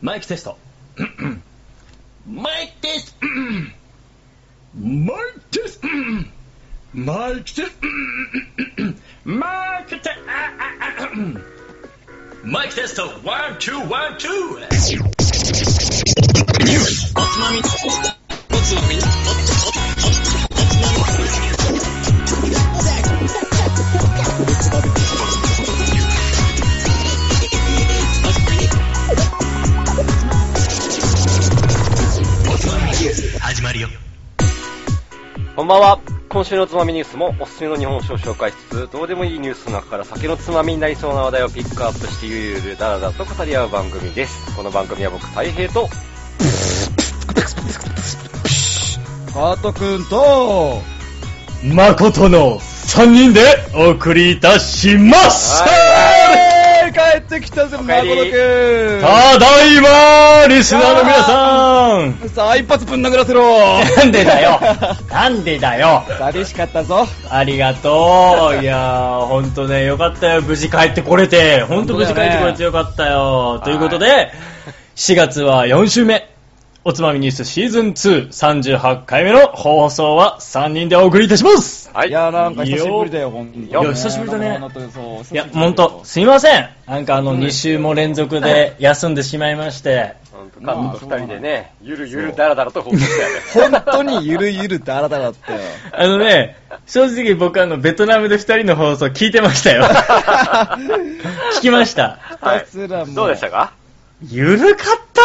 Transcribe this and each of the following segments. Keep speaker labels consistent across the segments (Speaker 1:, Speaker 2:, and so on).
Speaker 1: マイクテスト。マイクテスト。 マイクテスト。 マイクテスト。マイクテスト。 マイクテスト。ワン、ツー、ワン、ツー。おつまみ。おつまみ。始まるよ。
Speaker 2: こんばんは。今週のつまみニュースもおすすめの日本酒を紹介しつつ、どうでもいいニュースの中から酒のつまみになりそうな話題をピックアップしてゆるゆるだらだらと語り合う番組です。この番組は僕、大平と、
Speaker 3: カートくんと、
Speaker 4: 誠の3人でお送りいたします
Speaker 3: はい、帰ってきたぜ、
Speaker 2: お
Speaker 3: マ
Speaker 2: かえり
Speaker 3: コトく
Speaker 4: ただいまリスナーの皆さん
Speaker 3: ん。さあ、一発ぶん殴らせろ。
Speaker 4: なんでだよなんでだよ
Speaker 3: 寂しかったぞ。
Speaker 4: ありがと ういやー、ほんとね、よかったよ。無事帰ってこれて。ほんと無事帰ってこれてよかったよ。ということで、4月は4週目。おつまみニュースシーズン2、38回目の放送は3人でお送りいたします
Speaker 2: はい
Speaker 3: いや、なんか久しぶりだよ、ほんとに。い
Speaker 2: や
Speaker 4: 久しぶりだね
Speaker 3: そう、
Speaker 4: いや、ほんと、すいません。なんかあの、2週も連続で休んでしまいまして。
Speaker 2: なんとか、二人でね、ゆるゆるだらだらと報告したよね。
Speaker 3: 本当にゆるゆるだらだらって。
Speaker 4: あのね、正直僕あの、ベトナムで2人の放送聞いてまし たよ。聞きました。
Speaker 2: は
Speaker 3: ひたすらも
Speaker 2: い。
Speaker 3: う
Speaker 2: どうでしたか
Speaker 4: ゆるかった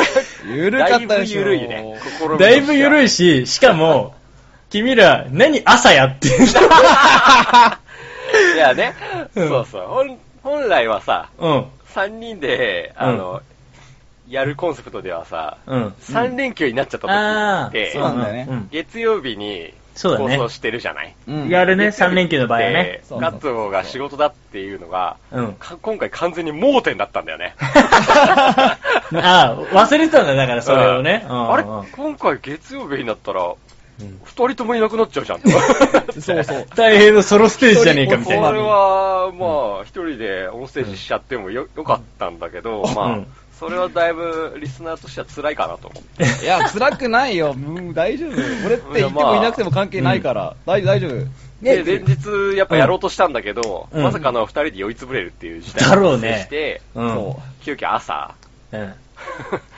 Speaker 3: ゆるかったでしょ。
Speaker 2: だいぶゆるいね。試みと
Speaker 4: ね
Speaker 2: しては
Speaker 4: だいぶゆるいし、しかも、君ら、何朝やってんだ
Speaker 2: いやね、
Speaker 4: うん
Speaker 2: そうそう。ほん本来はさ、
Speaker 4: うん、
Speaker 2: 三人で、あの、やるコンセプトではさ、
Speaker 4: うん。
Speaker 2: 三連休になっちゃった時
Speaker 4: あ
Speaker 2: っ
Speaker 4: ー、
Speaker 2: て
Speaker 4: そう、
Speaker 3: なんだよね
Speaker 4: うん
Speaker 2: 月曜日に
Speaker 4: そうだ
Speaker 2: 放
Speaker 4: ね
Speaker 2: 送してるじゃない。
Speaker 3: うん
Speaker 4: やるね、
Speaker 2: 月曜日
Speaker 4: 3連休の場合はね
Speaker 2: っ。て
Speaker 3: そう
Speaker 2: ガッツボーが仕事だっていうのが、
Speaker 4: うん。
Speaker 2: か今回完全に盲点だったんだよね。
Speaker 4: あー、忘れてたんだ、だ からそれをね。
Speaker 2: う
Speaker 4: うんん
Speaker 2: あれ
Speaker 4: うん
Speaker 2: 今回月曜日になったら、
Speaker 4: ん
Speaker 2: 二人ともいなくなっちゃう じゃん。
Speaker 3: そうそう。
Speaker 4: 大変のソロステージじゃねえかみ
Speaker 2: そ
Speaker 4: た
Speaker 2: れ
Speaker 4: い
Speaker 3: 一人お
Speaker 4: な。
Speaker 2: は、まあ、一人でオンステージしちゃってもよよかったんだけど、
Speaker 4: う
Speaker 2: まあ
Speaker 4: ん、
Speaker 2: それはだいぶリスナーとしては辛いかなと思って。
Speaker 3: いや、辛くないよ。うん大丈夫。俺っていてもいなくても関係ないから。大大丈夫。
Speaker 2: で、前日やっぱやろうとしたんだけど、
Speaker 4: うん
Speaker 2: まさかの二人で酔いつぶれるっていう事態
Speaker 4: だろう
Speaker 2: 発
Speaker 4: ね
Speaker 2: 生して、
Speaker 4: うん
Speaker 3: そ
Speaker 2: 急遽朝、
Speaker 4: うん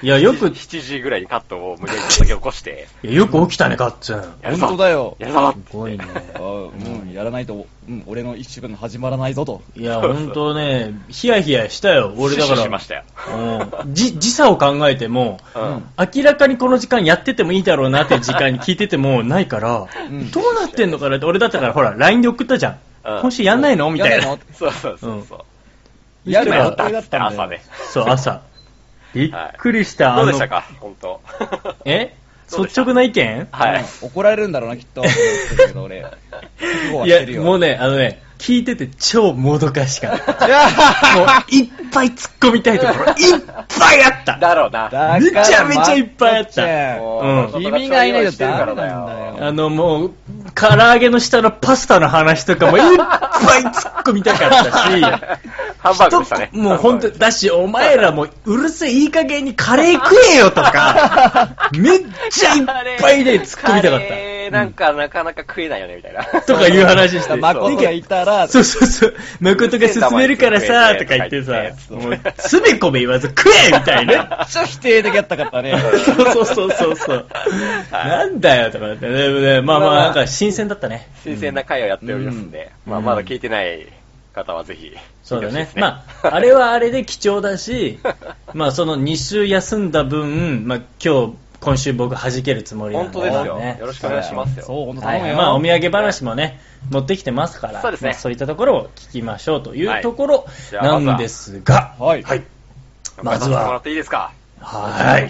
Speaker 4: いや、よ く、い
Speaker 2: 7時ぐらいにカットを無理やり叩き起こして、
Speaker 4: やよく起きたね、かっつん。
Speaker 2: や
Speaker 3: う。
Speaker 2: るぞ
Speaker 3: 本当だよ。
Speaker 2: やるぞ
Speaker 4: すごいね。
Speaker 3: あうん、やらないと、うん、俺の一週間が始まらないぞと。
Speaker 4: いや、ほんとね、ヒヤヒヤしたよ、俺だか
Speaker 2: 死守
Speaker 4: ら。
Speaker 2: しましたよ。
Speaker 4: うんじ時差を考えても、
Speaker 2: うん。
Speaker 4: 明らかにこの時間やっててもいいだろうなっていう時間に聞いててもないから、
Speaker 3: ん
Speaker 4: どうなってんのかなって、俺だったからほら、LINE で送ったじゃん。
Speaker 2: うん
Speaker 4: 今週やんないのみたいな。
Speaker 2: そうそうそうそう。
Speaker 3: やる
Speaker 2: 今
Speaker 4: や
Speaker 2: や
Speaker 4: っ
Speaker 2: ったた
Speaker 3: 予定だったんだ
Speaker 2: 朝
Speaker 3: よ
Speaker 2: ね。
Speaker 4: そう、朝。びっくりした。
Speaker 2: どう
Speaker 4: あの
Speaker 2: でしたか本当。
Speaker 4: え
Speaker 2: どうでし
Speaker 4: 率
Speaker 2: た
Speaker 4: 直な意見
Speaker 2: はい。
Speaker 3: うん怒られるんだろうな、きっ と。だけど俺。
Speaker 4: いや、もうね、あのね、聞いてて超もどかしかった。
Speaker 3: いや
Speaker 4: もういっぱい突っ込みたいところ、いっぱいあった。
Speaker 2: だろうな。
Speaker 4: めちゃめちゃいっぱいあった
Speaker 2: もう
Speaker 4: うん
Speaker 3: 君がいないと
Speaker 2: してる
Speaker 3: ダ
Speaker 2: か
Speaker 3: メ
Speaker 2: らだ
Speaker 3: なんだ
Speaker 2: よ。
Speaker 3: よ。
Speaker 4: あのもう、唐揚げの下のパスタの話とかもいっぱい突っ込みたかったし、
Speaker 2: ハンバーグでしたね。
Speaker 4: もう本当だし、お前らもううるせえいい加減にカレー食えよとか、 めっちゃいっぱいで突っ込みたか
Speaker 2: カ
Speaker 4: っ
Speaker 2: レー
Speaker 4: た。
Speaker 2: な
Speaker 4: うんん
Speaker 2: かなかなか食えないよね、みたいな。
Speaker 4: とかいう話して。
Speaker 3: 誠がいた ら、
Speaker 4: そうそうそう。誠が進めるからさ、とか言ってさ、もう、すべこべ言わず食えみた いな。
Speaker 3: ちょっと否定的だったかったね。
Speaker 4: そうそうそうそう。なんだよ、とか言って。でもねまあまあ、なんか新鮮だったね。
Speaker 2: 新鮮な回をやっておりますんで、
Speaker 4: うん
Speaker 2: まあ、
Speaker 4: うん
Speaker 2: まだ聞いてない方はぜひ、
Speaker 4: そうだよ
Speaker 2: 聞い
Speaker 4: ね
Speaker 2: て。ほし
Speaker 4: ま
Speaker 2: いです
Speaker 4: あ、あれはあれで貴重だし、 まあその2週休んだ分、まあ今日、今週僕弾けるつもりなん
Speaker 2: 本当ですよ。
Speaker 4: ね
Speaker 2: よろしくお願いしますよ。
Speaker 3: そう、本当
Speaker 4: はい
Speaker 3: 頼むよ。
Speaker 4: まあお土産話もね、持ってきてますから、
Speaker 2: そうですね
Speaker 4: まあそういったところを聞きましょうとい
Speaker 2: は
Speaker 4: う
Speaker 2: い
Speaker 4: ところ
Speaker 2: じゃあ
Speaker 4: なんですが、
Speaker 3: はい。はい。
Speaker 4: ま
Speaker 2: 頑張っ
Speaker 4: ず
Speaker 2: てもら
Speaker 4: は
Speaker 2: っ、ていいですか
Speaker 4: は。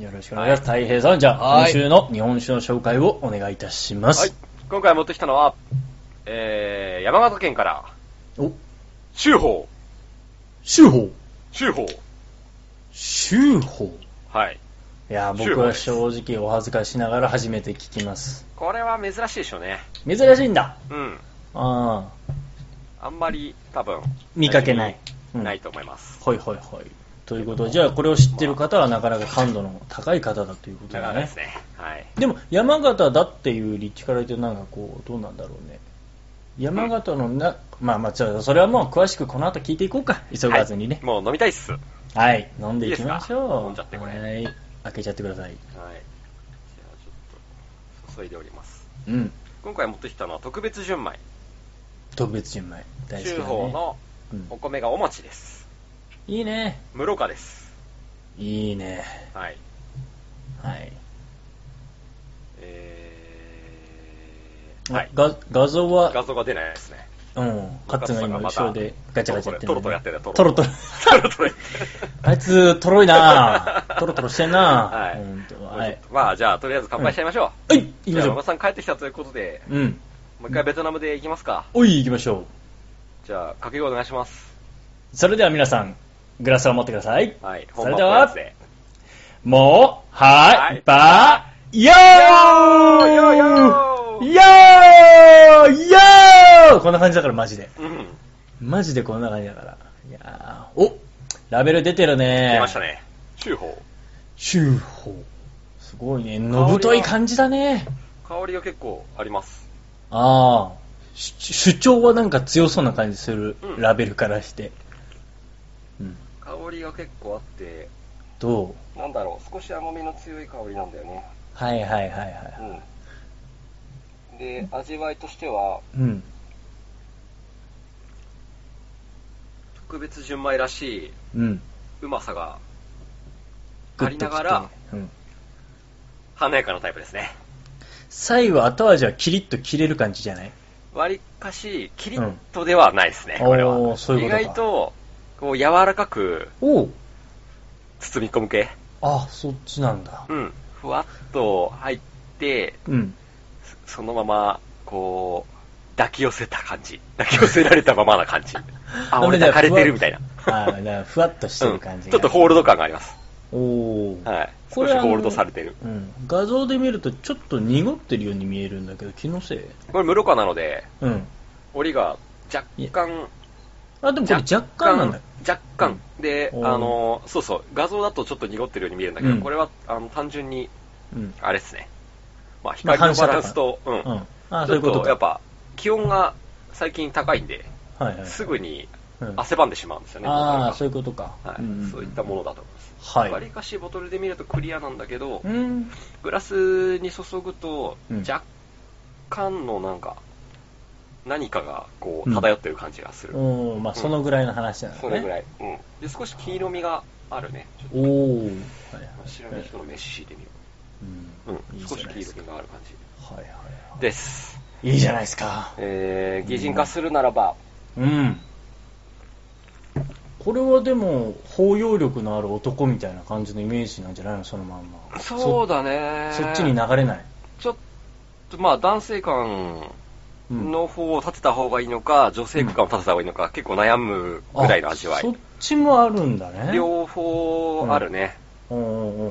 Speaker 4: い。よろしくお願いします。たい平さん、じゃあ
Speaker 3: は
Speaker 4: 今
Speaker 3: い
Speaker 4: 週の日本酒の紹介をお願いいたしま
Speaker 2: はい
Speaker 4: す。。
Speaker 2: 今回持ってきたのは、えー、山形県から、
Speaker 4: お、
Speaker 2: 州法、
Speaker 4: 修法
Speaker 2: 州法。
Speaker 4: 修法
Speaker 2: はい。
Speaker 4: いや、僕は正直お恥ずかしながら初めて聞きます。
Speaker 2: これは珍しいでしょうね。
Speaker 4: 珍しいんだ。
Speaker 2: うん。
Speaker 4: ああ。
Speaker 2: あんまり多分、
Speaker 4: 見かけない。
Speaker 2: ない
Speaker 4: と。
Speaker 2: と思います。
Speaker 4: ほいほいほい。ということで、じゃあこれを知ってる方はなかなか感度の高い方だということ
Speaker 2: だか
Speaker 4: だ
Speaker 2: らで
Speaker 4: ね
Speaker 2: す。ね。はい。
Speaker 4: でも山形だっていう立地から言うとなんかこうどうなんだろうね山形のな、まあまあちょそれはもう詳しくこの後聞いていこうか急がずにね
Speaker 2: はいもう飲みたいっす。はい。
Speaker 4: はい、飲んでいきまし
Speaker 2: いいです
Speaker 4: ょう
Speaker 2: か飲んじゃってこれ
Speaker 4: はい開けちゃってください
Speaker 2: じゃあちょっと、注いでおります。
Speaker 4: うん
Speaker 2: 今回持ってきたのは特別純米。
Speaker 4: 特別純米大好
Speaker 2: 中
Speaker 4: きだ、ね、
Speaker 2: 宝の
Speaker 4: うん
Speaker 2: お米がお餅です。
Speaker 4: いいね
Speaker 2: 室賀です。
Speaker 4: いいね
Speaker 2: はい。
Speaker 4: はい、
Speaker 2: えー、
Speaker 4: は
Speaker 2: はい
Speaker 4: い、。画画像は
Speaker 2: 画像が出ないですね。
Speaker 4: うんカッツンが今後ろでガチャガチャやって
Speaker 2: トロトロやってる
Speaker 4: トロトロ
Speaker 2: ト ロトロ。
Speaker 4: あいつトロいなトロトロしてんな
Speaker 2: はい
Speaker 4: ほんと
Speaker 2: は
Speaker 4: はいい。
Speaker 2: まあ、じゃあ、とりあえず乾杯しちゃいましょ
Speaker 4: はい行
Speaker 2: う。
Speaker 4: き
Speaker 2: じ
Speaker 4: ま
Speaker 2: ゃあ、
Speaker 4: し
Speaker 2: 馬
Speaker 4: ょ
Speaker 2: 場さん帰ってきたということで、
Speaker 4: ううん
Speaker 2: もう一回ベトナムで行きますか。
Speaker 4: おい行きましょう
Speaker 2: じゃあ、掛け声お願いします。
Speaker 4: それでは皆さん、グラスを持ってください。
Speaker 2: はい。
Speaker 4: それ
Speaker 2: 本
Speaker 4: で
Speaker 2: 番のや
Speaker 4: は
Speaker 2: つ、で。
Speaker 4: もう、は
Speaker 2: はい
Speaker 4: い、ば、よー
Speaker 2: よーよー
Speaker 4: よーよーこんな感じだから、マジで。
Speaker 2: うん。
Speaker 4: マジでこんな感じだから。いやーおラベル出てるね
Speaker 2: 出ましたね。中宝。
Speaker 4: 中宝。すごいね。のぶとい感じだね。
Speaker 2: 香りが結構あります。
Speaker 4: あー。主主張はなんか強そうな感じする、
Speaker 2: うん
Speaker 4: ラベルからして。うん。
Speaker 2: 香りが結構あって、
Speaker 4: どう
Speaker 2: なんだろう、少し甘みの強い香りなんだよね。
Speaker 4: はいはいはいはい。
Speaker 2: うん。で、味わいとしては、
Speaker 4: うん。
Speaker 2: 特別純米らしい
Speaker 4: うん。
Speaker 2: うまさが
Speaker 4: グ
Speaker 2: あ
Speaker 4: ッ
Speaker 2: り
Speaker 4: と
Speaker 2: な
Speaker 4: きて
Speaker 2: がら、
Speaker 4: うん、
Speaker 2: 華やかなタイプですね。
Speaker 4: 最後後味はキリッと切れる感じじゃない
Speaker 2: わりかし、キリッとではないですね、
Speaker 4: うん
Speaker 2: これは。
Speaker 4: おーそういうことか
Speaker 2: 意外と、こう、柔らかく
Speaker 4: おう
Speaker 2: 包み込む系。
Speaker 4: あそっちなんだ
Speaker 2: うん。ふわっと入って、
Speaker 4: うん
Speaker 2: そのまま、こう、抱き寄せた感じ。抱き寄せられたままな感 じ。あ、俺抱かれてるみたいな。
Speaker 4: あーだからふわっとしてる感じ
Speaker 2: うん、
Speaker 4: が、
Speaker 2: ちょっとホールド感があります。
Speaker 4: おお
Speaker 2: はい。少しホールドされてる。
Speaker 4: うん、画像で見るとちょっと濁ってるように見えるんだけど気のせい
Speaker 2: これ、無ろ過なので、
Speaker 4: うん
Speaker 2: 折りが若干、
Speaker 4: あでもこれ若干なんだ
Speaker 2: 若干。で、
Speaker 4: おー
Speaker 2: あの、そうそう、画像だとちょっと濁ってるように見えるんだけど、
Speaker 4: うん
Speaker 2: これは、あの、単純に、
Speaker 4: うん、
Speaker 2: あれですね。まあ、
Speaker 4: まあ
Speaker 2: 光のバランスと、うん。
Speaker 4: うん、ああ
Speaker 2: ち
Speaker 4: そうい
Speaker 2: ょ
Speaker 4: う
Speaker 2: っ
Speaker 4: こと
Speaker 2: と、
Speaker 4: か
Speaker 2: やっぱ、気温が最近高いんで、
Speaker 4: はいはい
Speaker 2: すぐに
Speaker 4: うん
Speaker 2: 汗ばんでしまうんですよね。ボトル
Speaker 4: あ
Speaker 2: が
Speaker 4: あそういうことか、
Speaker 2: はい
Speaker 4: んん
Speaker 2: そういったものだと思います。
Speaker 4: はい
Speaker 2: わりかしボトルで見るとクリアなんだけど、
Speaker 4: うん
Speaker 2: グラスに注ぐと
Speaker 4: うん、
Speaker 2: 若干のなんか、何かがこ
Speaker 4: う
Speaker 2: うん漂ってる感じがする。
Speaker 4: うんまあそのぐらいの話なのね、
Speaker 2: それぐら
Speaker 4: い
Speaker 2: い。うん。で、少し黄色みがあるね。ちょっ
Speaker 4: おお、はいはい
Speaker 2: と知らない人の飯敷いてみよう。
Speaker 4: うん
Speaker 2: う
Speaker 4: い
Speaker 2: ん。
Speaker 4: い
Speaker 2: 少
Speaker 4: じ
Speaker 2: し
Speaker 4: ゃない
Speaker 2: 黄
Speaker 4: ですか
Speaker 2: 色みがある感じ。
Speaker 4: はいはいはい
Speaker 2: です。
Speaker 4: いいじゃないですか。
Speaker 2: えー、擬人化するならば、
Speaker 4: うん。これはでも、包容力のある男みたいな感じのイメージなんじゃないのそのまんま。
Speaker 2: そうだ
Speaker 4: だ。
Speaker 2: ね。
Speaker 4: そっちに流れない。
Speaker 2: ちょっと、まあ、男性感
Speaker 4: うん
Speaker 2: の方を立てた方がいいのか、女性感を立てた方がいいのか、結構悩むぐらいの味わ
Speaker 4: あそっ
Speaker 2: い。
Speaker 4: ちもあるんだね。
Speaker 2: 両方あるね。
Speaker 4: うんうんうん。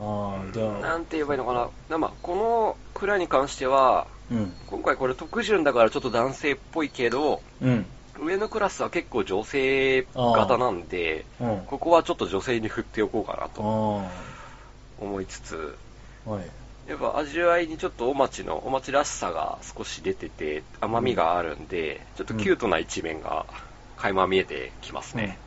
Speaker 4: ああ、じゃ
Speaker 2: な
Speaker 4: あ、
Speaker 2: んて言えばいいのかな。なまあ、この蔵に関しては、
Speaker 4: うん。
Speaker 2: 今回これ特順だからちょっと男性っぽいけど、
Speaker 4: うん。
Speaker 2: 上のクラスは結構女性型なんで、
Speaker 4: うん。
Speaker 2: ここはちょっと女性に振っておこうかな
Speaker 4: あ
Speaker 2: と
Speaker 4: あ、
Speaker 2: 思いつつ、
Speaker 4: はい。
Speaker 2: やっぱ味わいにちょっとお待ちの、お待ちらしさが少し出てて、甘みがあるんで、ちょっとキュートな一面が垣間見えてきますね。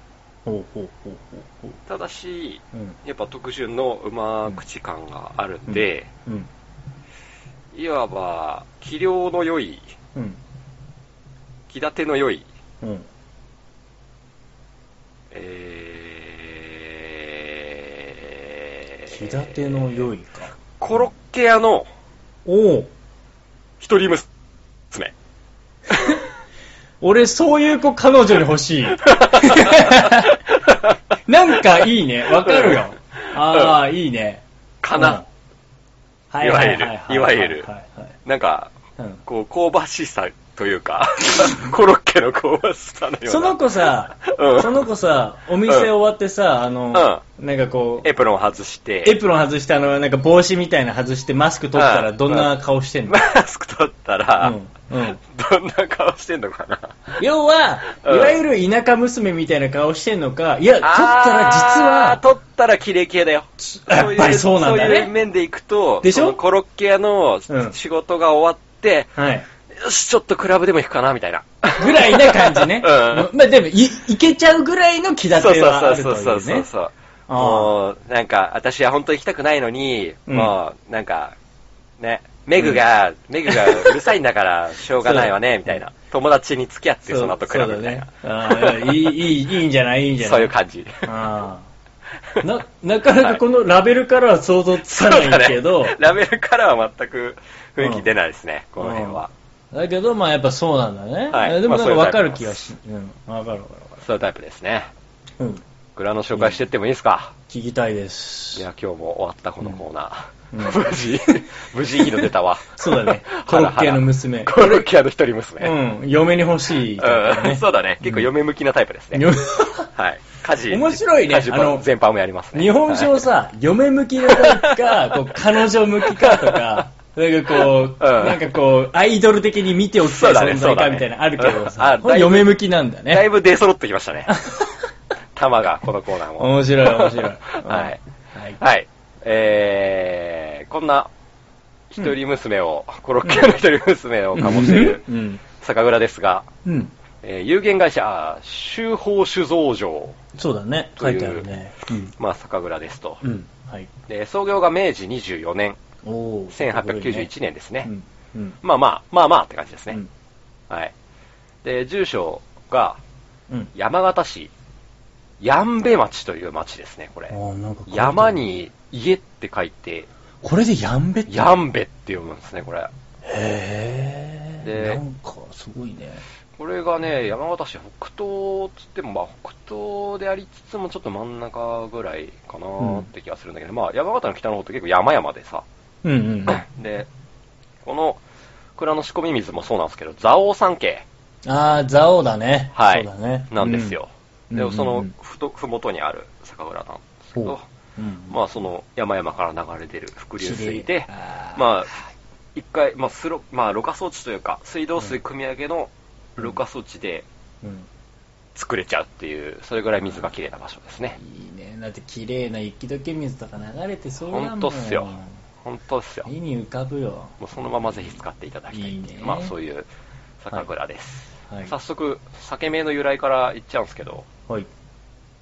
Speaker 4: ほうほうほうほう
Speaker 2: ただし、
Speaker 4: ほう。うん。
Speaker 2: やっぱ特潤のうま口感があるんで、
Speaker 4: うん。
Speaker 2: いわば、気量の良い、
Speaker 4: うん。
Speaker 2: 気立ての良い、
Speaker 4: うん。
Speaker 2: えー、
Speaker 4: 気立ての良いか。
Speaker 2: コロッケ屋の
Speaker 4: おお。
Speaker 2: 一人娘。
Speaker 4: 俺、そういう子、彼女に欲 しい。なんかいいね。わかるよ。ああ、いいね。
Speaker 2: かな。
Speaker 4: うん。はい
Speaker 2: わ
Speaker 4: は
Speaker 2: ゆ
Speaker 4: い
Speaker 2: る
Speaker 4: はいはい。
Speaker 2: いわゆる
Speaker 4: はいはい
Speaker 2: なんか、
Speaker 4: はい。うん
Speaker 2: こう、香ばしさというか、 コロッケの香ばしさのような。
Speaker 4: その子さ、
Speaker 2: うん
Speaker 4: その子さ、お店終わってさ、あの、なんかこう、
Speaker 2: エプロン外して、
Speaker 4: エプロン外して、あの、なんか帽子みたいなの外して、マスク取ったら
Speaker 2: うん
Speaker 4: どんな顔してんの
Speaker 2: マスク取ったら、
Speaker 4: うんうん
Speaker 2: どんな顔してんのかな。
Speaker 4: 要は、い
Speaker 2: うん
Speaker 4: わゆる田舎娘みたいな顔してんのか、いや、取ったら実
Speaker 2: あー
Speaker 4: は、
Speaker 2: 取ったら綺麗系だよ。
Speaker 4: やっぱりそうなんだね
Speaker 2: そういう面でいくと、
Speaker 4: でしょ
Speaker 2: そのコロッケ屋の
Speaker 4: うん
Speaker 2: 仕事が終わって、
Speaker 4: はい。
Speaker 2: よし、ちょっとクラブでも行くかな、みたいな。
Speaker 4: ぐらいな感じ ね。
Speaker 2: う
Speaker 4: まあでも、い、いけちゃうぐらいの気立
Speaker 2: そう
Speaker 4: て
Speaker 2: そう
Speaker 4: は
Speaker 2: そ
Speaker 4: あ
Speaker 2: う
Speaker 4: るという
Speaker 2: そうそ
Speaker 4: ね。
Speaker 2: うそうそう。
Speaker 4: あー
Speaker 2: もう、なんか、私は本当に行きたくないのに、
Speaker 4: うん
Speaker 2: もう、なんか、ね、メグが、メグがうるさいんだ から、しょうがないわね、みたいな。友達に付き合って、その後クラブみたいな。
Speaker 4: そうだね。ああ、いい、いい、いいんじゃないいいんじゃない
Speaker 2: そういう感じ。
Speaker 4: ああ。な、なかなかこのラベルからは想像つ
Speaker 2: そ
Speaker 4: か
Speaker 2: う
Speaker 4: ないん
Speaker 2: だ
Speaker 4: だ
Speaker 2: ね
Speaker 4: けど、だ
Speaker 2: ラベルからは全く雰囲気出ないですね、この辺は。
Speaker 4: けど、まあやっぱそうなんだね。
Speaker 2: はい
Speaker 4: でもなんか
Speaker 2: まあ
Speaker 4: わ
Speaker 2: そ
Speaker 4: か
Speaker 2: ういう
Speaker 4: る
Speaker 2: タイ
Speaker 4: 気
Speaker 2: プ
Speaker 4: が
Speaker 2: で
Speaker 4: し、うん、わかるわかるわか
Speaker 2: そういうタイプですね。
Speaker 4: る。うん。
Speaker 2: グラの紹介してってもいいですか、
Speaker 4: 聞きたいで
Speaker 2: い
Speaker 4: す。
Speaker 2: や、今日も終わったこのコーナ
Speaker 4: うん
Speaker 2: ー。 無事、無事いいの出たわ。。
Speaker 4: そうだね
Speaker 2: ハ
Speaker 4: コロ
Speaker 2: ラ
Speaker 4: ッ
Speaker 2: ハラ
Speaker 4: ケの娘。
Speaker 2: コロッケ屋の一人娘。
Speaker 4: うん、嫁に欲しい、
Speaker 2: うん、そうだね。結構
Speaker 4: 嫁
Speaker 2: 嫁向きなタイプですね。はい。家事。
Speaker 4: 面白いね
Speaker 2: 家事
Speaker 4: あの
Speaker 2: 全般もやりますね。
Speaker 4: 日本酒をさ、 嫁向きのタイプか、こう彼女向きか とか、なんかこう、
Speaker 2: うん
Speaker 4: なんかこう、アイドル的に見ておきたい
Speaker 2: そうだね
Speaker 4: 存在
Speaker 2: そうだ
Speaker 4: か
Speaker 2: ね
Speaker 4: みたいなのあるけど
Speaker 2: うんあ
Speaker 4: さ、これ
Speaker 2: だいぶ
Speaker 4: 嫁向きなんだ
Speaker 2: はいだい
Speaker 4: ね。
Speaker 2: ぶ出揃ってきましたね。玉が、このコーナーも。
Speaker 4: 面白い、面白い。
Speaker 2: はい。
Speaker 4: うん。はい。
Speaker 2: はい。えー、こんな、一人娘を、コロッケの一人娘を醸している
Speaker 4: うん。
Speaker 2: 酒蔵ですが、
Speaker 4: うん。
Speaker 2: えー有限会社、修法酒造場、
Speaker 4: そうだね。書いてあるね。うん。
Speaker 2: まあ、酒蔵ですと、
Speaker 4: うん。はい。
Speaker 2: で。創業が明治24年、
Speaker 4: おー
Speaker 2: 1891年ですね。
Speaker 4: うん。うん。
Speaker 2: まあまあ、まあまあって感じですね。
Speaker 4: うん
Speaker 2: はい。で、住所が
Speaker 4: うん。
Speaker 2: 山形市、やんべ町という町ですね、これ。
Speaker 4: ーなんか書いてある
Speaker 2: 山。に家って書いて、
Speaker 4: これでやんべって。
Speaker 2: やんべって読むんですね、これ。
Speaker 4: へー。
Speaker 2: で
Speaker 4: なんか、すごいね。
Speaker 2: これがね、山形市北東っつっても、まあ北東でありつつもちょっと真ん中ぐらいかなーって気がするんだけど、まあ山形の北の方って結構山々でさ、
Speaker 4: うんうん。 あ
Speaker 2: で、この蔵の仕込み水もそうなんですけど、蔵王山系
Speaker 4: ー、蔵王だね。
Speaker 2: はい
Speaker 4: そうだね。
Speaker 2: なんですよ。
Speaker 4: うん
Speaker 2: で
Speaker 4: うんうんうん
Speaker 2: そのふと、ふもとにある酒蔵なんですけ
Speaker 4: ほう
Speaker 2: ど、
Speaker 4: うん。
Speaker 2: まあその山々から流れ出る伏流水で、
Speaker 4: あー
Speaker 2: まあ、一回、まあ、スロ、まあ、ろ過装置というか、水道水汲み上げのろ過装置で
Speaker 4: うん
Speaker 2: 作れちゃうっていう、それぐらい水が綺麗な場所ですね。
Speaker 4: いいねだって綺麗な雪解け水とか流れてそう
Speaker 2: ほ
Speaker 4: だも
Speaker 2: ん
Speaker 4: ん
Speaker 2: とっすよ。本当っすよ。
Speaker 4: 絵に浮かぶよ
Speaker 2: もうそのままぜひ使っていただきたいっていう
Speaker 4: いいね
Speaker 2: まあ、そういう酒蔵です。
Speaker 4: はい
Speaker 2: 早速、酒名の由来から言っちゃうんですけど、
Speaker 4: はい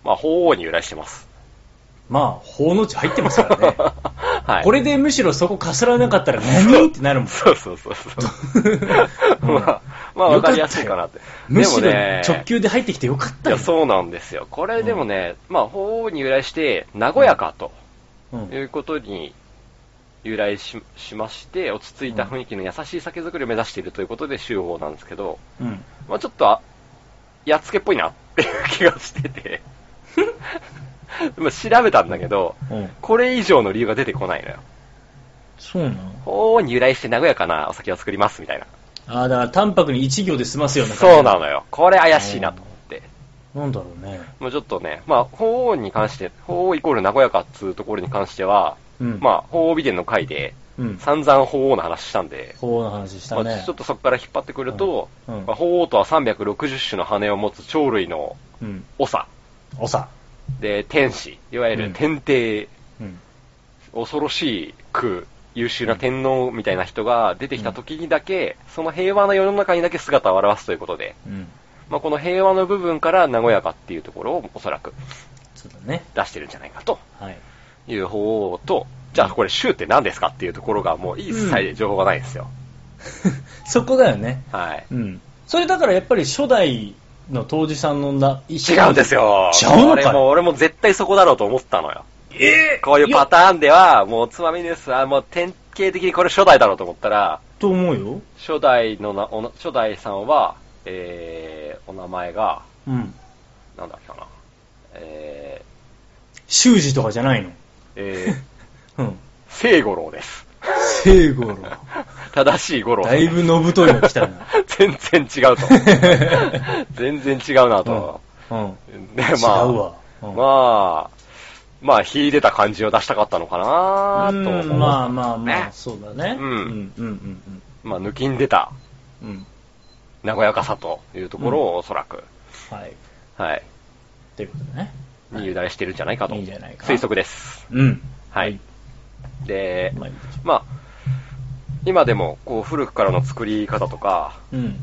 Speaker 2: まあ、鳳凰に由来してます。
Speaker 4: まあ法の字入ってますからね、
Speaker 2: はい。
Speaker 4: これでむしろそこかすらなかったら何ってなるもん
Speaker 2: そうそうそうそう。
Speaker 4: うん
Speaker 2: まあ、 まあ、わかりやすいかなって。
Speaker 4: むし
Speaker 2: で
Speaker 4: ろ
Speaker 2: もね
Speaker 4: 直球で入ってきてよかっ
Speaker 2: い
Speaker 4: たよ
Speaker 2: や、そうなんですよ。これでもね、まあ、法王に由来して、和やかと
Speaker 4: うん、
Speaker 2: いうことに由来ししまして、落ち着いた雰囲気の優しい酒造りを目指しているということで、修法なんですけど、
Speaker 4: うん
Speaker 2: まあ、ちょっとあ、やっつけっぽいなっていう気がしてて、 まあ調べたんだけど、
Speaker 4: うん
Speaker 2: これ以上の理由が出てこないのよ。
Speaker 4: そうなの
Speaker 2: 法王に由来して和やかなお酒を作りますみたいな。
Speaker 4: ああだから淡白に一行で済ますよね
Speaker 2: そうなのよ。これ怪しいなと思って。
Speaker 4: なんだろうね
Speaker 2: もうちょっとね、まあ、法王に関して、法王イコール和やかっつうところに関しては、
Speaker 4: うん
Speaker 2: まあ、法王美伝の回で、
Speaker 4: うん
Speaker 2: 散々法王の話したんで、
Speaker 4: 法の話した
Speaker 2: まあ
Speaker 4: ね
Speaker 2: ちょっとそこから引っ張ってくると、
Speaker 4: うんうん
Speaker 2: まあ法王とは360種の羽を持つ鳥類の
Speaker 4: うん
Speaker 2: 長、
Speaker 4: おさ
Speaker 2: で、天使、いわゆ
Speaker 4: う
Speaker 2: る
Speaker 4: ん
Speaker 2: 天帝、
Speaker 4: うん
Speaker 2: 恐ろしく優秀な天皇みたいな人が出てきた時にだけ、その平和な世の中にだけ姿を現すということで、
Speaker 4: うん
Speaker 2: まあ、この平和の部分から和やかっていうところをおそらく
Speaker 4: そうだね
Speaker 2: 出してるんじゃないかと
Speaker 4: はい
Speaker 2: いう方と、じゃあこれ州って何ですかっていうところがもう一切情報がないんですよ。
Speaker 4: そこだよね
Speaker 2: はい。
Speaker 4: うん。それだからやっぱり初代の当時さんのな、違
Speaker 2: 違うんです。よ。
Speaker 4: 違うのかい
Speaker 2: 俺も、俺も絶対そこだろうと思ったのよ。こういうパターンでは、もうつまみニュースはもう典型的にこれ初代だろうと思ったら、
Speaker 4: と思うよ。
Speaker 2: 初代のな、おな初代さんは、えー、お名前が、
Speaker 4: うん。
Speaker 2: なんだっけかな。え
Speaker 4: 修士とかじゃないの。
Speaker 2: ー、えー、
Speaker 4: うん。
Speaker 2: 聖五郎です。
Speaker 4: 聖五郎。
Speaker 2: 正しい五郎。
Speaker 4: だいぶのぶといの来たな。
Speaker 2: 全然違うと。全然違うなと。
Speaker 4: うん。
Speaker 2: で、
Speaker 4: 違う
Speaker 2: まあ、
Speaker 4: わ。うん
Speaker 2: まあ、まあ、秀でた感じを出したかったのかなと思う。
Speaker 4: うんまあまあま
Speaker 2: ね
Speaker 4: あ、そうだね。
Speaker 2: うん
Speaker 4: うんうんうん
Speaker 2: まあ、抜きんでた、
Speaker 4: うんうん。
Speaker 2: 和やかさというところをおそらく、
Speaker 4: はい。
Speaker 2: はい、
Speaker 4: ということでね。
Speaker 2: に委ねしてるんじゃないかと。
Speaker 4: いいんじゃないか
Speaker 2: 推測です。
Speaker 4: うん。
Speaker 2: はい。で、
Speaker 4: まあいいでしょ
Speaker 2: まあ、今でも、こう、古くからの作り方とか、
Speaker 4: う。うん。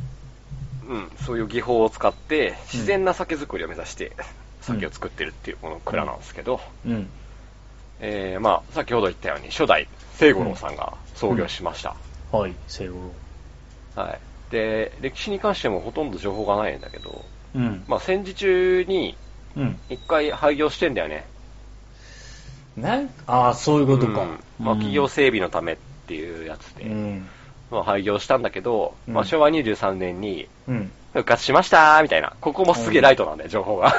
Speaker 2: うん、そういう技法を使って、自然な酒造りを目指して、酒を作ってるっていうこの蔵なんですけど、
Speaker 4: うん。
Speaker 2: えー、まあ、先ほど言ったように、初代、聖五郎さんが創業しました。
Speaker 4: はい、聖五郎。
Speaker 2: はい。で、歴史に関してもほとんど情報がないんだけど、
Speaker 4: うん。
Speaker 2: まあ、戦時中に
Speaker 4: うん。
Speaker 2: 一回廃業してんだよね。
Speaker 4: ね。ああ、そういうこと
Speaker 2: う
Speaker 4: か。
Speaker 2: んまあ、企業整備のためっていうやつで、
Speaker 4: うん。
Speaker 2: まあ、廃業したんだけど、
Speaker 4: うん
Speaker 2: まあ、昭和23年に
Speaker 4: うん。
Speaker 2: 復活しましたーみたいな。ここもすげえライトなんだよ、情報が。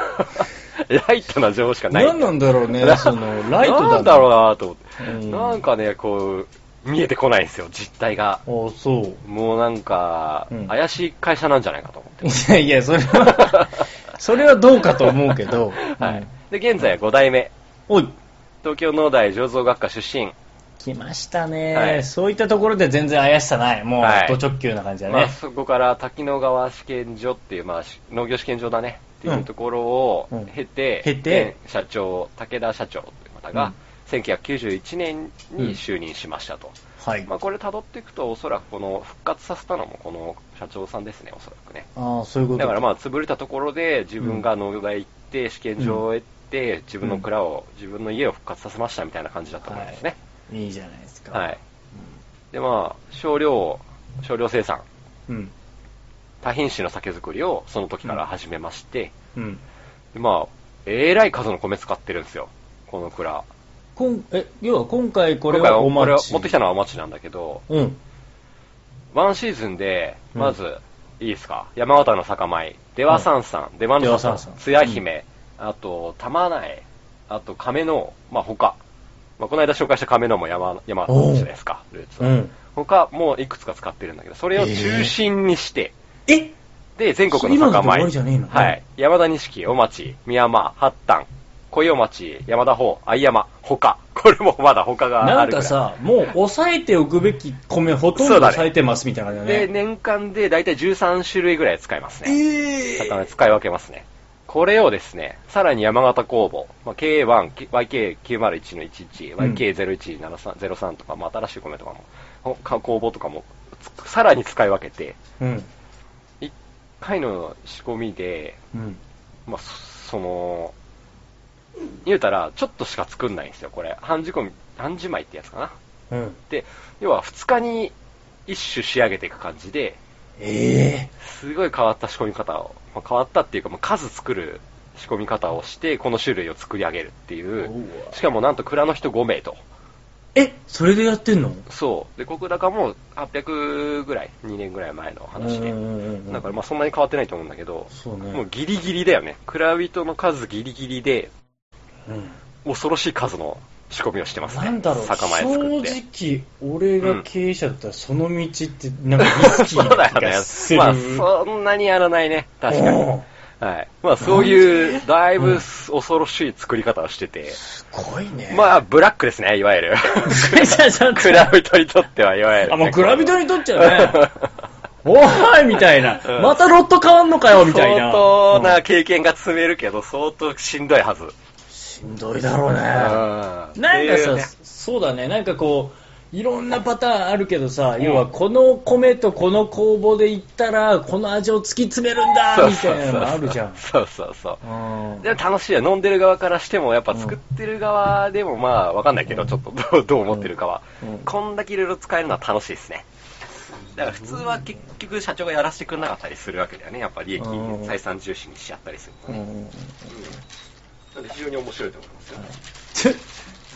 Speaker 2: ライトな情報しかない。
Speaker 4: 何なんだろう ね、その、ライトだ、ね、
Speaker 2: なんだろうなと思って、
Speaker 4: うん
Speaker 2: なんかね、こう、見えてこないんですよ、実態が。
Speaker 4: ああ、そう。
Speaker 2: もうなんか
Speaker 4: うん、
Speaker 2: 怪しい会社なんじゃないかと思って。
Speaker 4: いや いや、それ は、それはどうかと思うけど。
Speaker 2: はい。で、現在は5代目。
Speaker 4: おい、
Speaker 2: 東京農大醸造学科出身。
Speaker 4: 来ましたね、
Speaker 2: はい
Speaker 4: そういったところで全然怪しさない。もう、
Speaker 2: はい
Speaker 4: ド直球な感じだね。
Speaker 2: まあ、そこから滝野川試験所っていう、まあ、し農業試験所だねっていうところを
Speaker 4: うん
Speaker 2: 経て、
Speaker 4: うん経て
Speaker 2: 現社長、武田社長という方が、
Speaker 4: うん
Speaker 2: 1991年
Speaker 4: うん
Speaker 2: に就任しましたと。
Speaker 4: はい。
Speaker 2: まあ、これ辿っていくと、おそらくこの復活させたのもこの社長さんですね、おそらくね。
Speaker 4: ああ、そういうこと
Speaker 2: だからまあ、潰れたところで自分が農業大行って、試験場を得て、自分の蔵を、自分の家を復活させましたみたいな感じだったと思いますね。
Speaker 4: いいじゃないですか。
Speaker 2: はい。。で、まあ、少量、少量生産、
Speaker 4: うん。
Speaker 2: 多品種の酒造りをその時から始めまして、
Speaker 4: うん。
Speaker 2: でまあ、えらい数の米使ってるんですよ、この蔵。
Speaker 4: こんえ、要は今回これ
Speaker 2: 今回
Speaker 4: はお
Speaker 2: これを
Speaker 4: 待ち。
Speaker 2: 持ってきたのはお待ちなんだけど、
Speaker 4: うん。
Speaker 2: ワンシーズンで、まず、いいですか、山形の酒米、出羽三山、出羽の
Speaker 4: 出羽三
Speaker 2: 三
Speaker 4: 山
Speaker 2: 山、津屋姫、あと、玉苗、あと亀の、まあ他、まあこの間紹介した亀のも山、山形のじゃないですか、ルーツ
Speaker 4: う
Speaker 2: は。
Speaker 4: ん。
Speaker 2: 他もういくつか使ってるんだけど、それを中心にして、
Speaker 4: え
Speaker 2: で、全国
Speaker 4: 今
Speaker 2: の
Speaker 4: の
Speaker 2: 酒
Speaker 4: で終わ
Speaker 2: 米。
Speaker 4: りじゃねえの
Speaker 2: はい。山田錦、小町、宮間、八丹、小陽町、山田方、相山、他。これもまだ他がある
Speaker 4: なん
Speaker 2: ぐら
Speaker 4: か
Speaker 2: い
Speaker 4: さ、もう抑えておくべき米ほとんど
Speaker 2: そうだね
Speaker 4: 抑えてますみたいな感じだ
Speaker 2: で、
Speaker 4: ね。
Speaker 2: 年間で大体13種類ぐらい使いますね。
Speaker 4: え
Speaker 2: 魚使い分けますね。これをですね、さらに山形工房、まあ、K1、YK901 の11、
Speaker 4: うん
Speaker 2: YK0103 とか、まあ、新しい米とかもほか、工房とかも、つさらに使い分けて、
Speaker 4: うん。
Speaker 2: 1回の仕込みで、
Speaker 4: うん。
Speaker 2: まあ、そその、言うたら、ちょっとしか作んないんですよ、これ。半仕込み、半仕米ってやつかな。
Speaker 4: うん。
Speaker 2: で、要は2日に一種仕上げていく感じで、
Speaker 4: ええ
Speaker 2: すごい変わった仕込み方を、まあ変わったっていうか、まあ数作る仕込み方をして、この種類を作り上げるっていう。
Speaker 4: うわ
Speaker 2: しかもなんと蔵の人5名と。
Speaker 4: え、それでやってんの
Speaker 2: そう。で、国高も800ぐらい、2年ぐらい前の話で
Speaker 4: うん。うんうんうん
Speaker 2: だからまあそんなに変わってないと思うんだけど、
Speaker 4: そうね。
Speaker 2: もうギリギリだよね。蔵人の数ギリギリで、
Speaker 4: うん
Speaker 2: 恐ろしい数の仕込みをしてますね。
Speaker 4: なんだろう、
Speaker 2: 酒米作って。
Speaker 4: 正直、俺が経営者だったら、その道って、なんかリスキ
Speaker 2: そ
Speaker 4: ー
Speaker 2: うだ
Speaker 4: な
Speaker 2: よ
Speaker 4: 気
Speaker 2: ね
Speaker 4: がす。る。
Speaker 2: まあ、そんなにやらないね。確かに。
Speaker 4: おー
Speaker 2: はい。まあ、そういう、だいぶ恐ろしい作り方をしてて。
Speaker 4: すごいね。
Speaker 2: まあ、ブラックですね、いわゆ る。
Speaker 4: 経営者じゃん
Speaker 2: クラビトにとっては、いわゆるね、
Speaker 4: あ、もう蔵人
Speaker 2: に
Speaker 4: にとっち ゃね、 おーいみたいな、またロット変わんのかよみたいな。
Speaker 2: 相当
Speaker 4: う
Speaker 2: なん経験が積めるけど、相当しんどいはず。
Speaker 4: しんどいだろう
Speaker 2: うん
Speaker 4: ね。なんかさ、
Speaker 2: っていうね
Speaker 4: そうだね、なんかこう、いろんなパターンあるけどさ、要はこの米とこの工房で行ったら、この味を突き詰めるんだみたいなのあるじゃん。
Speaker 2: そうそうそう。
Speaker 4: うん
Speaker 2: でも楽しいよ。飲んでる側からしても、やっぱ作ってる側でもまあ、わかんないけど、ちょっとどう どう思ってるかは
Speaker 4: うん。
Speaker 2: こんだけいろいろ使えるのは楽しいですね。だから普通は結局社長がやらせてくれなかったりするわけだよね。やっぱ利益
Speaker 4: うん
Speaker 2: 採算重視にしちゃったりするとね。なんで非常に面白いと思いますよ。
Speaker 4: ちょ、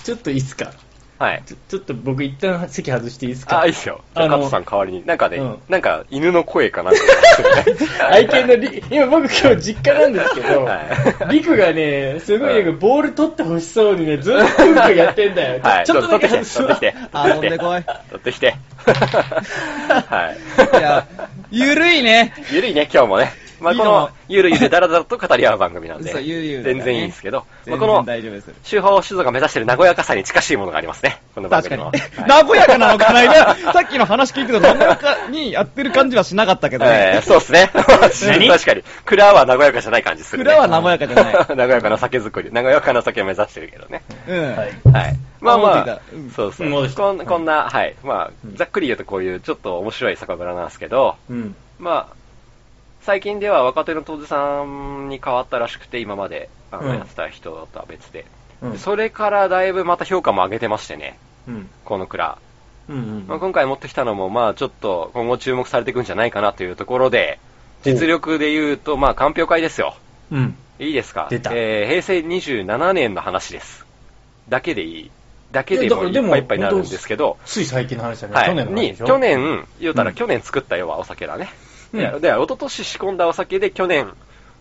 Speaker 4: ちょっといいっすか
Speaker 2: はい。
Speaker 4: ちょちょっと僕一旦席外していいですか
Speaker 2: あ、いいっすよ。じゃあ、
Speaker 4: あの
Speaker 2: カットさん代わりに。なんかね、
Speaker 4: うん
Speaker 2: なんか、犬の声かなんか。
Speaker 4: 愛犬のリ、今僕今日実家なんですけど、
Speaker 2: はい
Speaker 4: リクがね、すごい
Speaker 2: は
Speaker 4: ないんかボール取ってほしそうにね、ずっとクンクンやってんだよ。
Speaker 2: はい。
Speaker 4: ちょっとだけ
Speaker 2: 取
Speaker 4: 外
Speaker 2: ってき
Speaker 4: す
Speaker 2: て、取
Speaker 4: わ
Speaker 2: ってきて。取っ
Speaker 3: あ、飛ん
Speaker 2: て
Speaker 3: でこい。
Speaker 2: 取ってき て。はい。
Speaker 3: いや、ゆるいね。
Speaker 2: ゆるいね、今日もね。まあ、
Speaker 3: いい
Speaker 2: こ
Speaker 3: の
Speaker 2: の、ゆるゆるだらだらと語り合う番組なんで。
Speaker 3: そうゆるゆるだね
Speaker 2: 全然いいんですけど。まあ、
Speaker 3: 全
Speaker 2: こ
Speaker 3: 然
Speaker 2: の、
Speaker 3: 大丈夫です。
Speaker 2: 周波酒造が目指してる和やかさに近しいものがありますね。この番
Speaker 3: 確か
Speaker 2: 組
Speaker 3: に。
Speaker 2: も。はい
Speaker 3: 和やかなのか な今さっきの話聞いてたら、和やかにやってる感じはしなかったけど
Speaker 2: えー
Speaker 3: ね。
Speaker 2: そうです ね。
Speaker 4: 何
Speaker 2: 確かに。蔵は和やかじゃない感じする、ね。
Speaker 3: 蔵は和やかじゃない
Speaker 2: 和やかな酒造り。和やかな酒を目指してるけどね。
Speaker 3: うん。
Speaker 4: はい
Speaker 2: はい。まあま
Speaker 3: 戻っ
Speaker 2: あ
Speaker 3: てきたうん、
Speaker 2: そうそ
Speaker 4: 戻
Speaker 2: う。
Speaker 4: ってきた
Speaker 2: こんこんな、はい。まあ、ざっくり言うとこういうちょっと面白い酒蔵なんですけど、
Speaker 4: うん。
Speaker 2: まあ、最近では若手の当時さんに変わったらしくて、今まであの
Speaker 4: うん
Speaker 2: やってた人とは別で。
Speaker 4: うん。
Speaker 2: それからだいぶまた評価も上げてましてね、
Speaker 4: うん。
Speaker 2: この蔵。
Speaker 4: うん
Speaker 2: まあ、今回持ってきたのも、まあちょっと今後注目されていくんじゃないかなというところで、実力で言うと、まあ、鑑評会ですよ。
Speaker 4: うん。
Speaker 2: いいですか
Speaker 4: 出た
Speaker 2: えー平成27年の話です。だけでいい。だけでもい
Speaker 4: いやだからで
Speaker 2: っ
Speaker 4: も
Speaker 2: ぱいいっぱいになるんですけど、
Speaker 4: つい最近の話だね。
Speaker 2: はい。
Speaker 4: 去年の話
Speaker 2: に、
Speaker 4: でしょ
Speaker 2: 去。年、言うたら
Speaker 4: うん
Speaker 2: 去年作ったよはお酒だね。
Speaker 4: うん
Speaker 2: で、で一昨年仕込んだお酒で去年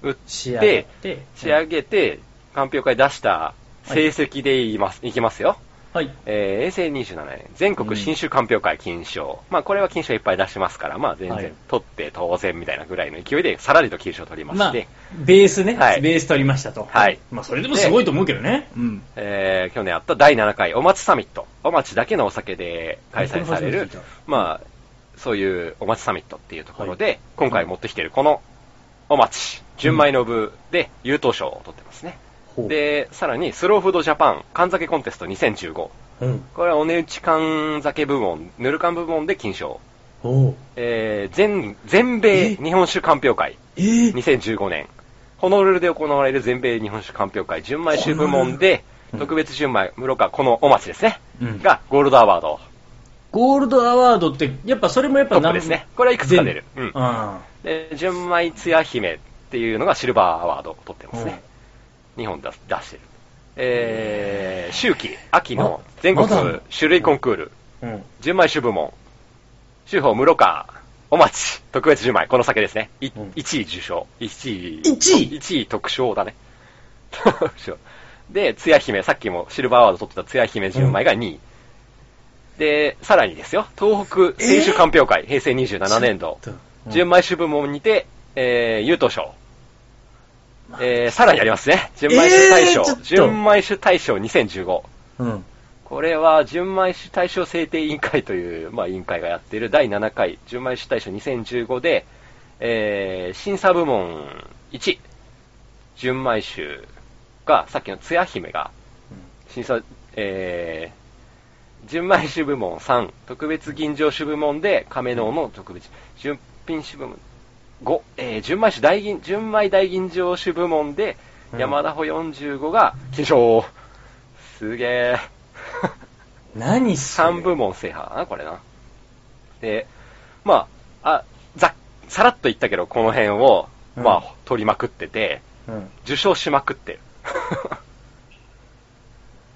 Speaker 2: 売っ
Speaker 4: 仕上げ
Speaker 2: て、
Speaker 4: て。
Speaker 2: 仕上げて、鑑評会出した成績で言います、いきますよ。
Speaker 4: はい。
Speaker 2: えー、平成27年、全国新酒鑑評会金賞。まあ、これは金賞いっぱい出しますから、まあ、全
Speaker 4: はい
Speaker 2: 然取って当然みたいなぐらいの勢いで、さらりと金賞取りま
Speaker 4: まあ
Speaker 2: して、、
Speaker 4: ベースね。
Speaker 2: はい
Speaker 4: ベース取りましたと。
Speaker 2: はい
Speaker 4: まあ、それでもすごいと思うけどね。
Speaker 3: うん。
Speaker 2: えー去年あった第7回お松サミット。お松だけのお酒で開催され
Speaker 4: あこれ初め
Speaker 2: る
Speaker 4: て聞い、
Speaker 2: まあ、そういうお松サミットっていうところで、
Speaker 4: は
Speaker 2: 今回持ってきてるこのお松、純米の部で優等賞を取ってますね。
Speaker 4: ほう、
Speaker 2: で、さらにスローフードジャパン缶酒コンテスト2015。こ
Speaker 4: うん。
Speaker 2: れはお値打ち缶酒部門、ぬる缶部門で金賞。
Speaker 4: おう
Speaker 2: えー全、全米日本酒鑑評会
Speaker 4: えー
Speaker 2: 2015年。ホノルルで行われる全米日本酒鑑評会純米酒部門で、
Speaker 4: ホノルル
Speaker 2: 特別純米、室川、このお町ですね、
Speaker 4: うん
Speaker 2: がゴールドアワード
Speaker 4: ゴールドアワードって、やっぱそれもやっぱ
Speaker 2: トップですね。これはいくつか出る。う
Speaker 4: 全
Speaker 2: ん
Speaker 4: 部あ
Speaker 2: で純米つや姫っていうのがシルバーアワードを取ってますね。日本出出してる。えー、秋季、秋の全国
Speaker 4: まだ
Speaker 2: 種類コンクール、
Speaker 4: あ。うん。
Speaker 2: 純米酒部門、酒法室川、お町、特別純米、この酒ですね。い
Speaker 4: うん
Speaker 2: 1位受賞。1位。
Speaker 4: 一位
Speaker 2: ?1 位特賞だね。 特賞。で、つや姫、さっきもシルバーアワード取ってたつや姫純米が2位。で、さらにですよ、東北青春鑑評会、平成27年度、
Speaker 4: ちょっと
Speaker 2: 純米酒部門にて、えー、優等賞。えー、さらにありますね。純米酒大賞、
Speaker 4: えーちょっと
Speaker 2: 純米酒大賞2015。
Speaker 4: うん。
Speaker 2: これは、純米酒大賞制定委員会という、まあ、委員会がやっている第7回純米酒大賞2015で、えー、審査部門1、純米酒が、さっきのつや姫が、審査、えー、純米酒部門3、特別吟醸酒部門で、亀能の特別、純品酒部門5、えー、純米酒大吟、純米大吟醸酒部門で、
Speaker 4: うん
Speaker 2: 山田穂45が金賞。すげ え。
Speaker 4: 何それ
Speaker 2: 3部門制覇な、これな。で、まあ、あ、ざ、さらっと言ったけど、この辺を、
Speaker 4: うん
Speaker 2: まあ、取りまくってて、
Speaker 4: うん。
Speaker 2: 受賞しまくってる。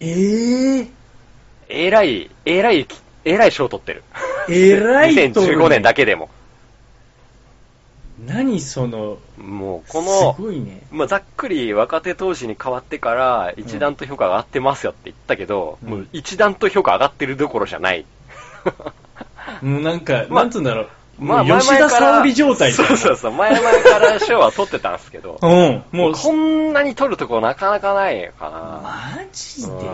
Speaker 4: ええ
Speaker 2: えらい、えらい、えらい賞取ってる。
Speaker 4: えらいと
Speaker 2: 2015年だけでも。
Speaker 4: 何その、
Speaker 2: もう、この
Speaker 4: す、ごいね。
Speaker 2: まあ、ざっくり若手当時に変わってから、一段と評価上がってますよって言ったけど、
Speaker 4: うん
Speaker 2: もう一段と評価上がってるどころじゃない。
Speaker 4: もうなんか、
Speaker 2: まあ
Speaker 4: なんつうんだろう。
Speaker 2: まあ、
Speaker 4: もう吉
Speaker 2: 前
Speaker 4: 田
Speaker 2: 々から
Speaker 4: 沙織状態
Speaker 2: そうそう
Speaker 4: そ
Speaker 2: そう。前々から賞は取ってたんですけ ど、
Speaker 4: うん。も
Speaker 2: もう
Speaker 4: う、
Speaker 2: こんなに取るとこなかなかないかな。
Speaker 4: マジ
Speaker 2: うん
Speaker 4: で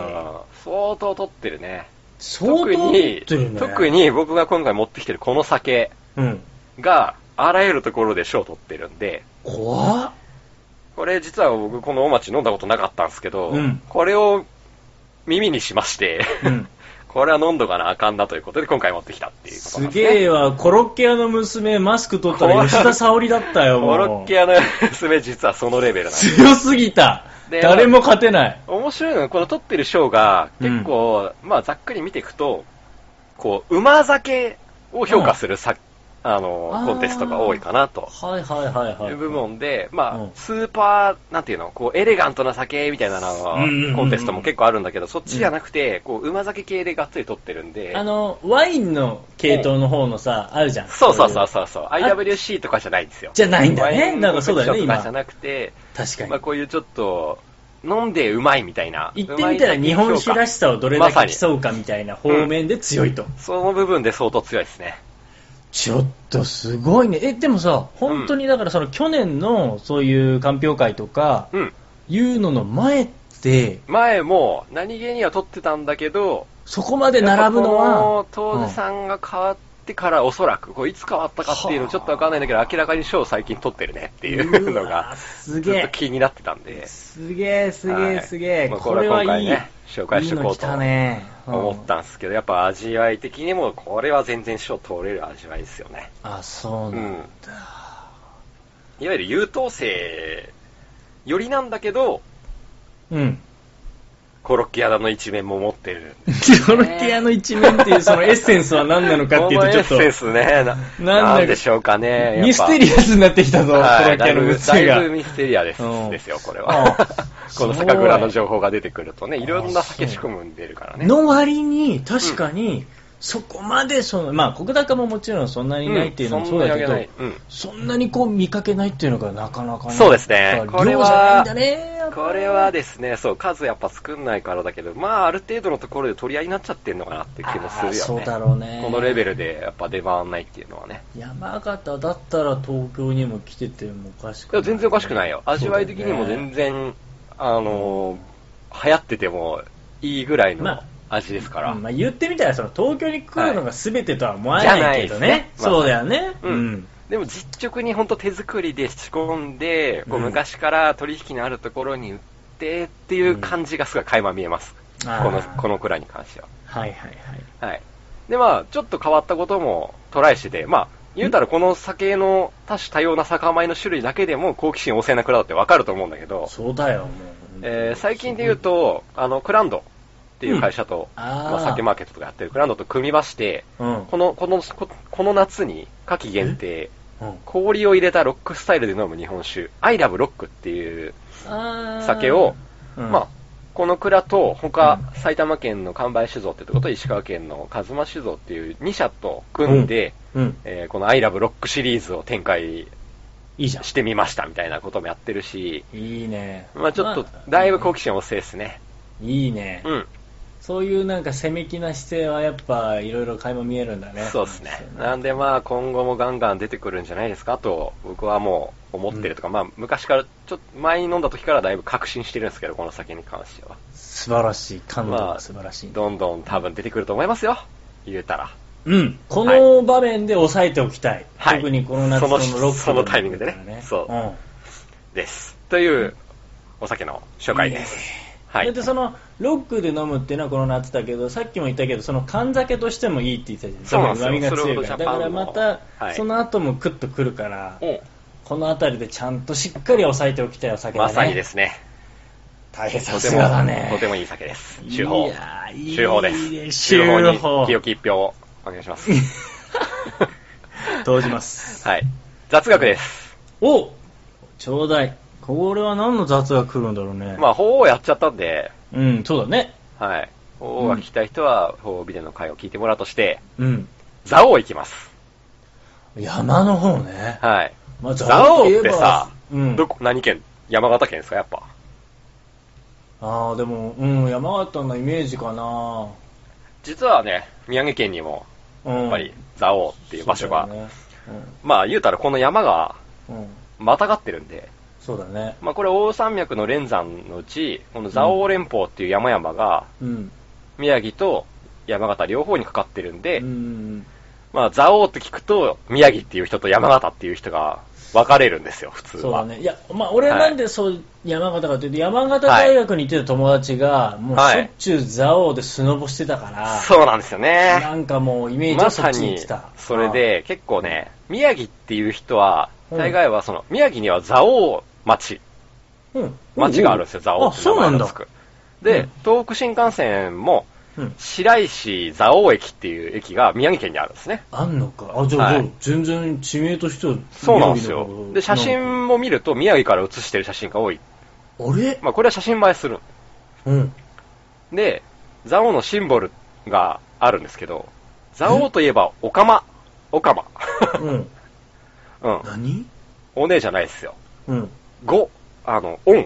Speaker 2: 相当取ってるね。
Speaker 4: 相当取ってるね。
Speaker 2: 特。に僕が今回持ってきてるこの酒
Speaker 4: うん。
Speaker 2: が、あらゆるところで賞取ってるんで、
Speaker 4: 怖っ。
Speaker 2: これ実は僕このお町飲んだことなかったんですけど、
Speaker 4: うん
Speaker 2: これを耳にしまして、
Speaker 4: うん。
Speaker 2: これは飲んどかなあかんなということで今回持ってきたっていうことな
Speaker 4: す
Speaker 2: んです、ね。
Speaker 4: げえわ、コロッケ屋の娘、マスク取ったら吉田沙織だったよ、も
Speaker 2: モ
Speaker 4: う。
Speaker 2: ロッケ屋の娘実はそのレベルなんです
Speaker 4: 強すぎた。
Speaker 2: で
Speaker 4: 誰も勝てない。
Speaker 2: 面白いのは、この撮ってる賞が、結構、まあ、ざっくり見ていくと、こう、馬酒を評価するさ、あの
Speaker 4: あー
Speaker 2: コンテストが多いかなと。
Speaker 4: はいはいはいはい。
Speaker 2: 部門で、まあ、
Speaker 4: うん
Speaker 2: スーパー、なんていうの、こう、エレガントな酒みたいなのは
Speaker 4: うんうんうんうん
Speaker 2: コンテストも結構あるんだけど、そっちじゃなくて、こう、馬酒系でがっつり取ってるんで、
Speaker 4: あの、ワインの系統の方のさ、あるじゃん。
Speaker 2: そうそうそう
Speaker 4: い
Speaker 2: そうそう、IWC とかじゃないんですよ。
Speaker 4: じゃないんだね
Speaker 2: ワイン
Speaker 4: なんかそうだよね
Speaker 2: コンペティションとか
Speaker 4: 今
Speaker 2: じゃなくて、
Speaker 4: 確かに
Speaker 2: まあ、こういうちょっと、飲んでうまいみたいな。
Speaker 4: う言ってみたら日本酒らしさをどれだ
Speaker 2: まさ
Speaker 4: け
Speaker 2: に
Speaker 4: 競うかみたいな方面で強いと。
Speaker 2: その部分で相当強いですね。
Speaker 4: ちょっとすごいね。え、でもさ、本当にだからその去年のそういう鑑評会とか、
Speaker 2: うん。
Speaker 4: いうのの前って、
Speaker 2: 前も、何気には取ってたんだけど、
Speaker 4: そこまで並ぶの
Speaker 2: やっぱ
Speaker 4: は
Speaker 2: こ、当時さんが変わってからおそらく、こういつ変わったかっていうのちょっとわかんないんだけど、明らかに賞を最近取ってるねっていうの
Speaker 4: うわ
Speaker 2: が、
Speaker 4: す
Speaker 2: ず
Speaker 4: げ
Speaker 2: っと
Speaker 4: え。
Speaker 2: 気になってたんで、
Speaker 4: すげえ、すげえ、すげえ。
Speaker 2: はい
Speaker 4: これはいい。
Speaker 2: まあこれは今回ね紹介していこうと
Speaker 4: の来たね。うん
Speaker 2: 思ったんですけど、やっぱ味わい的にも、これは全然賞取れる味わいですよね。
Speaker 4: あ、そう
Speaker 2: う
Speaker 4: なん
Speaker 2: ん
Speaker 4: だ。。
Speaker 2: いわゆる優等生よりなんだけど、
Speaker 4: うん。
Speaker 2: コロッケ屋の一面も持ってる。
Speaker 4: コロッケ屋の一面っていうそのエッセンスは何なのかっていうとちょっ
Speaker 2: このエッセンス
Speaker 4: と、
Speaker 2: ね、な
Speaker 4: なんだ
Speaker 2: なんでしょうかね。
Speaker 4: ミステリアスになってきたぞ、コロ
Speaker 2: はい
Speaker 4: ッケ屋
Speaker 2: だ
Speaker 4: の物
Speaker 2: いぶだいぶ
Speaker 4: が。
Speaker 2: ミステリアです,、
Speaker 4: うん
Speaker 2: ですよ、これ
Speaker 4: あ
Speaker 2: は。 この酒蔵の情報が出てくるとね、
Speaker 4: い
Speaker 2: いろんな酒仕込むんでるからね。
Speaker 4: の割に、確かに、そこまでその、まあ、国高ももちろんそんなにないっていうのもそうだけど、
Speaker 2: んそんなにあげない
Speaker 4: そんなにこう見かけないっていうのがなかなかね
Speaker 2: そうですね
Speaker 4: こ
Speaker 2: こ
Speaker 4: れ
Speaker 2: れ
Speaker 4: は
Speaker 2: は
Speaker 4: ないんだねや
Speaker 2: う
Speaker 4: っ
Speaker 2: ん
Speaker 4: ぱ
Speaker 2: これはですね、そう、数やっぱ作んないからだけど、まあ、ある程度のところで取り合いになっちゃってるのかなって気もするよ
Speaker 4: あ
Speaker 2: ね。
Speaker 4: ーそうだろうね
Speaker 2: このレベルでやっぱ出回んないっていうのはね。
Speaker 4: 山形だったら東京にも来ててもおかし
Speaker 2: い
Speaker 4: くな
Speaker 2: や
Speaker 4: い
Speaker 2: 全然おかしくないよ。味わい的にも全然、あのー、流行っててもいいぐらい
Speaker 4: ま
Speaker 2: の
Speaker 4: あ
Speaker 2: 味ですから。
Speaker 4: うんまあ、言ってみたらその東京に来るのが全てとは思わ
Speaker 2: じゃ
Speaker 4: な
Speaker 2: ないい
Speaker 4: け
Speaker 2: で
Speaker 4: ど
Speaker 2: す
Speaker 4: ね,、
Speaker 2: ね
Speaker 4: そうだよね、
Speaker 2: うんでも実直に本当手作りで仕込んで、こう
Speaker 4: うん
Speaker 2: 昔から取引のあるところに売ってっていう感じがすごい垣間見えます。
Speaker 4: あー
Speaker 2: この、この蔵に関しては。
Speaker 4: はいはいはい
Speaker 2: はい。で、まあ、ちょっと変わったこともトライしてて、まあ、言うたらこの酒の多種多様な酒米の種類だけでも好奇心旺盛な蔵だってわかると思うんだけど、
Speaker 4: そうだよもう、
Speaker 2: えー最近で言うと、あの、クランドっていう会社と、
Speaker 4: うんあー
Speaker 2: まあ、酒マーケットとかやってるクランドと組みまして、
Speaker 4: うん
Speaker 2: この、この、ここの夏に、夏季限定、
Speaker 4: うん
Speaker 2: 氷を入れたロックスタイルで飲む日本酒、アイラブロックっていう
Speaker 4: あー
Speaker 2: 酒を、
Speaker 4: うん
Speaker 2: まあ、この蔵と他、埼玉県の神林酒造ってとこと石川県の和馬酒造っていう2社と組んで、
Speaker 4: うん
Speaker 2: えーこのアイラブロックシリーズを展開
Speaker 4: いいじゃん
Speaker 2: してみましたみたいなこともやってるし、
Speaker 4: いいね
Speaker 2: まあちょっと
Speaker 4: まあ、
Speaker 2: だいぶ好奇心旺盛ですね。
Speaker 4: いいね、
Speaker 2: うん。
Speaker 4: そういうなんか攻め気な姿勢はやっぱいろいろ垣間見えるんだね。
Speaker 2: そうですね。なんでまあ今後もガンガン出てくるんじゃないですかと僕はもう思ってるとか、まあ昔から、ちょっと前に飲んだ時からだいぶ確信してるんですけど、この酒に関しては。
Speaker 4: 素晴らしい。感動
Speaker 2: ま
Speaker 4: が
Speaker 2: あ
Speaker 4: 素晴らしい。
Speaker 2: どんどん多分出てくると思いますよ。言えたら。
Speaker 4: うん。この場面で抑えておきたい。
Speaker 2: はい
Speaker 4: 特にこの夏
Speaker 2: そ
Speaker 4: の
Speaker 2: の
Speaker 4: ロック
Speaker 2: そのタイミングでねそう
Speaker 4: うん。
Speaker 2: です。というお酒の紹介です。は
Speaker 4: はい、だ
Speaker 2: い
Speaker 4: って。そのロックで飲むっていうのはこの夏だけどさっきも言ったけどその缶酒としてもいいって言ってたじゃん
Speaker 2: そうなんですよ
Speaker 4: 旨味が強いから
Speaker 2: そ
Speaker 4: だ
Speaker 2: れほ
Speaker 4: か
Speaker 2: どジャパ
Speaker 4: ら
Speaker 2: ン
Speaker 4: ま
Speaker 2: の
Speaker 4: た、
Speaker 2: はい
Speaker 4: その後もクッとくるから
Speaker 2: うん
Speaker 4: この辺りでちゃんとしっかり抑えておきたいお酒だ
Speaker 2: ま
Speaker 4: ね
Speaker 2: さにですね。
Speaker 4: 大変さ
Speaker 2: と
Speaker 4: す
Speaker 2: ても
Speaker 4: がだね、
Speaker 2: とてもいい酒です。酒法。
Speaker 4: いやーいい
Speaker 2: 酒法で
Speaker 4: いいね
Speaker 2: す。酒法
Speaker 4: 酒法
Speaker 2: に清き一票をお願いし ます。
Speaker 4: 投じます。
Speaker 2: はい。雑学です。
Speaker 4: おちょうだい。これは何の雑が来るんだろうね。
Speaker 2: まあ、法をやっちゃったんで、
Speaker 4: うん、そうだね。
Speaker 2: はい。法が聞きたい人は、法ビデの回を聞いてもらうとして、
Speaker 4: うん。
Speaker 2: 蔵王行きます。
Speaker 4: 山の方ね。
Speaker 2: はい。
Speaker 4: まあ
Speaker 2: 蔵王
Speaker 4: といえ
Speaker 2: っ
Speaker 4: ば
Speaker 2: てさ、
Speaker 4: うん。
Speaker 2: どこ、何県山形県ですか、やっぱ。
Speaker 4: ああ、でも、うん、山形のイメージかな。
Speaker 2: 実はね、宮城県にも、
Speaker 4: うん。
Speaker 2: やっぱり、蔵王っていう場所が、
Speaker 4: そうだね
Speaker 2: まあ、言うたらこの山が、
Speaker 4: うん。うん。
Speaker 2: またがってるんで、
Speaker 4: そうだね。
Speaker 2: まあ、これ、大山脈の連山のうち、この蔵王連峰っていう山々が、
Speaker 4: うん。
Speaker 2: 宮城と山形両方にかかってるんで、
Speaker 4: うん。
Speaker 2: まあ、蔵王って聞くと、宮城っていう人と山形っていう人が分かれるんですよ、普通
Speaker 4: そうだ
Speaker 2: は。
Speaker 4: ね。いや、まあ、俺なんでそう、山形かというと、山形大学に行ってた友達が、もうしょっちゅう蔵王でスノボしてたから、
Speaker 2: そうなんですよ
Speaker 4: な
Speaker 2: ね。
Speaker 4: んかもうイメージ
Speaker 2: ま
Speaker 4: はそ
Speaker 2: さ
Speaker 4: っちに
Speaker 2: に
Speaker 4: 来た。、
Speaker 2: それで、結構ね、宮城っていう人は、
Speaker 4: うん
Speaker 2: 大概はその、宮城には蔵王町、
Speaker 4: うん、
Speaker 2: 町があるんですよ、蔵王
Speaker 4: あ、
Speaker 2: って名
Speaker 4: そうな
Speaker 2: 前
Speaker 4: ん
Speaker 2: が
Speaker 4: だ
Speaker 2: つ。く。
Speaker 4: う
Speaker 2: で
Speaker 4: ん、
Speaker 2: 東北新幹線も、
Speaker 4: うん
Speaker 2: 白石蔵王駅っていう駅が宮城県にあるんですね。
Speaker 4: あんのか。あ、じゃあ、
Speaker 2: はい
Speaker 4: もう全然地名としては
Speaker 2: そうなんですよ
Speaker 4: 宮城の方。
Speaker 2: で、写
Speaker 4: なんか
Speaker 2: 真も見ると宮城から写してる写真が多い。
Speaker 4: あれ
Speaker 2: まあ、これは写真映えする。
Speaker 4: うん。
Speaker 2: で、蔵王のシンボルがあるんですけど、蔵王といえば、オカマ。オカマ。
Speaker 4: うん。
Speaker 2: うん。
Speaker 4: 何
Speaker 2: おねえじゃないですよ。
Speaker 4: うん。
Speaker 2: ご、あの、オンっ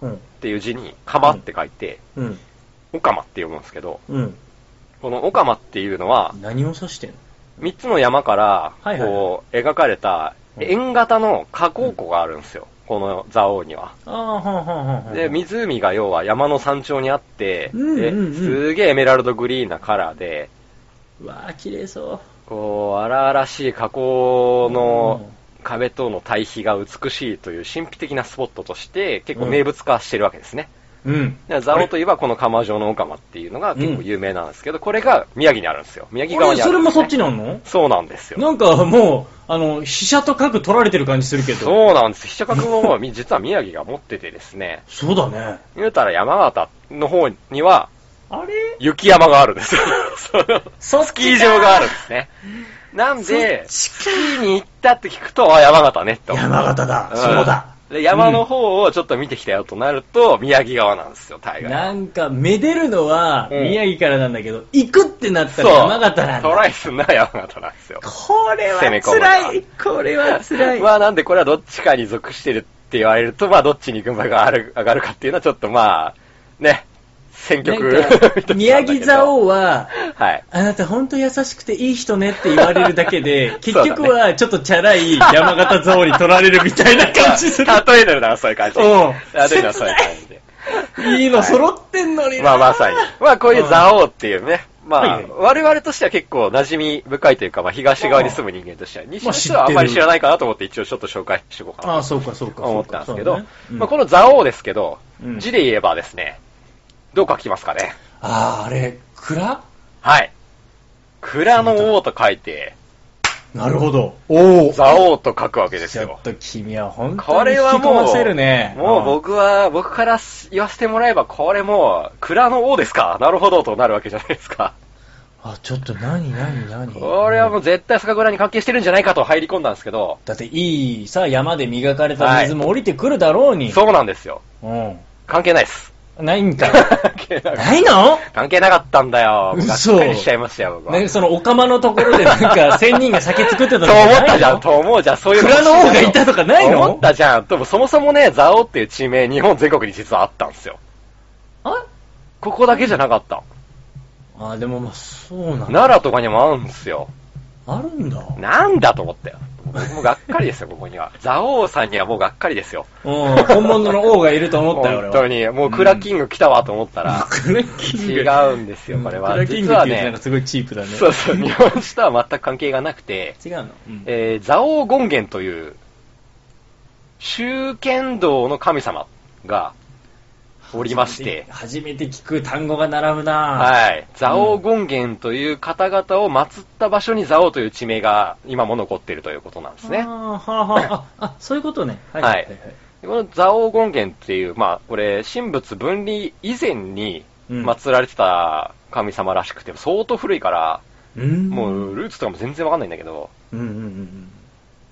Speaker 4: うん。
Speaker 2: ていう字に、かまって書いて、
Speaker 4: うん。
Speaker 2: オカマって読むんですけど、
Speaker 4: うん。
Speaker 2: このオカマっていうのは、
Speaker 4: 何を指してんの
Speaker 2: 三つの山から、
Speaker 4: はいはい
Speaker 2: こう、描かれた、円形の火口湖があるんですよ。この蔵王には。
Speaker 4: ああ、はんはんはんはん。
Speaker 2: で、湖が要は山の山頂にあって、
Speaker 4: うんうんうん
Speaker 2: で、すげえエメラルドグリーンなカラーで、
Speaker 4: うわあ、綺麗そ
Speaker 2: こう、荒々しい火口
Speaker 4: う。
Speaker 2: の壁との対比が美しいという神秘的なスポットとして、結構名物化してるわけですね。
Speaker 4: うん。
Speaker 2: で蔵王といえばこの釜状のオカマっていうのが結構有名なんですけど、これが宮城にあるんですよ。宮城
Speaker 4: あ
Speaker 2: 側
Speaker 4: れ、
Speaker 2: にあ
Speaker 4: そ
Speaker 2: る
Speaker 4: れ
Speaker 2: んで
Speaker 4: も
Speaker 2: すね、
Speaker 4: そっちなんの
Speaker 2: そうなんですよ。
Speaker 4: なんかもう、あの、飛車と角取られてる感じするけど。う。
Speaker 2: そうなんです。飛車角も 実は宮城が持っててですね、
Speaker 4: そうだね。
Speaker 2: 言うたら山形の方には
Speaker 4: あれ
Speaker 2: 雪山があるんですよ。そのスキー場があるんですね。なんで、スキーに行ったって聞くと、あ、山形ね、と。
Speaker 4: 山形だ。
Speaker 2: うん
Speaker 4: そうだ。
Speaker 2: で山の方をちょっと見てきたよとなると、宮城側なんですよ、大概。
Speaker 4: なんか、めでるのは
Speaker 2: うん
Speaker 4: 宮城からなんだけど、行くってなっ
Speaker 2: そ
Speaker 4: た
Speaker 2: う
Speaker 4: ら山形なん
Speaker 2: ト
Speaker 4: だ。
Speaker 2: ライすんな山形なんですよ。
Speaker 4: これは
Speaker 2: 攻め込むな
Speaker 4: 辛い。これは辛い。
Speaker 2: まあなんでこれはどっちかに属してるって言われると、まあどっちに軍配が上がる上がるかっていうのはちょっとまあ、ね、選
Speaker 4: なん
Speaker 2: 曲
Speaker 4: か宮城蔵
Speaker 2: を
Speaker 4: 王は、
Speaker 2: はい。、
Speaker 4: あなた本当優しくていい人ねって言われるだけで 結局はちょっとチャラい山形蔵王に取られるみたい な感じする。
Speaker 2: 例えるならそういう感じ。
Speaker 4: うん
Speaker 2: 例えるならそういう感じで。
Speaker 4: いいの揃ってんのに
Speaker 2: ま
Speaker 4: な
Speaker 2: あまさに。まあこういう蔵王っていうね、まあ、
Speaker 4: はい
Speaker 2: 我々としては結構馴染み深いというか、まあ東側に住む人間としては、西の人は
Speaker 4: まあ
Speaker 2: あん
Speaker 4: 知ってる
Speaker 2: まり知らないかなと思って一応ちょっと紹介していこうか
Speaker 4: あ
Speaker 2: な
Speaker 4: あ、そうかそうか。
Speaker 2: と思ったんですけど、ま
Speaker 4: ま
Speaker 2: あ
Speaker 4: あ
Speaker 2: この蔵王ですけど、
Speaker 4: うん
Speaker 2: 字で言えばですね、どう書きますかね。
Speaker 4: あー、あれ、蔵
Speaker 2: はい。蔵の王と書いて、
Speaker 4: なるほど。おお。
Speaker 2: 蔵王と書くわけです
Speaker 4: ちょ
Speaker 2: よ
Speaker 4: っ。と君は本
Speaker 2: こ
Speaker 4: 当に
Speaker 2: れ
Speaker 4: 引き
Speaker 2: は
Speaker 4: 込
Speaker 2: も
Speaker 4: ませる
Speaker 2: う、
Speaker 4: ね。
Speaker 2: もう
Speaker 4: 僕
Speaker 2: 僕は、僕から言わせてもらえば、これもう、蔵の王ですかなるほどとなるわけじゃないですか。
Speaker 4: あ、ちょっと何何何
Speaker 2: これはもう絶対酒蔵に関係してるんじゃないかと入り込んだんですけど、
Speaker 4: だっていいさ、山で磨かれた水も降りてくるだろうに。
Speaker 2: そうなんですよ。
Speaker 4: う
Speaker 2: 関係ないです。
Speaker 4: ん。ないんか い。
Speaker 2: 関係なかっ
Speaker 4: ないの
Speaker 2: た関係なかったんだよ。がっ
Speaker 4: 嘘
Speaker 2: かりしちゃいましたよ、僕は。
Speaker 4: ね、そのお釜のところでなん か仙人が酒作って
Speaker 2: と
Speaker 4: たと
Speaker 2: 思
Speaker 4: かない
Speaker 2: っ
Speaker 4: の
Speaker 2: たじゃん、と思うじゃん、そういう
Speaker 4: 蔵の王がいたとかないの
Speaker 2: 思ったじゃん。でもそもそもね、蔵王っていう地名、日本全国に実はあったんですよ。
Speaker 4: あ
Speaker 2: ここだけじゃなかった。
Speaker 4: あ、でもまあそうなんだ。
Speaker 2: 奈良とかにもあるんですよ。
Speaker 4: あるんだ。
Speaker 2: なんだと思ったよ。僕もがっかりですよ、ここには。蔵王さんにはもうがっかりですよ。
Speaker 4: うん、本物の王がいると 思ったよ、俺
Speaker 2: 本
Speaker 4: は。
Speaker 2: 当に。もうクラキング来たわと思ったら、
Speaker 4: クラキング。
Speaker 2: 違うんですよ、これは。
Speaker 4: クラキング
Speaker 2: 実
Speaker 4: っ
Speaker 2: は
Speaker 4: て言うとなん
Speaker 2: ね
Speaker 4: か、すごいチープだね。
Speaker 2: そう そう、日本史とは全く関係がなくて、
Speaker 4: 違うの、うん
Speaker 2: えー、蔵王権現という、修験道の神様がおりまして、
Speaker 4: 初めて聞く単語が並ぶな
Speaker 2: はい。蔵王権現という方々を祀った場所に蔵王という地名が今も残っているということなんですね
Speaker 4: あー。はあはあああ、そういうことね。はい。
Speaker 2: はいでこの蔵王権現っていう、まあ、これ、神仏分離以前に
Speaker 4: うん
Speaker 2: 祀られてた神様らしくて、相当古いから、
Speaker 4: うん。
Speaker 2: も
Speaker 4: うん
Speaker 2: うルーツとかも全然わかんないんだけど、
Speaker 4: うんうん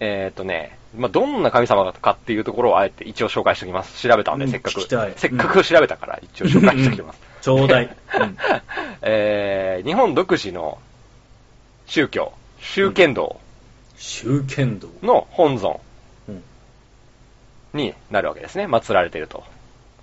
Speaker 2: えっ、とね、まあ、どんな神様かっていうところをあえて一応紹介しておきます。調べたんで、
Speaker 4: うん
Speaker 2: せっかく
Speaker 4: 聞きたい。
Speaker 2: せっかく調べたから、一応紹介しておきます。
Speaker 4: ちょうだい。うん
Speaker 2: えー、日本独自の宗教、宗剣道
Speaker 4: 修験道。
Speaker 2: の本尊
Speaker 4: うん。
Speaker 2: になるわけですね。祀られていると。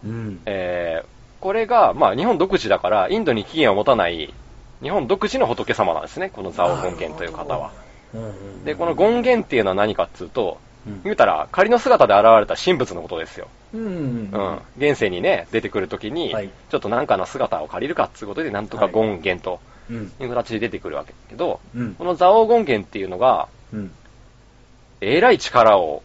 Speaker 4: うん。
Speaker 2: えーこれが、まあ、日本独自だから、インドに起源を持たない、日本独自の仏様なんですね、この蔵王権現という方は。
Speaker 4: うんうんうん
Speaker 2: で、この権現っていうのは何かっつうと、
Speaker 4: うん
Speaker 2: 言うたら、仮の姿で現れた神仏のことですよ。
Speaker 4: うんうん
Speaker 2: う
Speaker 4: うんん。。
Speaker 2: 現世にね、出てくるときに、
Speaker 4: はい
Speaker 2: ちょっと何かの姿を借りるかっつうことで、なんとか権現と
Speaker 4: うん。
Speaker 2: いう形で出てくるわけだけど、
Speaker 4: うん
Speaker 2: こ。の蔵王権現っていうのが、
Speaker 4: うん。
Speaker 2: えらい力を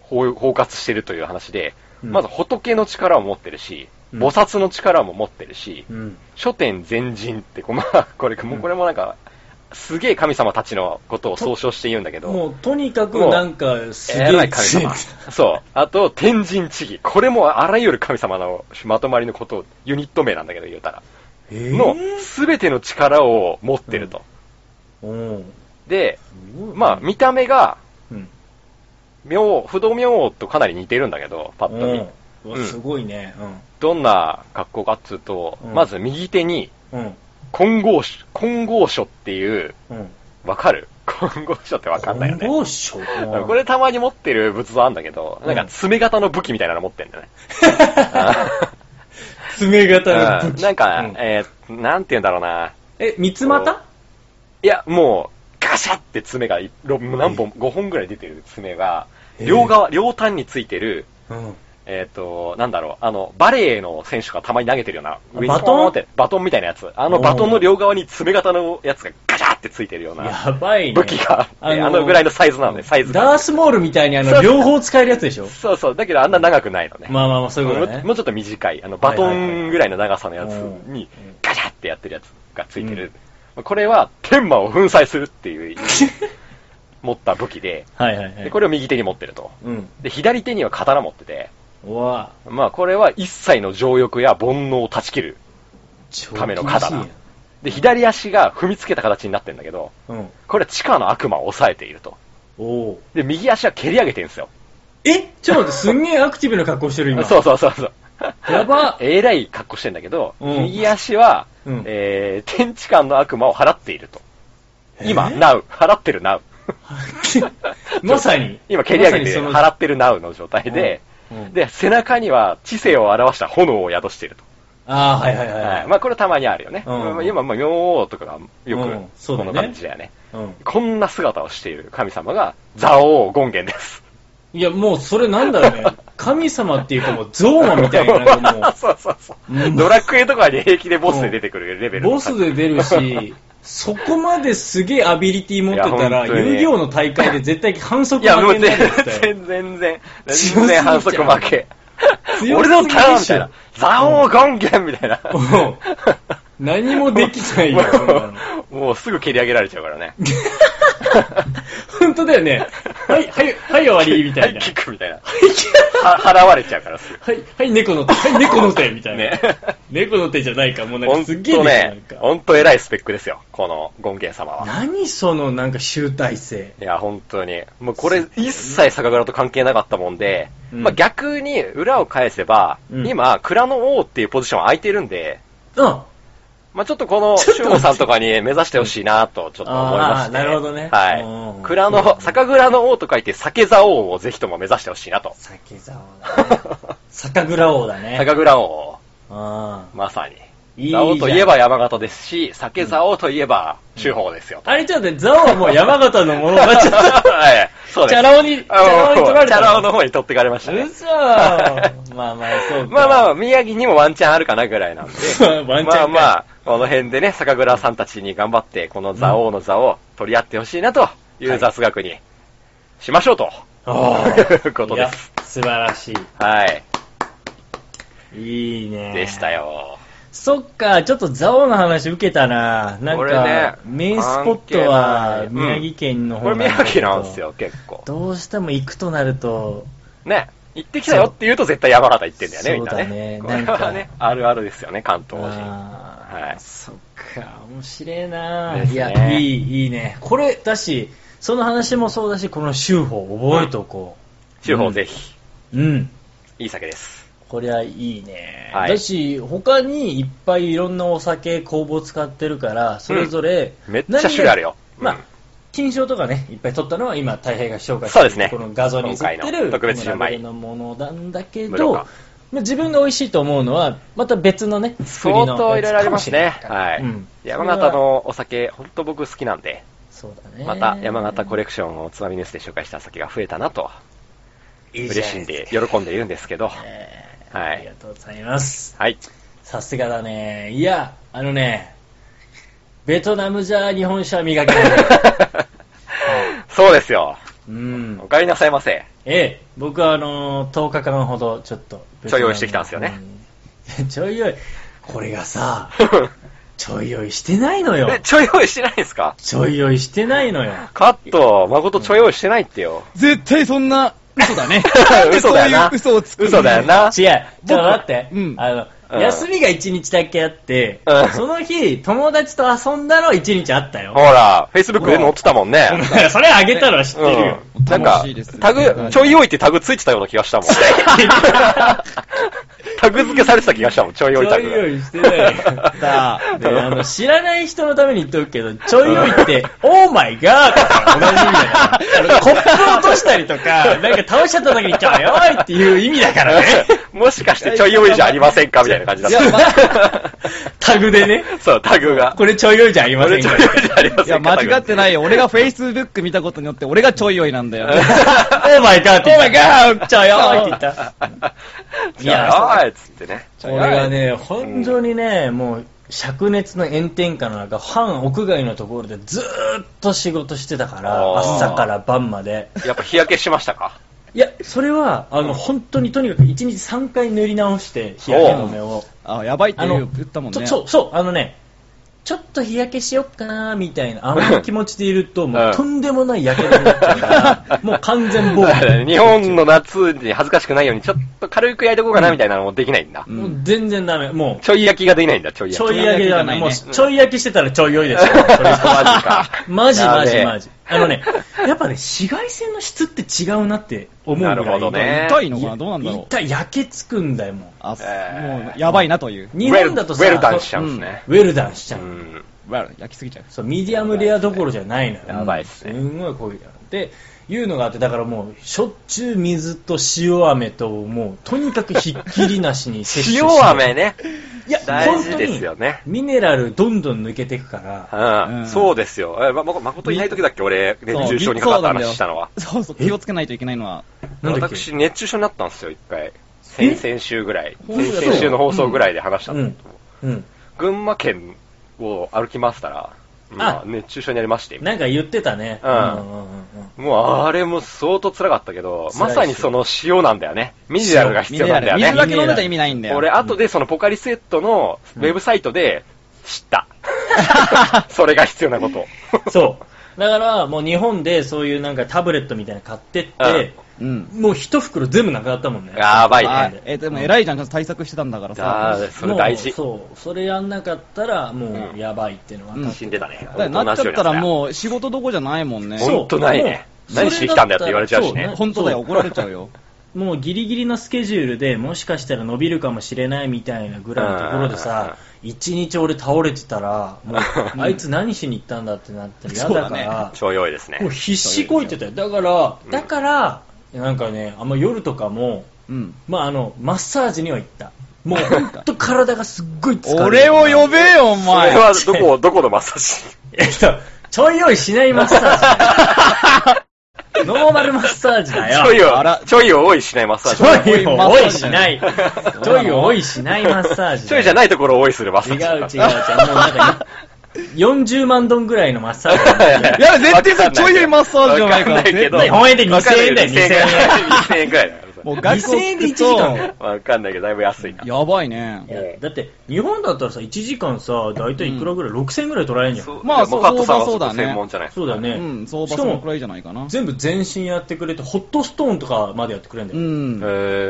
Speaker 2: 包包括してるという話で、
Speaker 4: うん
Speaker 2: まず仏の力を持ってるし、
Speaker 4: うん
Speaker 2: 菩薩の力も持ってるし、
Speaker 4: うん。
Speaker 2: 書店全人って、こうまあ、 これ、もうこれもなんか、すげえ神様たちのことを総称して言うんだけど、
Speaker 4: もう、とにかくなんか、すげ
Speaker 2: えら
Speaker 4: え
Speaker 2: い神様。そう。あと、天神地義。これもあらゆる神様のまとまりのことを、ユニット名なんだけど、言うたら。
Speaker 4: えー
Speaker 2: の全ての力を持ってると。
Speaker 4: うん。
Speaker 2: で、まあ、見た目が、
Speaker 4: うん。
Speaker 2: 妙、不動明王とかなり似てるんだけど、パッと見。
Speaker 4: うんうわすごいね。
Speaker 2: どんな格好かっつうと、
Speaker 4: うん
Speaker 2: まず右手に、
Speaker 4: うん。うん。
Speaker 2: 金剛書、金剛書っていう、
Speaker 4: うん。
Speaker 2: わかる 金剛書ってわかんないよね。
Speaker 4: どうしよう。
Speaker 2: これたまに持ってる仏像あんだけど、なんか爪型の武器みたいなの持ってんだよ ね。
Speaker 4: 爪型の
Speaker 2: う
Speaker 4: 武
Speaker 2: ん
Speaker 4: 器。
Speaker 2: なんか、
Speaker 4: うん
Speaker 2: えーなんて言うんだろうな。
Speaker 4: え、三つ股
Speaker 2: いや、もう、ガシャって爪が、ろ何本、5本ぐらい出てる爪が、両側、両端についてる、
Speaker 4: うん。
Speaker 2: えっ、と、なんだろう、あの、バレエの選手がたまに投げてるような、上に
Speaker 4: バトン
Speaker 2: ポーンって、バトンみたいなやつ。あのバトンの両側に爪型のやつがガシャってついてるような、
Speaker 4: やばいね。
Speaker 2: 武 器があって、あのぐらいのサイズなので、サイズ
Speaker 4: ダ
Speaker 2: が
Speaker 4: ー。スモールみたいにあ
Speaker 2: そ
Speaker 4: の、
Speaker 2: うそう
Speaker 4: 両方使えるやつでしょ
Speaker 2: そうそう、だけどあんな長くないのね。
Speaker 4: まあまあまあ、そういうことだ
Speaker 2: もう
Speaker 4: ね
Speaker 2: も。うちょっと短い、あの、バト
Speaker 4: はいはいは
Speaker 2: ン
Speaker 4: い
Speaker 2: ぐらいの長さのやつに
Speaker 4: うん、
Speaker 2: ガシャってやってるやつがついて
Speaker 4: う
Speaker 2: る
Speaker 4: ん。
Speaker 2: まあこれは、天魔を粉砕するっていう意 味持った武器で、
Speaker 4: はいはいは
Speaker 2: で
Speaker 4: い。
Speaker 2: これを右手に持ってると。
Speaker 4: うん。
Speaker 2: で、左手には刀持ってて、
Speaker 4: うわ
Speaker 2: まあこれは一切の情欲や煩悩を断ち切る。
Speaker 4: ぁ。
Speaker 2: 亀の
Speaker 4: 超厳しい
Speaker 2: 刀で、左足が踏みつけた形になってんだけど、
Speaker 4: やんうん。
Speaker 2: これは地下の悪魔を抑えていると。
Speaker 4: おー
Speaker 2: で、右足は蹴り上げてるんですよ。
Speaker 4: えちょっと待って、すんげえアクティブな格好してる今。
Speaker 2: そうそうそうそう。
Speaker 4: やば
Speaker 2: えらい格好してんだけど、
Speaker 4: うん
Speaker 2: 右足は、
Speaker 4: うん
Speaker 2: えー、天地間の悪魔を払っていると。今、
Speaker 4: えー
Speaker 2: now、払ってる now。
Speaker 4: まさに。
Speaker 2: 今、蹴り上げて、
Speaker 4: まさ
Speaker 2: 払ってる now の状態で、
Speaker 4: にそのうん
Speaker 2: で、背中には知性を表した炎を宿していると。
Speaker 4: ああ、はいはいはい
Speaker 2: は。
Speaker 4: はいい。
Speaker 2: まあ、これたまにあるよね。
Speaker 4: うん
Speaker 2: まあ今、まあ、明王とかがよ
Speaker 4: う
Speaker 2: く
Speaker 4: ん、そう
Speaker 2: こ
Speaker 4: だね
Speaker 2: の感じだよね。
Speaker 4: うん
Speaker 2: こんな姿をしている神様が、ザオ王権現です。
Speaker 4: いや、もうそれなんだろうね。神様っていうかもうゾーマみたいな、なんかもう
Speaker 2: そうそうそうう。
Speaker 4: ん
Speaker 2: ドラクエとかに平気でボスで出てくるレベルの
Speaker 4: ボスで出るし、そこまですげえアビリティ持ってた
Speaker 2: いや本
Speaker 4: ら、
Speaker 2: 当にね
Speaker 4: 遊戯王の大会で絶対反
Speaker 2: い
Speaker 4: 則
Speaker 2: や、も
Speaker 4: 負
Speaker 2: う
Speaker 4: け
Speaker 2: 全
Speaker 4: になるよ絶対。
Speaker 2: 然、全然、全然反則負け。
Speaker 4: 強
Speaker 2: 俺
Speaker 4: すぎでしょ
Speaker 2: のターンみたいな。ザオーゴンゲンみたいな。
Speaker 4: うん何もできないよ、そんなの。
Speaker 2: も うもうすぐ蹴り上げられちゃうからね。
Speaker 4: 本当だよね。はい、はい、はい、終わり、みたい
Speaker 2: はい
Speaker 4: な。
Speaker 2: キックみたいな。は払われちゃうからす
Speaker 4: はい、はい、猫の手、はい、猫の手、みた
Speaker 2: ぐ。
Speaker 4: い
Speaker 2: ね
Speaker 4: な。。猫の手じゃないか、もうなん
Speaker 2: ほ
Speaker 4: か
Speaker 2: ん
Speaker 4: すっげえ
Speaker 2: と
Speaker 4: でしょなん
Speaker 2: ね、
Speaker 4: か。
Speaker 2: ほんと偉いスペックですよ。このゴンゲン様は。
Speaker 4: 何そのなんか集大成。
Speaker 2: いや、本当に。もうこれ一切酒蔵と関係なかったもんで、
Speaker 4: うん
Speaker 2: まあ逆に裏を返せば、
Speaker 4: うん
Speaker 2: 今、蔵の王っていうポジション空いてるんで、
Speaker 4: うん。
Speaker 2: まあちょっとこの、
Speaker 4: ちょっと待って
Speaker 2: シュさんとかに目指してほしいなと、ちょっと思いまして。
Speaker 4: あーなるほどね
Speaker 2: は
Speaker 4: う
Speaker 2: い。
Speaker 4: ん
Speaker 2: 蔵の、酒蔵の王と書いて、酒座王をぜひとも目指してほしいなと。
Speaker 4: 酒沢 だね。酒蔵王だね。
Speaker 2: 酒蔵王、
Speaker 4: あ
Speaker 2: まさに。
Speaker 4: いいじゃ
Speaker 2: 蔵
Speaker 4: ん
Speaker 2: 王といえば山形ですし、酒座王といえば、修法です よ。
Speaker 4: あれちょっと待って、蔵王はもう山形のものになっちゃった。
Speaker 2: はい。そうで
Speaker 4: チ
Speaker 2: す。
Speaker 4: ャラ男に、チャラ男に取られ
Speaker 2: チ
Speaker 4: た
Speaker 2: ャ
Speaker 4: の。
Speaker 2: ラ男の方に取ってかれましたね。
Speaker 4: 嘘まあまあ、そうか。。
Speaker 2: まあまあ、宮城にもワンチャンあるかなぐらいなんで
Speaker 4: ワンチャン
Speaker 2: まあ
Speaker 4: か
Speaker 2: まあ、この辺でね、酒蔵さんたちに頑張って、この座王の座を取り合ってほしいなという雑学にしましょうと。
Speaker 4: あ
Speaker 2: ということ
Speaker 4: い
Speaker 2: で
Speaker 4: や
Speaker 2: す。、
Speaker 4: 素晴らし
Speaker 2: はい。
Speaker 4: い。いいね。
Speaker 2: でした。よ。
Speaker 4: そっか、ちょっと蔵王の話受けたな。なん
Speaker 2: これね
Speaker 4: か、メインスポットは
Speaker 2: 関係ない
Speaker 4: 宮城県の
Speaker 2: こ
Speaker 4: 方
Speaker 2: れ
Speaker 4: んだけど
Speaker 2: 宮城なんですよ、結構。
Speaker 4: どうしても行くとなると、
Speaker 2: ね。行ってきたよって言うと絶対山形行ってんだよね、
Speaker 4: そう
Speaker 2: みんなね。
Speaker 4: そう
Speaker 2: こ
Speaker 4: だ
Speaker 2: れ
Speaker 4: ねなんか
Speaker 2: はね、あるあるですよね、関東人。
Speaker 4: あー
Speaker 2: はい
Speaker 4: そっか、面白いな、
Speaker 2: ですね
Speaker 4: いや、いい、いいね。これ、だし、その話もそうだし、この修法覚えとこ
Speaker 2: 地方ぜひ、
Speaker 4: う。うん。
Speaker 2: いい酒です。
Speaker 4: こりゃいいね。
Speaker 2: はい
Speaker 4: だし、他にいっぱいいろんなお酒、工房使ってるから、それぞれ、
Speaker 2: めっちゃ種類あるよ。
Speaker 4: 何が
Speaker 2: うん
Speaker 4: まあ、金賞とかね、いっぱい取ったのは今、大平が紹介
Speaker 2: そうですね
Speaker 4: この画像に映って
Speaker 2: 今回の
Speaker 4: る、
Speaker 2: 特別純米
Speaker 4: このラベルのものなんだけ
Speaker 2: 無料
Speaker 4: ど、
Speaker 2: 化
Speaker 4: まあ自分が美味しいと思うのは、また別のね、作り
Speaker 2: 相
Speaker 4: の
Speaker 2: 当いろいろありますね
Speaker 4: やつ。かもしれないから
Speaker 2: はい
Speaker 4: うん。
Speaker 2: 山形のお酒、ほんと僕好きなんで、
Speaker 4: そうだね。
Speaker 2: また山形コレ
Speaker 4: ク
Speaker 2: クションをつまみニュースで紹介した酒が増えたなと、
Speaker 4: シ
Speaker 2: 嬉しいんで、喜んでいるんですけど、ははい
Speaker 4: ありがとうございます。
Speaker 2: い。
Speaker 4: さすがだね。いや、あのね、ベトナムじゃ日本酒は磨けない。
Speaker 2: そうですよ。
Speaker 4: うん
Speaker 2: お。帰りなさいませ。
Speaker 4: ええ、僕はあのー、10日間ほどちょっと。
Speaker 2: ちょい用意してきたんですよね
Speaker 4: うん。 ちょい用意。これがさ、ちょい用意してないのよ
Speaker 2: え、。ちょい用意してないんですか
Speaker 4: ちょい用意してないのよ。
Speaker 2: カット、誠ちょい用意してないってよ。。
Speaker 3: 絶対そんな、嘘だねなんで
Speaker 2: 嘘
Speaker 3: そう
Speaker 2: だよ
Speaker 3: いう
Speaker 2: な。
Speaker 3: 嘘をつくの
Speaker 2: 嘘だよな。
Speaker 4: 違う。ちょっと待って。
Speaker 3: うん
Speaker 4: あの、
Speaker 2: うん
Speaker 4: 休みが1日だけあって
Speaker 2: うん、
Speaker 4: その日、友達と遊んだの1日あった
Speaker 2: ほ
Speaker 4: よ。
Speaker 2: ら、Facebook で載ってたもんね。
Speaker 4: それあげたら知ってるよ。
Speaker 2: うんなんか
Speaker 3: 楽しいです、
Speaker 2: タグ、ちょいおいってタグついてたような気がしたもん。 タグ付けされてた気がしたもん、ちょいおいタグ。
Speaker 4: ちょい酔いしてない
Speaker 3: た
Speaker 4: であの知らない人のために言っとくけど、ちょい酔いって、オーマイガーだから同じ意味 だから、あのコップ落としたりとか、なんか倒しちゃった時にちょい酔いっていう意味だからね。
Speaker 2: もしかしてちょいおいじゃありませんかみたいな感じだっ
Speaker 3: いやま
Speaker 2: た。
Speaker 4: タグでね、
Speaker 2: そう、タグが。
Speaker 4: これちょい酔いじゃありません
Speaker 2: ちょ
Speaker 4: か
Speaker 2: い
Speaker 4: ら
Speaker 2: おいじゃありま
Speaker 3: い
Speaker 2: せ
Speaker 3: や、
Speaker 2: んか
Speaker 3: 間違ってないよ。俺が Facebook 見たことによって、俺がちょい酔いなん だよ。
Speaker 4: オーマイガーって言った。オーマイガーちょい酔いって言った。
Speaker 2: いや、おいっつってね。
Speaker 4: 俺がね、本当にね、もう、灼熱の炎天下の中、半屋外のところでずーっと仕事してたから、
Speaker 2: あー
Speaker 4: 朝から晩まで。
Speaker 2: やっぱ日焼けしましたか
Speaker 4: いや、それは、あの、本当にとにかく1日3回塗り直して、日焼け止めを。
Speaker 3: あ、やばいって
Speaker 4: あ
Speaker 3: 言
Speaker 4: の
Speaker 3: う言ったもん
Speaker 4: ちょ
Speaker 3: ね。
Speaker 4: そう、そう、あのね、ちょっと日焼けしよっかなみたいな、あの気持ちでいると、も
Speaker 2: うん
Speaker 4: うとんでもない焼け止めだったから、 もう完 全防備。
Speaker 2: 日本の夏に恥ずかしくないように、ちょっと軽く焼いとこうかなみたいなのもできないんだ。
Speaker 3: ん
Speaker 4: もう全然ダメ。も
Speaker 2: ちょい焼きができないんだ、ちょ
Speaker 4: う、
Speaker 2: い
Speaker 4: ち
Speaker 2: 焼
Speaker 4: ょ
Speaker 2: き。
Speaker 4: い焼けじゃない。
Speaker 3: ち
Speaker 4: も、
Speaker 3: ょいう焼
Speaker 4: ちょい焼けしてたらちょい酔いですよ。
Speaker 2: それとマジか
Speaker 4: マジマ
Speaker 2: や
Speaker 4: ジ
Speaker 2: べえ
Speaker 4: マジ。あのね、やっぱね、紫外線の質って違うなって思うぐらい。
Speaker 2: なるほどね
Speaker 3: 痛いのかなどうなんだろう
Speaker 4: 一。体焼けつくんだよ、もう。
Speaker 3: あ、
Speaker 2: えー
Speaker 3: もう、やばいなという。
Speaker 4: 日本だとさ、
Speaker 2: ウェルウェルダンしちゃうんですね。
Speaker 4: ウェルダンしちゃう。
Speaker 2: うん
Speaker 3: わ焼きすぎちゃう。
Speaker 4: そう、ミディアムレアどころじゃないのよ。
Speaker 2: やばいっすね
Speaker 4: んごい濃いだろ。で、いうのがあって、だからもう、しょっちゅう水と塩飴と、もう、とにかくひっきりなしに摂取
Speaker 2: 塩飴ね。
Speaker 4: いや、
Speaker 2: 大事ですよね
Speaker 4: 本当にミネラルどんどん抜けていくから、
Speaker 2: う、
Speaker 3: うんん
Speaker 2: そうですよ。え、ま、ま誠いない時だっけ俺、熱中症にかかった話したのは。
Speaker 3: そうそう、気をつけないといけないのは。
Speaker 4: なんだっけ
Speaker 2: 私、熱中症になったんですよ、一回。
Speaker 4: え
Speaker 2: 先々週ぐらい。
Speaker 4: 本当
Speaker 2: 先
Speaker 4: だ
Speaker 2: 々週の放送ぐらいで話したんだけど
Speaker 4: うん。
Speaker 2: 群馬県を歩きましたら、まあ、熱中症になりまして、
Speaker 4: なんか言ってたね。
Speaker 2: うん
Speaker 4: うんうんうん
Speaker 2: もう、あれも相当辛かったけど、
Speaker 4: 辛い
Speaker 2: ま
Speaker 4: っす
Speaker 2: さにその塩なんだよね。ミネラルが必
Speaker 3: ミ
Speaker 2: 要
Speaker 3: ネ
Speaker 2: なん
Speaker 3: ラ
Speaker 2: だ
Speaker 3: ル。
Speaker 2: よ
Speaker 3: 水
Speaker 2: ね。
Speaker 3: だけ飲んでたら意味ないんだよ。
Speaker 2: 俺、後でそのポカリスエットのウェブサイトで知っ た。それが必要なこと。
Speaker 4: そう。だから、もう日本でそういうなんかタブレットみたいなの買ってって、
Speaker 3: うん。
Speaker 4: もう一袋全部なくなったもんね。
Speaker 2: やばい
Speaker 3: あ
Speaker 2: ね。
Speaker 3: えー、でも偉いじゃん、ちゃんと対策してたんだから
Speaker 2: あ
Speaker 3: さ。
Speaker 2: ーそれ大事。
Speaker 4: もうそう。それやんなかったら、も
Speaker 2: うん
Speaker 4: う、やばいっていうのは分かって
Speaker 2: 死んでたね。
Speaker 3: だからなっちゃったら
Speaker 2: う。
Speaker 3: もう仕事どこじゃないもんね。
Speaker 4: そう
Speaker 2: 本当ないね。
Speaker 4: そう
Speaker 2: 何しに来たんだよって言われちゃうし
Speaker 4: そ
Speaker 2: ね
Speaker 4: う。
Speaker 3: 本当だよ、怒られちゃうよ。
Speaker 4: もうギリギリのスケジュールでもしかしたら伸びるかもしれないみたいなぐらいのところでさ一日俺倒れてたら もうあいつ何しに行ったんだってなったら嫌だか
Speaker 3: そうだ
Speaker 4: ら
Speaker 2: ちょい多いですね
Speaker 4: もう。必死こいてたよだから
Speaker 2: うん
Speaker 4: だからなんかねあんま夜とかも
Speaker 3: うん。
Speaker 4: まああのマッサージには行った もう本当体がすっごい疲れる
Speaker 3: 俺を呼べよ、お
Speaker 2: それ
Speaker 3: 前。
Speaker 2: はどこ、どこのマッサージ
Speaker 4: えっと ちょい用意しないマッサー ジノーマルマッサージだよ
Speaker 2: ちょい
Speaker 3: あら
Speaker 2: を、ちょいを多いしないマッサ
Speaker 4: ち
Speaker 2: ー
Speaker 4: ょいを多いしない。ちょいを多いしないマッサージ。
Speaker 2: ジ。ちょいじゃ
Speaker 4: ない。
Speaker 2: ないところを多いするマッ
Speaker 4: 違
Speaker 2: サ
Speaker 4: う
Speaker 2: ージ。
Speaker 4: 違う違う。もう なんか、40万ドンぐらいのマッサージ。
Speaker 3: いや絶対さちょい多いマッサージじゃないから
Speaker 2: わんけど
Speaker 3: 絶対
Speaker 4: 日本円で2000
Speaker 2: わかんないけど
Speaker 4: 円だよ
Speaker 2: 2000円くらいだから
Speaker 3: もう
Speaker 4: 学校
Speaker 3: 学校
Speaker 4: 行くと2000円で1時
Speaker 2: さ。わかんないけど、だいぶ安いな。
Speaker 3: やばいね。
Speaker 4: いやだって、日本だったらさ、1時間さ、だいたいいくらぐらい ?6000 円ぐらい取られんじゃん。
Speaker 2: そう
Speaker 3: まあ
Speaker 2: でもカットさんは
Speaker 3: そうだ
Speaker 2: そ
Speaker 3: ね
Speaker 2: こ専門じゃないですか
Speaker 4: そうだね。
Speaker 3: うん、相場
Speaker 4: しか
Speaker 3: そのく
Speaker 4: も、
Speaker 3: らいじゃないかな。
Speaker 4: 全部全身やってくれて、ホットストーンとかまでやってくれんだ
Speaker 3: う
Speaker 4: よ。
Speaker 3: ん。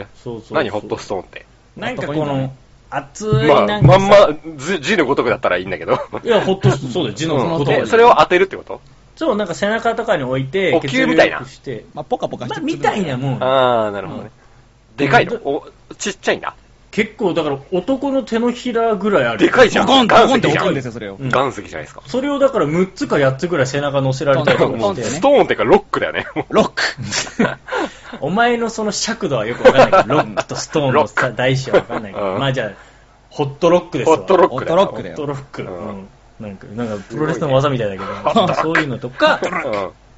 Speaker 2: へ
Speaker 4: そうそう
Speaker 2: ー。何、ホットストーンって。
Speaker 4: ーンなんか
Speaker 3: あ
Speaker 4: こ
Speaker 3: ったかいんだ
Speaker 4: の
Speaker 3: ね、
Speaker 4: 熱い
Speaker 2: ま
Speaker 4: な
Speaker 2: あ、
Speaker 4: んか
Speaker 2: ま
Speaker 4: さ
Speaker 2: んま、字字のごとくだったらいいんだけど。
Speaker 4: いや、ホットストーン、そうだよ、字の
Speaker 2: う
Speaker 4: 言
Speaker 2: ん
Speaker 4: 葉で
Speaker 2: えそれを当てるってこと
Speaker 4: そう、なんか背中とかに置いて、
Speaker 2: お灸みたいな
Speaker 4: 血流良くして。
Speaker 3: まあ、ポカポカし
Speaker 4: ま
Speaker 3: て
Speaker 4: あ、みたいなもん。
Speaker 2: ああ、なるほどね。でかいのおちっちゃいんだ。
Speaker 4: 結構、だから男の手のひらぐらいある。
Speaker 2: でかいじゃ
Speaker 3: ド
Speaker 2: ん。
Speaker 3: コン、ド
Speaker 2: 岩
Speaker 3: コンっ
Speaker 2: 石
Speaker 3: て
Speaker 2: じ
Speaker 3: 置
Speaker 2: ゃ
Speaker 3: くん
Speaker 2: ん
Speaker 3: です。よ、それを。
Speaker 2: 岩石じゃないですか。
Speaker 4: それをだから6つか8つぐらい背中乗せられたりと
Speaker 3: ド
Speaker 4: か
Speaker 3: コ
Speaker 4: し
Speaker 3: ンって
Speaker 4: て
Speaker 3: ね。
Speaker 2: ストーンっていうかロックだよね。もう
Speaker 3: ロッ ク。
Speaker 4: お前のその尺度はよくわかん ないけど、ロックとストーンの
Speaker 2: ロッ
Speaker 4: さ大小はわかんないけど、
Speaker 2: うん
Speaker 4: まあじゃあ、ホットロックです
Speaker 2: ホ
Speaker 4: わ。
Speaker 2: ットロックだよ。
Speaker 3: ホットロック
Speaker 4: ホ
Speaker 3: だ
Speaker 4: ッ
Speaker 3: よ
Speaker 4: トロック。
Speaker 2: うん
Speaker 4: うんなんか、なんかプロレスの技みたいだけど、そういうのとか、
Speaker 2: う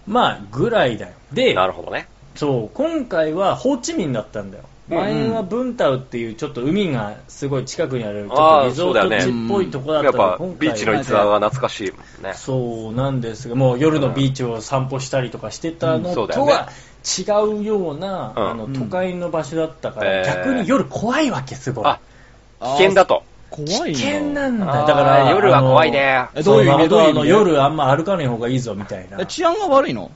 Speaker 2: ん
Speaker 4: まあ、ぐらいだよ。で、
Speaker 2: なるほどね。
Speaker 4: そう、今回はホーチミンだったんだよ。
Speaker 2: うん
Speaker 4: 前はブンタウっていうちょっと海がすごい近くにある、ちょっ
Speaker 2: あ
Speaker 4: と
Speaker 2: ー
Speaker 4: リゾート地っぽいとこだった
Speaker 2: やっ
Speaker 4: のが
Speaker 2: ぱ
Speaker 4: 今、回
Speaker 2: ビ
Speaker 4: は
Speaker 2: ーチの逸話は懐かしいもんね。
Speaker 4: そうなんですが、もう夜のビーチを散歩したりとかしてた
Speaker 2: う
Speaker 4: の
Speaker 2: んそうだ
Speaker 4: と
Speaker 2: よね
Speaker 4: は違うような、
Speaker 2: うん
Speaker 4: あの都会の場所だったか
Speaker 2: うん
Speaker 4: ら、逆に夜怖いわけ、すごい。
Speaker 2: あ、危険だと。
Speaker 3: 怖い
Speaker 4: 危
Speaker 3: な。
Speaker 4: 険なんだ
Speaker 2: あー
Speaker 4: よ。だから、
Speaker 2: 夜は怖いね
Speaker 4: あの
Speaker 3: えどういう意味
Speaker 4: そ
Speaker 3: どういう意味
Speaker 4: あの夜あんま歩かない方がいいぞ、みたいな
Speaker 3: え。治安が悪いの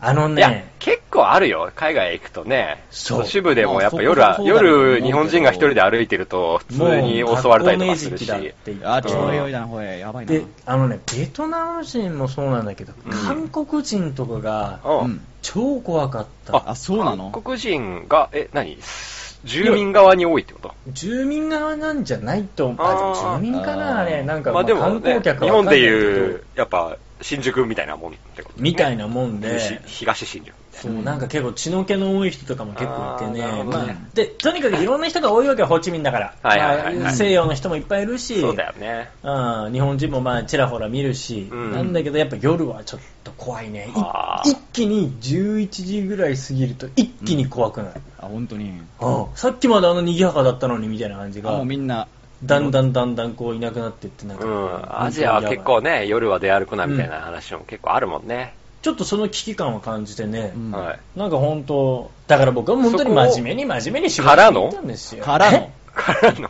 Speaker 4: あの
Speaker 2: いや
Speaker 4: ね、、
Speaker 2: 結構あるよ。海外行くとね。
Speaker 4: そう
Speaker 2: 都市部でもやっぱ夜
Speaker 3: まあ
Speaker 2: は
Speaker 3: そ、こそこだと思うけど
Speaker 2: 夜日本人が一人で歩いてると、普通に襲われたりとかするし。
Speaker 4: 学校の餌食だって言って
Speaker 3: あ、ちょうどよいな、ほえ、やばいな。
Speaker 4: で、あのね、ベトナム人もそうなんだけど、
Speaker 2: ん
Speaker 4: 韓国人とかが
Speaker 2: うん
Speaker 3: うん
Speaker 4: 超怖かった。
Speaker 3: あ、そうなの
Speaker 2: 韓国人が、え、何住民側に多いってこと
Speaker 4: 住民側なんじゃないと思う。
Speaker 2: あー
Speaker 4: あ、住民かなあれ。なんか、
Speaker 2: まあでも、
Speaker 4: 観
Speaker 2: ね、
Speaker 4: 光
Speaker 2: 日
Speaker 4: 客はわ
Speaker 2: 本
Speaker 4: かんな
Speaker 2: で
Speaker 4: いけど
Speaker 2: いう、やっぱ、新宿みたいなもんってこと、
Speaker 4: みたいなもんで、
Speaker 2: 西東新宿。
Speaker 4: そう、なんか結構血の気の多い人とかも結構いてね
Speaker 2: あーなるほど
Speaker 4: ま
Speaker 2: ね
Speaker 4: あ、で、とにかくいろんな人が多いわけよ、ホーチミンだから。
Speaker 2: はいはいはいはい
Speaker 4: まあ西洋の人もいっぱいいるし、
Speaker 2: そうだよね。
Speaker 4: うん、日本人もまあちらほら見るし、
Speaker 2: うん
Speaker 4: なんだけどやっぱ夜はちょっと怖いねい
Speaker 2: あー
Speaker 4: 一気に11時ぐらい過ぎると一気に怖くなる、
Speaker 3: あ、本当に。
Speaker 4: うんさっきまであの賑やかだったのにみたいな感じ
Speaker 3: あも
Speaker 4: が
Speaker 3: うみんな、
Speaker 4: だんだんだんだんこういなくなってってなん
Speaker 2: う
Speaker 4: か、
Speaker 2: ん。アジアは結構ね、夜は出歩くなみたいな話も結構あるもんね。
Speaker 4: ちょっとその危機感を感じてね、
Speaker 3: うん
Speaker 2: はい。
Speaker 4: なんか本当だから僕は本当に真面目に真面目に仕事
Speaker 2: から
Speaker 4: して
Speaker 2: の
Speaker 4: いたんですよ
Speaker 3: からの
Speaker 4: え、
Speaker 2: からの、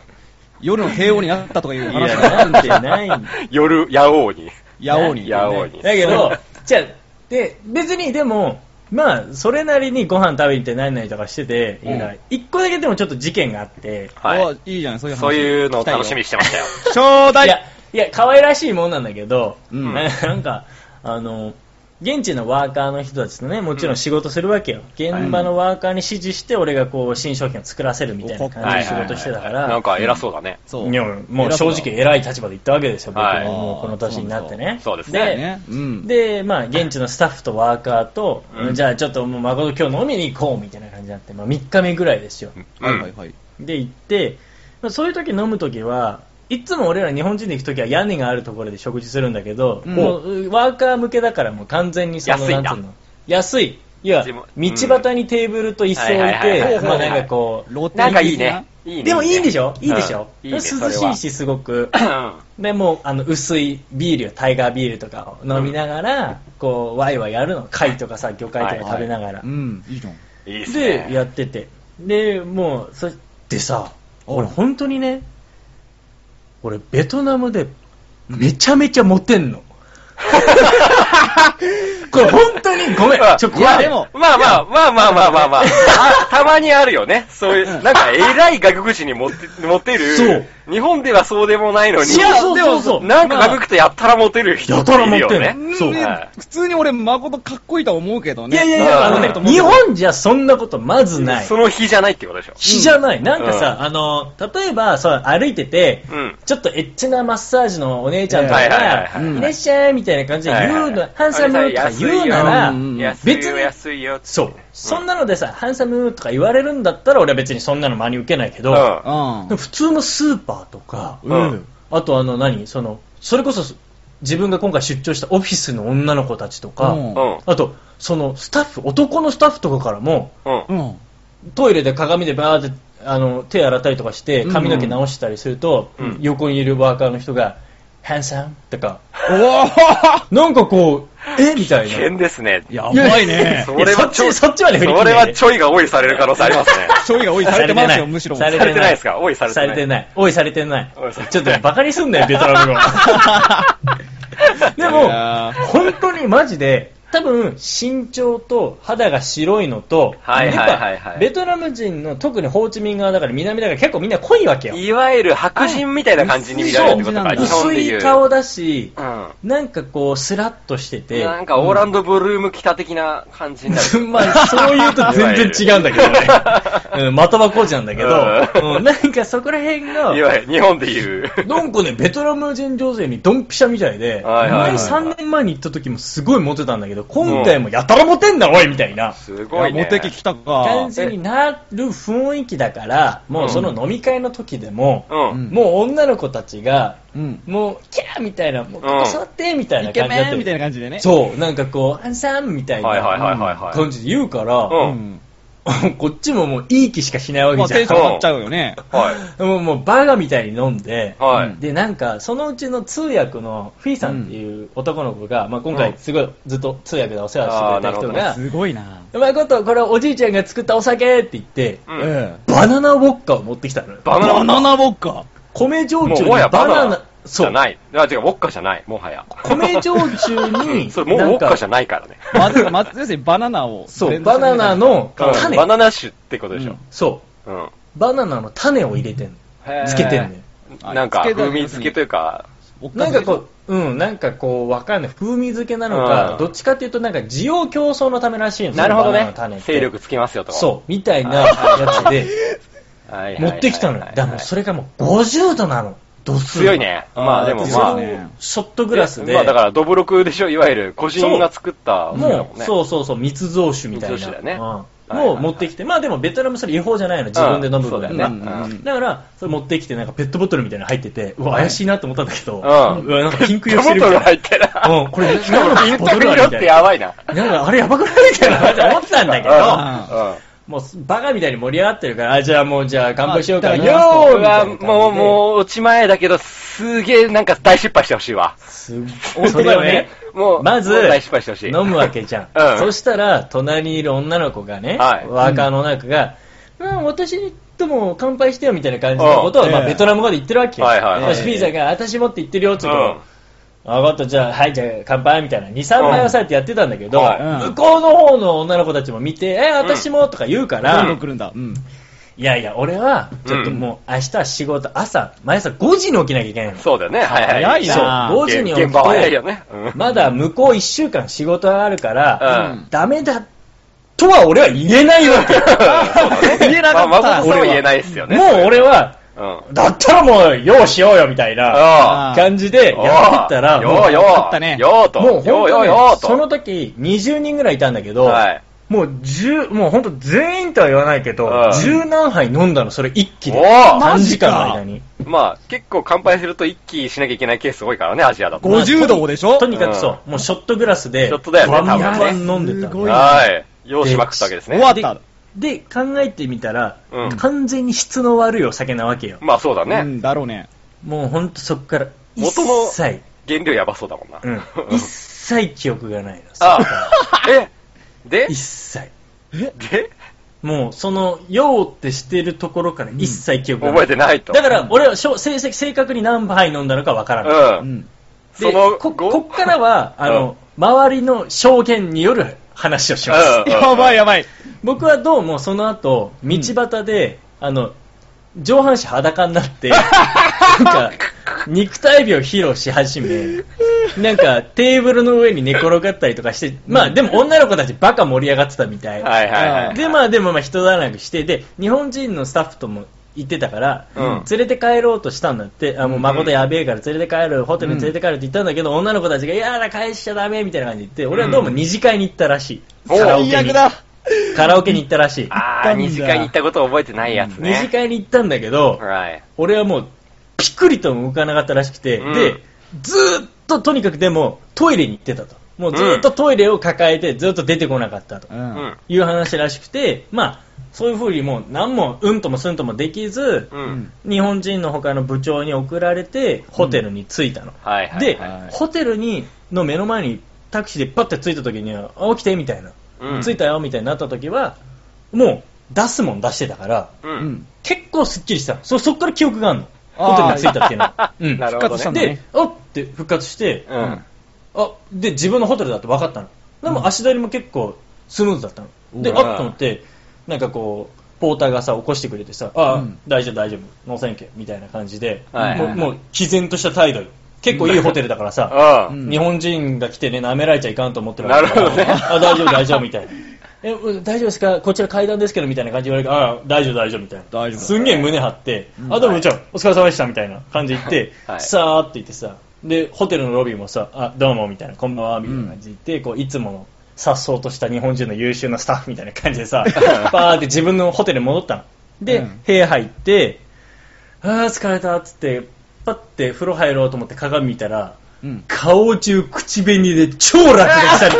Speaker 3: 夜の帝王になったとか いう
Speaker 4: い
Speaker 3: 話
Speaker 4: や
Speaker 3: が
Speaker 4: なんてないんだ
Speaker 2: 夜、野王に。
Speaker 3: ヤオに。
Speaker 2: ヤ
Speaker 3: あ
Speaker 2: オに。
Speaker 4: だけど、じゃあで、別にでも、まあ、それなりにご飯食べに行って何々とかしてて、
Speaker 3: うん
Speaker 4: 今一個だけでもちょっと事件があって、
Speaker 2: はい。
Speaker 3: いいじゃん、そういう話。
Speaker 2: そういうのを楽しみにしてましたよ。
Speaker 3: 聞きたいよ。ちょうだ
Speaker 4: いや
Speaker 3: い、
Speaker 4: いや、可愛らしいもんなんだけど、
Speaker 3: うん
Speaker 4: な なんか、あの、現地のワーカーの人たちとね、もちろん仕事するわけよ。現場のワーカーに指示して、俺がこう、新商品を作らせるみたいな感じ
Speaker 2: は
Speaker 4: で
Speaker 2: い
Speaker 4: 仕事してたか
Speaker 2: な
Speaker 4: ら
Speaker 2: ん、か偉そうだね。
Speaker 3: そう。
Speaker 4: いやもう正直偉い立場で行ったわけですよ、僕
Speaker 2: は
Speaker 4: はいもうこの年になってね。
Speaker 2: そうですね
Speaker 3: ね。うん。
Speaker 4: で、まあ、現地のスタッフとワーカーと、
Speaker 2: うん
Speaker 4: じゃあちょっともう誠今日飲みに行こうみたいな感じになって、まあ、3日目ぐらいですよ。
Speaker 3: はいはいはい。
Speaker 4: で、行って、まあ、そういう時飲む時は、いつも俺ら日本人で行く時は屋根があるところで食事するんだけど、
Speaker 3: うん
Speaker 4: もうワーカー向けだからもう完全にその、
Speaker 2: 安いんだ
Speaker 4: なんていうの安い。いや、
Speaker 2: 自
Speaker 4: 道
Speaker 2: 分
Speaker 4: 端にテーブルと椅子置い
Speaker 2: はいはいはい
Speaker 4: て
Speaker 2: は、い
Speaker 4: まあなんかこう、
Speaker 3: ローテ
Speaker 2: なんかいい
Speaker 3: 的な
Speaker 2: ね。いいね。
Speaker 4: でもいいんでしょいいでしょ、
Speaker 2: うんいいね
Speaker 4: 涼しいし、すご く。でもうあの薄いビールよタイガービールとかを飲みながら、こうワイワイやるの貝とかさ魚介とか食べながら、
Speaker 3: うん、いいじゃん。
Speaker 2: いいっすね。
Speaker 4: でやっててでもうそでさ俺
Speaker 3: うん
Speaker 4: 本当にね俺ベトナムでめちゃめちゃモテ んのこれ本当にごめんちょ
Speaker 2: いや
Speaker 4: 怖い
Speaker 2: でも、まあまあ、まあまあまあまあまあ、あたまにあるよね。そういう、なんか偉い外国人にモテモテる。
Speaker 4: そう
Speaker 2: 日本ではそうでもないのに。
Speaker 4: いやそうそうそう
Speaker 2: でもなんか外国ってやったらモテる人っているよ
Speaker 4: やたら
Speaker 2: ね
Speaker 4: モテ。んのそう
Speaker 2: はい
Speaker 3: ね普通に俺、誠かっこいいとは思うけど
Speaker 4: い
Speaker 3: ね。
Speaker 4: やいやい
Speaker 2: ま
Speaker 4: や
Speaker 2: あ
Speaker 4: あのね
Speaker 2: まあ
Speaker 4: 日本じゃそんなことまずない
Speaker 2: その日じゃないってことでしょ。
Speaker 4: 日じゃない。なんかさ、
Speaker 2: うん
Speaker 4: あの、例えば、そう、歩いてて、
Speaker 2: うん
Speaker 4: ちょっとエッチなマッサージのお姉ちゃんとか
Speaker 2: はいはいはい
Speaker 4: が、
Speaker 2: はい
Speaker 4: いらっしゃいみたいな感じで言うの、ハンサムとか言うなら、
Speaker 3: うん
Speaker 2: 安い
Speaker 4: 別
Speaker 2: よ、
Speaker 4: に
Speaker 2: 安いよ。
Speaker 4: そう、そんなのでさ、ハンサムとか言われるんだったら、俺は別にそんなの真に受けないけ
Speaker 2: う
Speaker 4: ど、
Speaker 2: ん。
Speaker 3: う
Speaker 2: は
Speaker 4: でも
Speaker 3: ん。
Speaker 4: 普通のスーパーとか、
Speaker 2: うん
Speaker 4: あとあの何、その、それこそ、自分が今回出張したオフィスの女の子たちとか、
Speaker 3: うん
Speaker 2: うん
Speaker 4: あと、そのスタッフ、男のスタッフとかからも、
Speaker 2: うん。
Speaker 3: うん。
Speaker 4: トイレで鏡でバーってあの手洗ったりとかして髪の毛直したりすると、
Speaker 2: うん
Speaker 4: 横にいるワーカーの人が「ハンサム」とか
Speaker 3: おー
Speaker 4: なんかこう「えみたい
Speaker 2: 危
Speaker 4: な
Speaker 2: 険ですね。
Speaker 3: やばいね
Speaker 2: そ。れはちょ
Speaker 4: いやそっちそっちまで振り切ん
Speaker 2: そ
Speaker 4: ないで
Speaker 2: れはちょいが多いされる可能性ありますね。
Speaker 3: 処理が多いされてますよ、むしろ。
Speaker 4: され
Speaker 2: さ
Speaker 4: て
Speaker 2: れて
Speaker 4: な
Speaker 2: ない
Speaker 4: い
Speaker 2: ですか多いされて
Speaker 4: さ
Speaker 2: ない。
Speaker 4: れてないおいされてない
Speaker 2: おいされ
Speaker 4: ち
Speaker 2: て
Speaker 4: ょっ
Speaker 2: ない
Speaker 4: とバカにすんなよベトナム 語で
Speaker 3: い
Speaker 4: も
Speaker 3: やー
Speaker 4: 本当にマジで多分身長と肌が白いのと、
Speaker 2: はいはいはいはい
Speaker 4: やっぱベトナム人の特にホーチミン側だから南だから結構みんな濃いわけよ
Speaker 2: いわゆる白人みたいな感じに見られるってことか、
Speaker 3: そう
Speaker 2: 日本
Speaker 4: 薄
Speaker 2: でいう。
Speaker 4: い顔だし、
Speaker 2: うん。
Speaker 4: なんかこう、スラッとしてて、
Speaker 2: なんか、オーランドブルーム北的な感じになる。
Speaker 4: まあ、そう言うと全然違うんだけど ね。うん、的場コーチなんだけ
Speaker 2: うん
Speaker 4: ど、うん、なんかそこら辺 が
Speaker 2: い、わゆる日本でいう。
Speaker 4: なんかね、ベトナム人女性にドンピシャみたい
Speaker 2: は
Speaker 4: で、
Speaker 2: いはいはいはい
Speaker 4: 前3年前に行った時もすごいモテたんだけど、今回もやたらモテんだ、おいみたいな。
Speaker 2: す
Speaker 3: い
Speaker 2: ご
Speaker 3: や
Speaker 2: いね。
Speaker 3: モテ期来たか
Speaker 4: 感。じになる雰囲気だから、もうその飲み会の時でも、
Speaker 2: うん。
Speaker 3: うん
Speaker 4: もう女の子たちが、
Speaker 3: うん。
Speaker 4: もう、キャーみたいな、もう、
Speaker 2: うん
Speaker 4: ここ座ってみたいな
Speaker 3: イケ
Speaker 4: 感じだっ
Speaker 3: メ
Speaker 4: た
Speaker 3: ンみたい
Speaker 4: よ
Speaker 3: な感じでね。
Speaker 4: そう、なんかこう、ハンサムみたい
Speaker 2: はいはい
Speaker 4: な
Speaker 2: はいはいはい。
Speaker 4: 感じで言うから、
Speaker 2: う
Speaker 3: うんん。
Speaker 4: こっちももういい気しかしないわ
Speaker 3: ま
Speaker 4: け
Speaker 3: あ、
Speaker 4: じゃ
Speaker 3: テ
Speaker 4: ん
Speaker 3: ンション。上がっちゃうよね。
Speaker 2: はい。
Speaker 4: もうもうバカみたいに飲んで、
Speaker 2: は
Speaker 3: う
Speaker 2: い
Speaker 3: ん。
Speaker 4: で、なんか、そのうちの通訳のフィーさんっていう男の子が、まあ今
Speaker 2: う
Speaker 4: 回
Speaker 2: ん
Speaker 4: すごいずっと通訳でお世話してくれた人
Speaker 2: あーなる
Speaker 4: が、
Speaker 3: すごいな。
Speaker 4: うまいこと、これおじいちゃんが作ったお酒って言って、
Speaker 2: う。
Speaker 3: うんん。
Speaker 4: バナナウォッカを持ってきたのよ。
Speaker 2: バナナ
Speaker 3: ナボッカ。
Speaker 4: 米焼酎
Speaker 2: もう
Speaker 4: に
Speaker 2: もはや
Speaker 4: バ
Speaker 2: バナナ
Speaker 4: ナナ、
Speaker 2: じゃない。あ、違う、ウォッカじゃない、もはや。
Speaker 4: 米焼酎 に、
Speaker 2: それ、もうウォッカじゃ
Speaker 4: んか
Speaker 2: ないからね。
Speaker 3: まず、まず、要するにバナナを。
Speaker 4: そう、バナナ。の
Speaker 2: うん
Speaker 4: 種。
Speaker 2: バナナ酒ってことでしょ。
Speaker 4: そ
Speaker 2: うん。
Speaker 4: う、バナナの種を入れてんの。つけてんのよ。
Speaker 3: あ
Speaker 2: なんか、
Speaker 3: つけた
Speaker 2: 風味付けというか、
Speaker 4: なんかこ
Speaker 3: う。
Speaker 4: う、うん、なんかこう、わかんない。風味付けなのか
Speaker 2: う、ん
Speaker 4: どっちかっていうと、なんか、需要競争のためらしいの
Speaker 2: なるほど
Speaker 4: バナナ
Speaker 2: ね
Speaker 4: の種っ。て
Speaker 2: 勢力つきますよと。
Speaker 4: そう、みたいなやつで、
Speaker 2: う。はいはいはい
Speaker 4: 持
Speaker 2: はい
Speaker 4: ってきたのよ。だからもうそれがもう50度なの。度数が
Speaker 2: 強いね。まあでも
Speaker 4: で
Speaker 2: まあ
Speaker 4: そ。れをショットグラスで。
Speaker 2: まあだから、どぶろくでしょ、いわゆる、個人が作ったものだ
Speaker 4: も
Speaker 2: もん
Speaker 4: う、
Speaker 2: ね。
Speaker 4: そうそうそう、密造酒みたいな。
Speaker 2: 密造酒だよね
Speaker 4: う
Speaker 2: はい
Speaker 4: ん
Speaker 2: はい
Speaker 4: の
Speaker 2: はい
Speaker 4: を持ってきて、まあでもベトナムそれ違法じゃないの、自分で飲む分
Speaker 2: うん
Speaker 4: だ
Speaker 2: そう
Speaker 4: よ
Speaker 2: だよ
Speaker 4: ね。
Speaker 2: ね。
Speaker 3: うん
Speaker 2: うん
Speaker 4: だから、それ持ってきて、なんかペットボトルみたいなの入ってて、うわ、怪しいなと思ったんだけど、
Speaker 2: ん
Speaker 4: わ、なんかピンク色してる
Speaker 2: ペットボトル入
Speaker 4: か
Speaker 2: ってる。
Speaker 4: ら。うん、これ、
Speaker 2: しかもピン
Speaker 4: ボト
Speaker 2: ク
Speaker 4: ルある
Speaker 2: 色
Speaker 4: み
Speaker 2: ったて
Speaker 4: いな。
Speaker 2: やばいな。
Speaker 4: なんか、あれやばくないみたいな感じで思ったんだけど、
Speaker 3: あ
Speaker 4: もう、バカみたいに盛り上がってるから、あ、じゃあもう、じゃあ乾杯しようか、
Speaker 3: あ
Speaker 4: よ
Speaker 3: い
Speaker 4: ー
Speaker 3: た
Speaker 4: み
Speaker 3: だ
Speaker 4: た
Speaker 3: き
Speaker 4: い
Speaker 2: よ
Speaker 3: ます
Speaker 4: な
Speaker 2: うが、
Speaker 4: 感じで
Speaker 2: もう、もう、落ち前だけど、すげえ、なんか大失敗してほしいわ。
Speaker 4: すっごいそれをね、
Speaker 2: もう、
Speaker 4: まず
Speaker 2: もう大失敗してほしい。
Speaker 4: 飲むわけじゃん。
Speaker 2: うん
Speaker 4: そしたら、隣にいる女の子がね、
Speaker 2: はい
Speaker 4: ワーカーの中が、うん、私とも乾杯してよみたいな感じのことを、
Speaker 3: うん
Speaker 4: まあ、
Speaker 3: ええ
Speaker 4: ベトナム語で言ってるわけよ。
Speaker 2: はいはいはい
Speaker 4: そしてピーさんが、私もって言ってるよって言う
Speaker 2: うん
Speaker 4: と、あ、わかった、じゃあ、はい、じゃあ乾杯みたいな、2、3杯はさってやってたんだけど、
Speaker 2: はい
Speaker 4: 向こうの方の女の子たちも見て、え、私もとか言うか
Speaker 3: どん
Speaker 4: ら、
Speaker 3: どん来るんだ。うん。
Speaker 4: いやいや、俺は、ちょっともう明日は仕事、朝、毎朝5時に起きなきゃいけないの。
Speaker 2: そうだよね。はいはい。
Speaker 3: 早いな
Speaker 4: そう5時に起きて
Speaker 2: 現場は早いよね。うん
Speaker 4: まだ向こう1週間仕事があるから、
Speaker 2: うん
Speaker 4: ダメだとは俺は言えないわけ。
Speaker 3: 言えなかった
Speaker 2: まあ誠さ んは言えないですよね。
Speaker 4: もう俺は、
Speaker 2: うん。
Speaker 4: だったらもう、ようしようよみたいな
Speaker 2: あ
Speaker 3: あ
Speaker 4: 感じで
Speaker 2: あ
Speaker 4: やってったら、
Speaker 2: よ
Speaker 4: も
Speaker 2: う
Speaker 4: う
Speaker 2: よ
Speaker 3: あった
Speaker 2: う
Speaker 3: ね
Speaker 2: ようと。
Speaker 4: もう
Speaker 2: ようよ
Speaker 4: 本当
Speaker 2: う
Speaker 4: に
Speaker 2: ようと。
Speaker 4: その時20人ぐらいいたんだけど、
Speaker 2: はい。
Speaker 4: もう10、もう本当全員とは言わないけど
Speaker 2: うん、
Speaker 4: 十、何杯飲んだの、それ一気
Speaker 2: お
Speaker 4: で。
Speaker 2: ー
Speaker 4: 3時間の間に。
Speaker 2: まあ、結構乾杯すると一気しなきゃいけないケース多いからね、アジアだと。
Speaker 3: 50度でしょ
Speaker 4: とにかくそう、もうショットグラスで、
Speaker 2: ショットだよね
Speaker 4: バンバン
Speaker 2: 多分
Speaker 4: 飲んでた
Speaker 3: す
Speaker 4: の
Speaker 3: ごい
Speaker 2: はい。用しまくったわけです
Speaker 3: 終
Speaker 2: ね。
Speaker 3: わった。
Speaker 4: で、考えてみたら、
Speaker 2: うん
Speaker 4: 完全に質の悪いお酒なわけよ。
Speaker 2: まあそうだ
Speaker 3: う
Speaker 2: ね。
Speaker 3: ん、だろうね。
Speaker 4: もうほんとそこから、一
Speaker 2: 元の
Speaker 4: 切、
Speaker 2: 原料やばそうだもんな。
Speaker 4: うん一切記憶がないの。
Speaker 2: あ、え、で
Speaker 4: 一切。
Speaker 2: で
Speaker 4: もう、その、用ってしてるところから一切記憶がない。
Speaker 2: 覚えてないと。
Speaker 4: だから、俺はしょ正正正確に何杯飲んだのかわからない。
Speaker 2: う。
Speaker 3: うんん。
Speaker 2: そ
Speaker 4: で
Speaker 2: の、
Speaker 4: こ、
Speaker 2: ご
Speaker 4: こっからは、あの、周りの証言による話をします。
Speaker 2: うん
Speaker 3: やばいやばい。
Speaker 4: 僕はどうもその後道端で、あの上半身裸になって なんか肉体美を披露し始めなんかテーブルの上に寝転がったりとかしてまあでも女の子たちバカ盛り上がってたみたい、
Speaker 2: はいはいはい。
Speaker 4: でまあでもまあ人だらけしてで日本人のスタッフとも行ってたから、
Speaker 2: うん
Speaker 4: 連れて帰ろうとしたんだってあもう誠やべえから連れて帰るホテルに連れて帰るって言ったんだけど、女の子たちがいやだ返しちゃダメみたいな感じで言って俺はどうも二次会に行ったらしい、
Speaker 2: お
Speaker 4: カラオケに
Speaker 3: 最悪だ。
Speaker 4: カラオケに行ったら しい
Speaker 2: あー、
Speaker 3: 行ったんだ
Speaker 2: 二次会に行ったことを覚えてないやつね。
Speaker 4: 二次会に行ったんだけど、
Speaker 2: はい。
Speaker 4: 俺はもう、ピクリとも動かなかったらしくて、
Speaker 2: うん
Speaker 4: で、ずーっととにかくでも、トイレに行ってたと。もうずーっとトイレを抱えて、ずーっと出てこなかったと
Speaker 2: う
Speaker 3: う。
Speaker 2: んん。
Speaker 4: いう話らしくて、まあ、そういうふうにもう何もうんともすんともできず、
Speaker 2: うん。
Speaker 4: 日本人の他の部長に送られて、ホテルに着いたの。
Speaker 2: はいはい。
Speaker 4: で
Speaker 3: はい、
Speaker 4: ホテルにの目の前にタクシーでパッて着いた時には、あ起きてみたいな、
Speaker 2: うん
Speaker 4: 着いたよみたいになった時は、もう出すもん出してたから、
Speaker 2: う。
Speaker 3: うんん。
Speaker 4: 結構すっきりしたのそそっから記憶があるの
Speaker 3: あー
Speaker 4: ホテルに着いたっていうの はうん
Speaker 2: なるほど
Speaker 3: 復活し
Speaker 2: ね
Speaker 3: たん。だ
Speaker 4: で
Speaker 3: ね、
Speaker 4: あって復活して、
Speaker 2: うん。
Speaker 4: あで自分のホテルだって分かったのでも足取りも結構スムーズだったので
Speaker 2: う
Speaker 4: あ
Speaker 2: わ
Speaker 4: っと思ってなんかこうポーターがさ起こしてくれてさあ、
Speaker 3: うん
Speaker 4: 大丈夫大丈夫ノーセンケみたいな感じで、
Speaker 2: はい
Speaker 4: もうもう毅然とした態度よ結構いいホテルだからさ、
Speaker 2: あ
Speaker 3: うん
Speaker 4: 日本人が来てね、舐められちゃいかんと思ってる
Speaker 2: なるほどね
Speaker 4: あ、大丈夫、大丈夫、みたいな。 え、う大丈夫ですかこちら階段ですけど、みたいな感じで言われるから、あ、大丈夫、大丈夫、みたいな。
Speaker 3: 大丈夫
Speaker 4: すんげえ胸張って、
Speaker 3: うん
Speaker 4: あ、どうも、じゃあ、お疲れ様でした、みたいな感じで言って、
Speaker 2: はい
Speaker 4: さーって言ってさ、で、ホテルのロビーもさ、あ、どうも、みたいな、こんばんは、みたいな感じで言って、こう、いつもの、さっそうとした日本人の優秀なスタッフみたいな感じでさ、バーって自分のホテルに戻ったの。で、
Speaker 3: うん
Speaker 4: 部屋入って、あー疲れた、っつって、パッて風呂入ろうと思って鏡見たら、
Speaker 3: うん。
Speaker 4: 顔中口紅で超落書きされて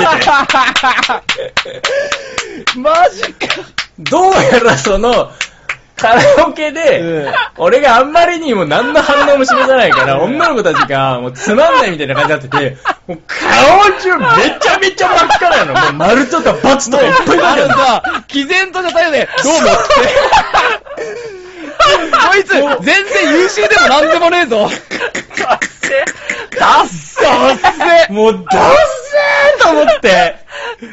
Speaker 3: マジか。
Speaker 4: て、どうやらその、カラオケ
Speaker 3: う
Speaker 4: で
Speaker 3: ん、
Speaker 4: 俺があんまりにも何の反応も示さないから、女の子たちが、もうつまんないみたいな感じになってて、もう顔中めちゃめちゃ真っ赤なの。もう丸とかバツとかいっぱい
Speaker 3: あ
Speaker 4: 書い
Speaker 3: の
Speaker 4: てある
Speaker 3: さ、毅然とした態度で、どうもって。こいつ、全然優秀でもなんでもねえぞ。
Speaker 2: ダッセ
Speaker 4: ダッセもうダッセーと思って。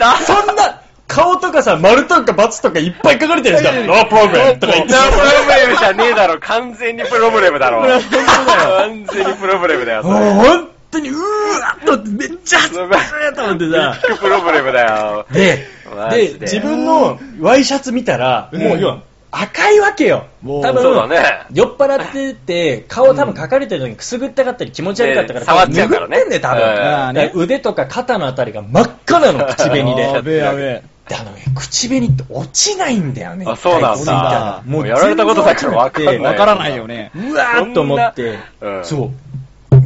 Speaker 2: ダッ
Speaker 4: そんな、顔とかさ、丸とか×とかいっぱい書かれてるじゃん。ノープログラムとか言って
Speaker 2: じゃあプロブレムじゃねえだろ。完全にプロブレムだろ。
Speaker 4: これは 本当だよ
Speaker 2: 完全にプロブレムだよ。それ
Speaker 4: もう本当に、うーわっと思って、めっちゃ恥ずかしいと思ってさ。
Speaker 2: ビッグプロブレムだよ。
Speaker 4: で
Speaker 2: マ、
Speaker 4: で
Speaker 2: ジで、
Speaker 4: 自分のワイシャツ見たら、もう要は赤いわけよ。
Speaker 3: もう
Speaker 4: 多
Speaker 2: そうだ
Speaker 4: 分、
Speaker 2: ね。
Speaker 4: 酔っ払ってて、顔多分書かれてるのにくすぐったかったり気持ち悪かったから、
Speaker 2: で触っちゃうからね
Speaker 4: 多分拭ってんだよ、多
Speaker 2: う
Speaker 4: 分。
Speaker 2: ん
Speaker 4: だから腕とか肩のあたりが真っ赤 なの、口紅で。
Speaker 3: やべえやべえ。
Speaker 4: であのね、口紅って落ちないんだよね。
Speaker 2: あ、そうなん
Speaker 4: 一回ついたら
Speaker 2: だ。も
Speaker 4: もう
Speaker 2: うやられたことだからわかんない。
Speaker 3: わからないよね。
Speaker 4: うわーっと思って、
Speaker 2: そんなうん
Speaker 4: そ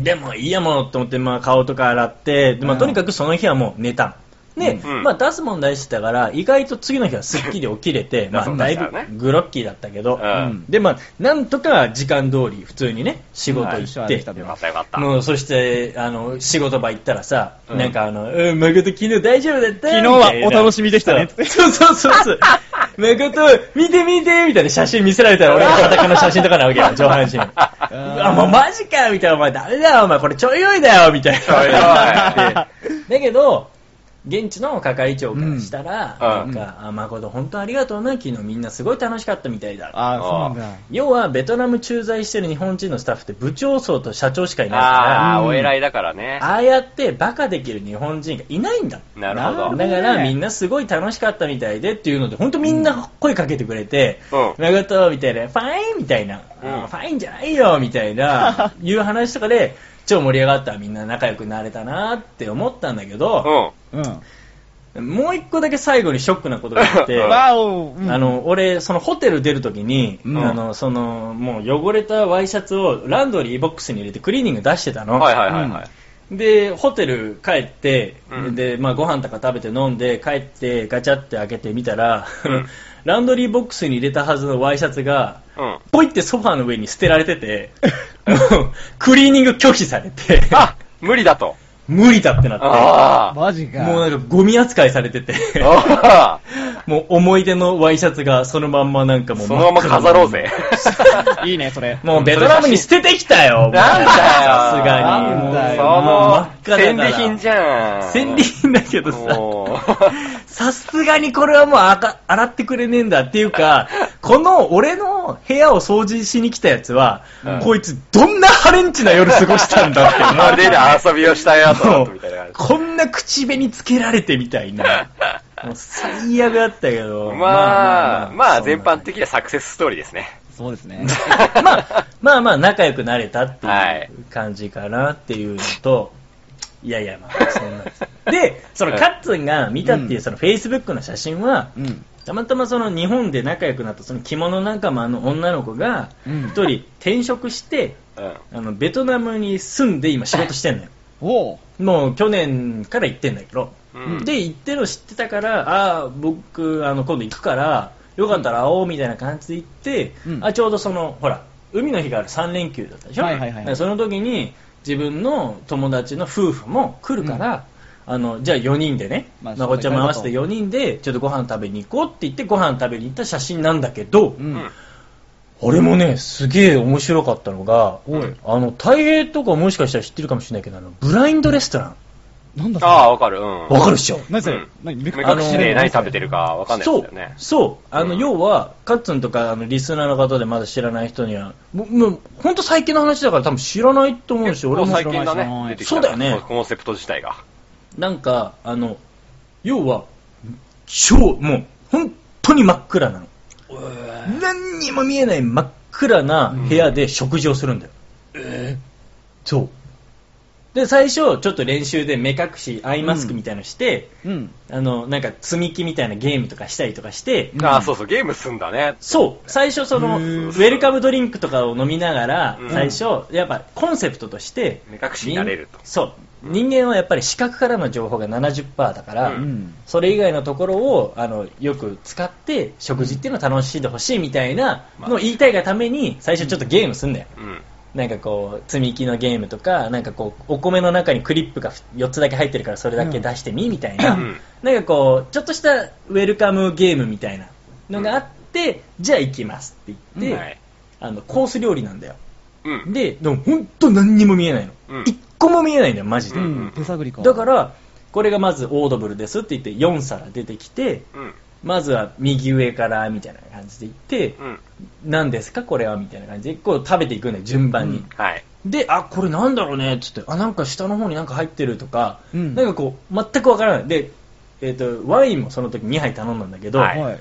Speaker 4: う。でもいいやもんと思って、まあ顔とか洗って、でまあとにかくその日はもう寝た。で、
Speaker 2: うん
Speaker 4: まあ出す問題してたから、意外と次の日はすっきり起きれて、まあ
Speaker 2: そう
Speaker 4: だ
Speaker 2: だ
Speaker 4: い
Speaker 2: そうだね
Speaker 4: ぶグロッキーだったけど、
Speaker 2: うん。
Speaker 4: でまあなんとか時間通り普通にね、仕事
Speaker 3: はい
Speaker 4: 行って、
Speaker 2: よかったよかった。
Speaker 4: もうそして、あの、仕事場行ったらさ、
Speaker 2: うん
Speaker 4: なんかあの、うん、誠昨日大丈夫だった
Speaker 3: 昨日はお楽しみでしたね
Speaker 4: そうそうそう そう。誠、見て見てみたいな写真見せられたら俺が裸の写真とかなわ けよ、上半身。あ、もうマジかみたいな、お前ダメだよ、お前これちょい酔いだよ、みたいな。
Speaker 2: ちょい酔い
Speaker 4: だけど、現地の係長からしたら、
Speaker 2: うん
Speaker 4: なんか、あ、誠本当ありがとうな、昨日みんなすごい楽しかったみたいだ。
Speaker 3: あー、そうなんだ。
Speaker 4: 要は、ベトナム駐在してる日本人のスタッフって部長層と社長しかいないから、
Speaker 2: ああ、
Speaker 3: うん
Speaker 2: お偉いだからね。
Speaker 4: ああやってバカできる日本人がいないんだ。
Speaker 2: なるほ
Speaker 3: あ
Speaker 2: ど。
Speaker 4: だか
Speaker 3: ね
Speaker 4: らみんなすごい楽しかったみたいでっていうので、本当みんな声かけてくれて、
Speaker 2: うん
Speaker 4: なことみたいな、ファインみたいな、
Speaker 2: うん
Speaker 4: あファインじゃないよみた いな、いう話とかで、超盛り上がった、みんな仲良くなれたなって思ったんだけど、
Speaker 2: うん。
Speaker 3: うん。
Speaker 4: もう一個だけ最後にショックなことがあ って、
Speaker 2: うん
Speaker 3: わおうん
Speaker 4: あの、俺、そのホテル出るときに、
Speaker 3: うん
Speaker 4: あの、その、もう汚れたワイシャツをランドリーボックスに入れてクリーニング出してたの。
Speaker 2: はいはいはいはい。
Speaker 4: で、ホテル帰って、
Speaker 2: うん
Speaker 4: で、まあご飯とか食べて飲んで、帰ってガチャって開けてみたら、
Speaker 2: うん
Speaker 4: ランドリーボックスに入れたはずのワイシャツが、
Speaker 2: うん。
Speaker 4: ポイってソファーの上に捨てられ てて、クリーニング拒否されて、
Speaker 2: あ、無理だと。
Speaker 4: 無理だってなっ
Speaker 2: ああ。
Speaker 3: マジ
Speaker 4: て、
Speaker 3: か。
Speaker 4: もうなんかゴミ扱いされてて、
Speaker 2: あ
Speaker 4: もう思い出のワイシャツがそのまんまなんかも
Speaker 2: あ。
Speaker 4: う
Speaker 2: そのまま
Speaker 4: 真っ黒
Speaker 2: 飾ろうぜ。
Speaker 3: いいね、それ。
Speaker 4: もうベトナムに捨ててきたよ、も
Speaker 2: な
Speaker 4: う
Speaker 2: んだよ
Speaker 4: さすがに。
Speaker 3: なんだ
Speaker 2: そ
Speaker 3: よ
Speaker 4: もう真っ
Speaker 2: の、
Speaker 4: 赤だから
Speaker 2: 戦利品じゃん。
Speaker 4: 戦利品だけどさ
Speaker 2: もう、
Speaker 4: さすがにこれはもうあか洗ってくれねえんだっていうか、この俺の部屋を掃除しに来たやつは、
Speaker 2: うん
Speaker 4: こいつどんなハレンチな夜過ごしたんだって思
Speaker 2: ま
Speaker 4: われ
Speaker 2: る
Speaker 4: て
Speaker 2: で 遊びをしたい
Speaker 4: も
Speaker 2: 後
Speaker 4: う
Speaker 2: みたいな感じ。
Speaker 4: こんな口紅つけられてみたいな。もう最悪だったけ ど。
Speaker 2: まあ、まあ全般
Speaker 4: 的。
Speaker 2: 的にはサクセスストーリーですね。
Speaker 3: そうですね。
Speaker 4: まあ、まあまあ仲良くなれたって
Speaker 2: はい
Speaker 4: いう感じかなっていうのと、いやいやまあ、そんなです。で、そのカッツンが見たっていううんその Facebook の写真は、
Speaker 3: うん。
Speaker 4: たまたまその日本で仲良くなったその着物仲間の女の子が
Speaker 3: うん
Speaker 4: 一人転職して、
Speaker 2: うん。
Speaker 4: あのベトナムに住んで今仕事してんのよ
Speaker 3: おう。
Speaker 4: もう去年から行ってんだけど、
Speaker 2: うん
Speaker 4: で行ってるの知ってたからああ僕あの今度行くからよかったら会おうみたいな感じで行って、
Speaker 3: うん
Speaker 4: あちょうどそのほら海の日がある3連休だったでしょ、
Speaker 3: はいはいはいはい
Speaker 4: だからその時に自分の友達の夫婦も来るから、あのじゃあ4人でね、
Speaker 3: まあ
Speaker 4: まこちゃんも合わせて
Speaker 3: そうだ
Speaker 4: 4人でちょっとご飯食べに行こうって言ってご飯食べに行った写真なんだけど、
Speaker 3: う
Speaker 2: うんん。。
Speaker 4: 俺もねすげえ面白かったのが
Speaker 3: おい。
Speaker 4: あの大平とかもしかしたら知ってるかもしれないけどあのブラインドレストラン
Speaker 3: なんだそ
Speaker 2: あ
Speaker 3: れ。
Speaker 2: あ、わかる。うん。
Speaker 4: わかるっしょ
Speaker 3: 何それ
Speaker 2: うん
Speaker 3: 何
Speaker 2: 目
Speaker 3: 目
Speaker 4: あの
Speaker 2: 隠しで何食べてるかわかんないですよね。
Speaker 4: そう、そうあの、
Speaker 2: うん
Speaker 4: 要は、カッツンとかあのリスナーの方でまだ知らない人には、もう、もう本当最近の話だから多分知らないと思うんですよ、俺
Speaker 2: もう
Speaker 4: も
Speaker 2: 最。近だ
Speaker 3: 知ら
Speaker 2: ね。
Speaker 3: ない
Speaker 2: 出てきた
Speaker 4: そうだよね
Speaker 2: コンセプト自体が。
Speaker 4: なんか、あの、要は、超、もう、本当に真っ暗なの。何にも見えない真っ暗な部屋で食事をするんだよ。そう。で、最初、ちょっと練習で目隠し、アイマスクみたいのして、
Speaker 3: うん。
Speaker 4: あの、なんか積み木みたいなゲームとかしたりとかして、
Speaker 3: うん
Speaker 2: ああ、そうそう、ゲームすんだね。
Speaker 4: そう、最初その、ウ
Speaker 3: へー
Speaker 4: ェルカムドリンクとかを飲みながら
Speaker 2: う、ん
Speaker 4: 最初、やっぱコンセプトとして、
Speaker 2: 目隠しになれると。
Speaker 4: そう、人間はやっぱり視覚からの情報が70%だから、
Speaker 2: う
Speaker 3: うん。
Speaker 4: それ以外のところをあのよく使って、食事っていうのを楽しんでほしいみたいなのを言いたいがために、最初ちょっとゲームすんだよ。
Speaker 2: うん。
Speaker 4: なんかこう積み木のゲームとかなんかこうお米の中にクリップが4つだけ入ってるからそれだけ出してみみたいな、
Speaker 2: うん
Speaker 4: なんかこうちょっとしたウェルカムゲームみたいなのがあって、じゃあ行きますって言って、
Speaker 2: はい。
Speaker 4: あのコース料理なんだよ
Speaker 2: うん。
Speaker 4: ででも本当何にも見えないの、
Speaker 2: うん
Speaker 4: 一個も見えないんだよ、マジで。
Speaker 3: うん、手探りか。
Speaker 4: だか、ら、これがまずオードブルですって言って、4皿出てきて、
Speaker 2: うん。
Speaker 4: まずは右上からみたいな感じで言って、
Speaker 2: うん。
Speaker 4: 何ですかこれはみたいな感じで、こう食べていくんだよ、順番に。
Speaker 3: うん
Speaker 2: はい。
Speaker 4: で、あ、これなんだろうねってって、あ、なんか下の方になんか入ってるとか、
Speaker 3: うん
Speaker 4: なんかこう、全くわからない。で、えっ、と、ワインもその時2杯頼んだんだけど、
Speaker 2: はい
Speaker 3: はい。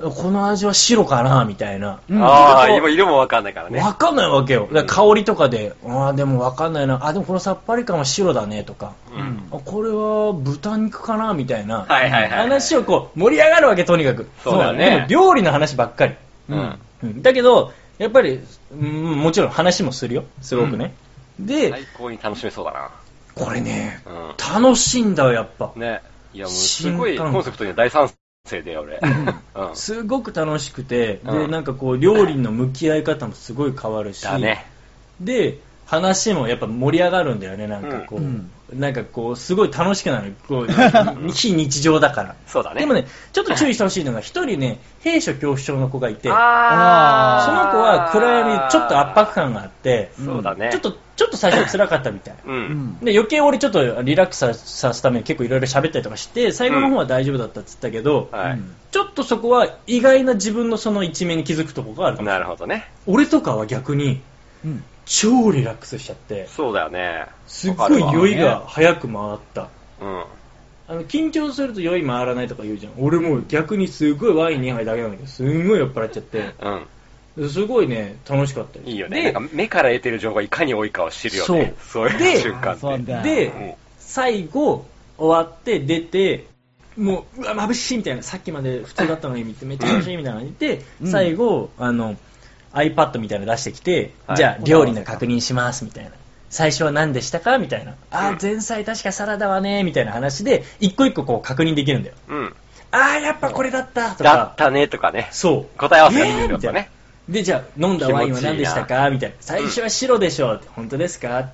Speaker 4: この味は白かなみたいな。
Speaker 3: うん
Speaker 2: ああ、今色もわかんないからね。
Speaker 4: わかんないわけよ。だから香りとかで、ああ、でもわかんないな。あ、でもこのさっぱり感は白だねとか、
Speaker 2: うん。
Speaker 4: あこれは豚肉かなみたいな。
Speaker 2: はいはいはい。
Speaker 4: 話をこう、盛り上がるわけ、とにかく。
Speaker 2: そうだね
Speaker 4: でも料理の話ばっかり。
Speaker 2: うん。は
Speaker 4: うんだけど、やっぱり、うん、もちろん話もするよ。すごくね。
Speaker 2: い
Speaker 4: で、
Speaker 2: 最高に楽しめそうだな。
Speaker 4: これね、
Speaker 2: うん
Speaker 4: 楽しいんだよ、やっぱ。
Speaker 2: ね。いや、もうすごい
Speaker 4: 新感
Speaker 2: コンセプトには大賛成で、俺。うん。
Speaker 4: すごく楽しくて、
Speaker 2: う
Speaker 4: で、
Speaker 2: ん
Speaker 4: なんかこう、料理の向き合い方もすごい変わるし、
Speaker 2: だね。
Speaker 4: で、話もやっぱ盛り上がるんだよね、なんかこう、
Speaker 3: うん
Speaker 4: なんかこう、すごい楽しくなる。こ う、非日常だから。
Speaker 2: そうだね。
Speaker 4: でもね、ちょっと注意してほしいのが、一人ね、兵所恐怖症の子がいて、その子
Speaker 2: あー、
Speaker 4: は暗闇にちょっと圧迫感があって、
Speaker 2: そうだね。
Speaker 4: ちょっ、と、ちょっと最初辛かったみたい。
Speaker 2: う。
Speaker 3: うんん。
Speaker 4: で余計俺ちょっとリラックスささすために結構いろいろ喋ったりとかして最後の方は大丈夫だったっつったけど、
Speaker 2: は
Speaker 3: うん
Speaker 4: ちょっとそこは意外な自分のその一面に気づくとこがあるか
Speaker 2: い。
Speaker 4: も
Speaker 2: なるほどね。
Speaker 4: 俺とかは逆に
Speaker 3: うん。
Speaker 4: 超リラックスしちゃって
Speaker 2: そうだよね。
Speaker 4: すっ
Speaker 2: わか
Speaker 4: ごい
Speaker 2: るわ
Speaker 4: 酔いが早く回った、
Speaker 2: うん。
Speaker 4: あの緊張すると酔い回らないとか言うじゃん俺もう逆にすごいワイン2杯だけなんだけどすんごい酔っ払っちゃって
Speaker 2: うん。
Speaker 4: すごいね楽しかったです
Speaker 2: いいよね。なんか目から得てる情報がいかに多いかを知るよね。そう。
Speaker 4: う
Speaker 2: い
Speaker 4: で
Speaker 2: う瞬間
Speaker 3: あそうなんだ
Speaker 2: っ
Speaker 4: で
Speaker 2: て。
Speaker 4: で
Speaker 2: うん
Speaker 4: 最後終わって出てもううわ眩しいみたいなさっきまで普通だったのに見てめっちゃ眩しいみたいなのに言って、
Speaker 3: うん
Speaker 4: 最後あの iPad みたいなの出してきて、
Speaker 2: はい
Speaker 4: じゃあ料理の確認しますみたいな最初は何でしたかみたいなあ
Speaker 2: うん
Speaker 4: ー前菜確かサラダはねみたいな話で一個一個こう確認できるんだよ
Speaker 2: うん。
Speaker 4: あーやっぱこれだったと
Speaker 2: だっ
Speaker 4: か
Speaker 2: たねとかね。
Speaker 4: そう
Speaker 2: 答え合わせができ
Speaker 4: え
Speaker 2: る
Speaker 4: ー
Speaker 2: よ
Speaker 4: みたいな
Speaker 2: ね。
Speaker 4: でじゃあ飲んだワイン
Speaker 2: 気持ちい
Speaker 4: は
Speaker 2: いな
Speaker 4: 何でしたかみたいな最初は白でしょうって本当ですか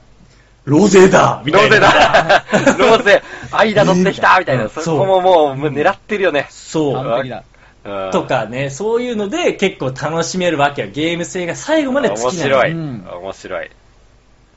Speaker 4: ロゼだみ
Speaker 2: ロ
Speaker 4: たいな
Speaker 2: ゼ だロゼ間取ってきたみたい
Speaker 4: うん
Speaker 2: な。
Speaker 4: そ
Speaker 2: そうこももうもう狙ってるよね。
Speaker 4: そう
Speaker 3: 完璧だ。
Speaker 2: うん
Speaker 4: と。かね、そういうので結構楽しめるわけよ。ゲーム性が最後まで尽
Speaker 2: 面
Speaker 4: きない。
Speaker 2: 白い。
Speaker 3: うん
Speaker 2: 面白い。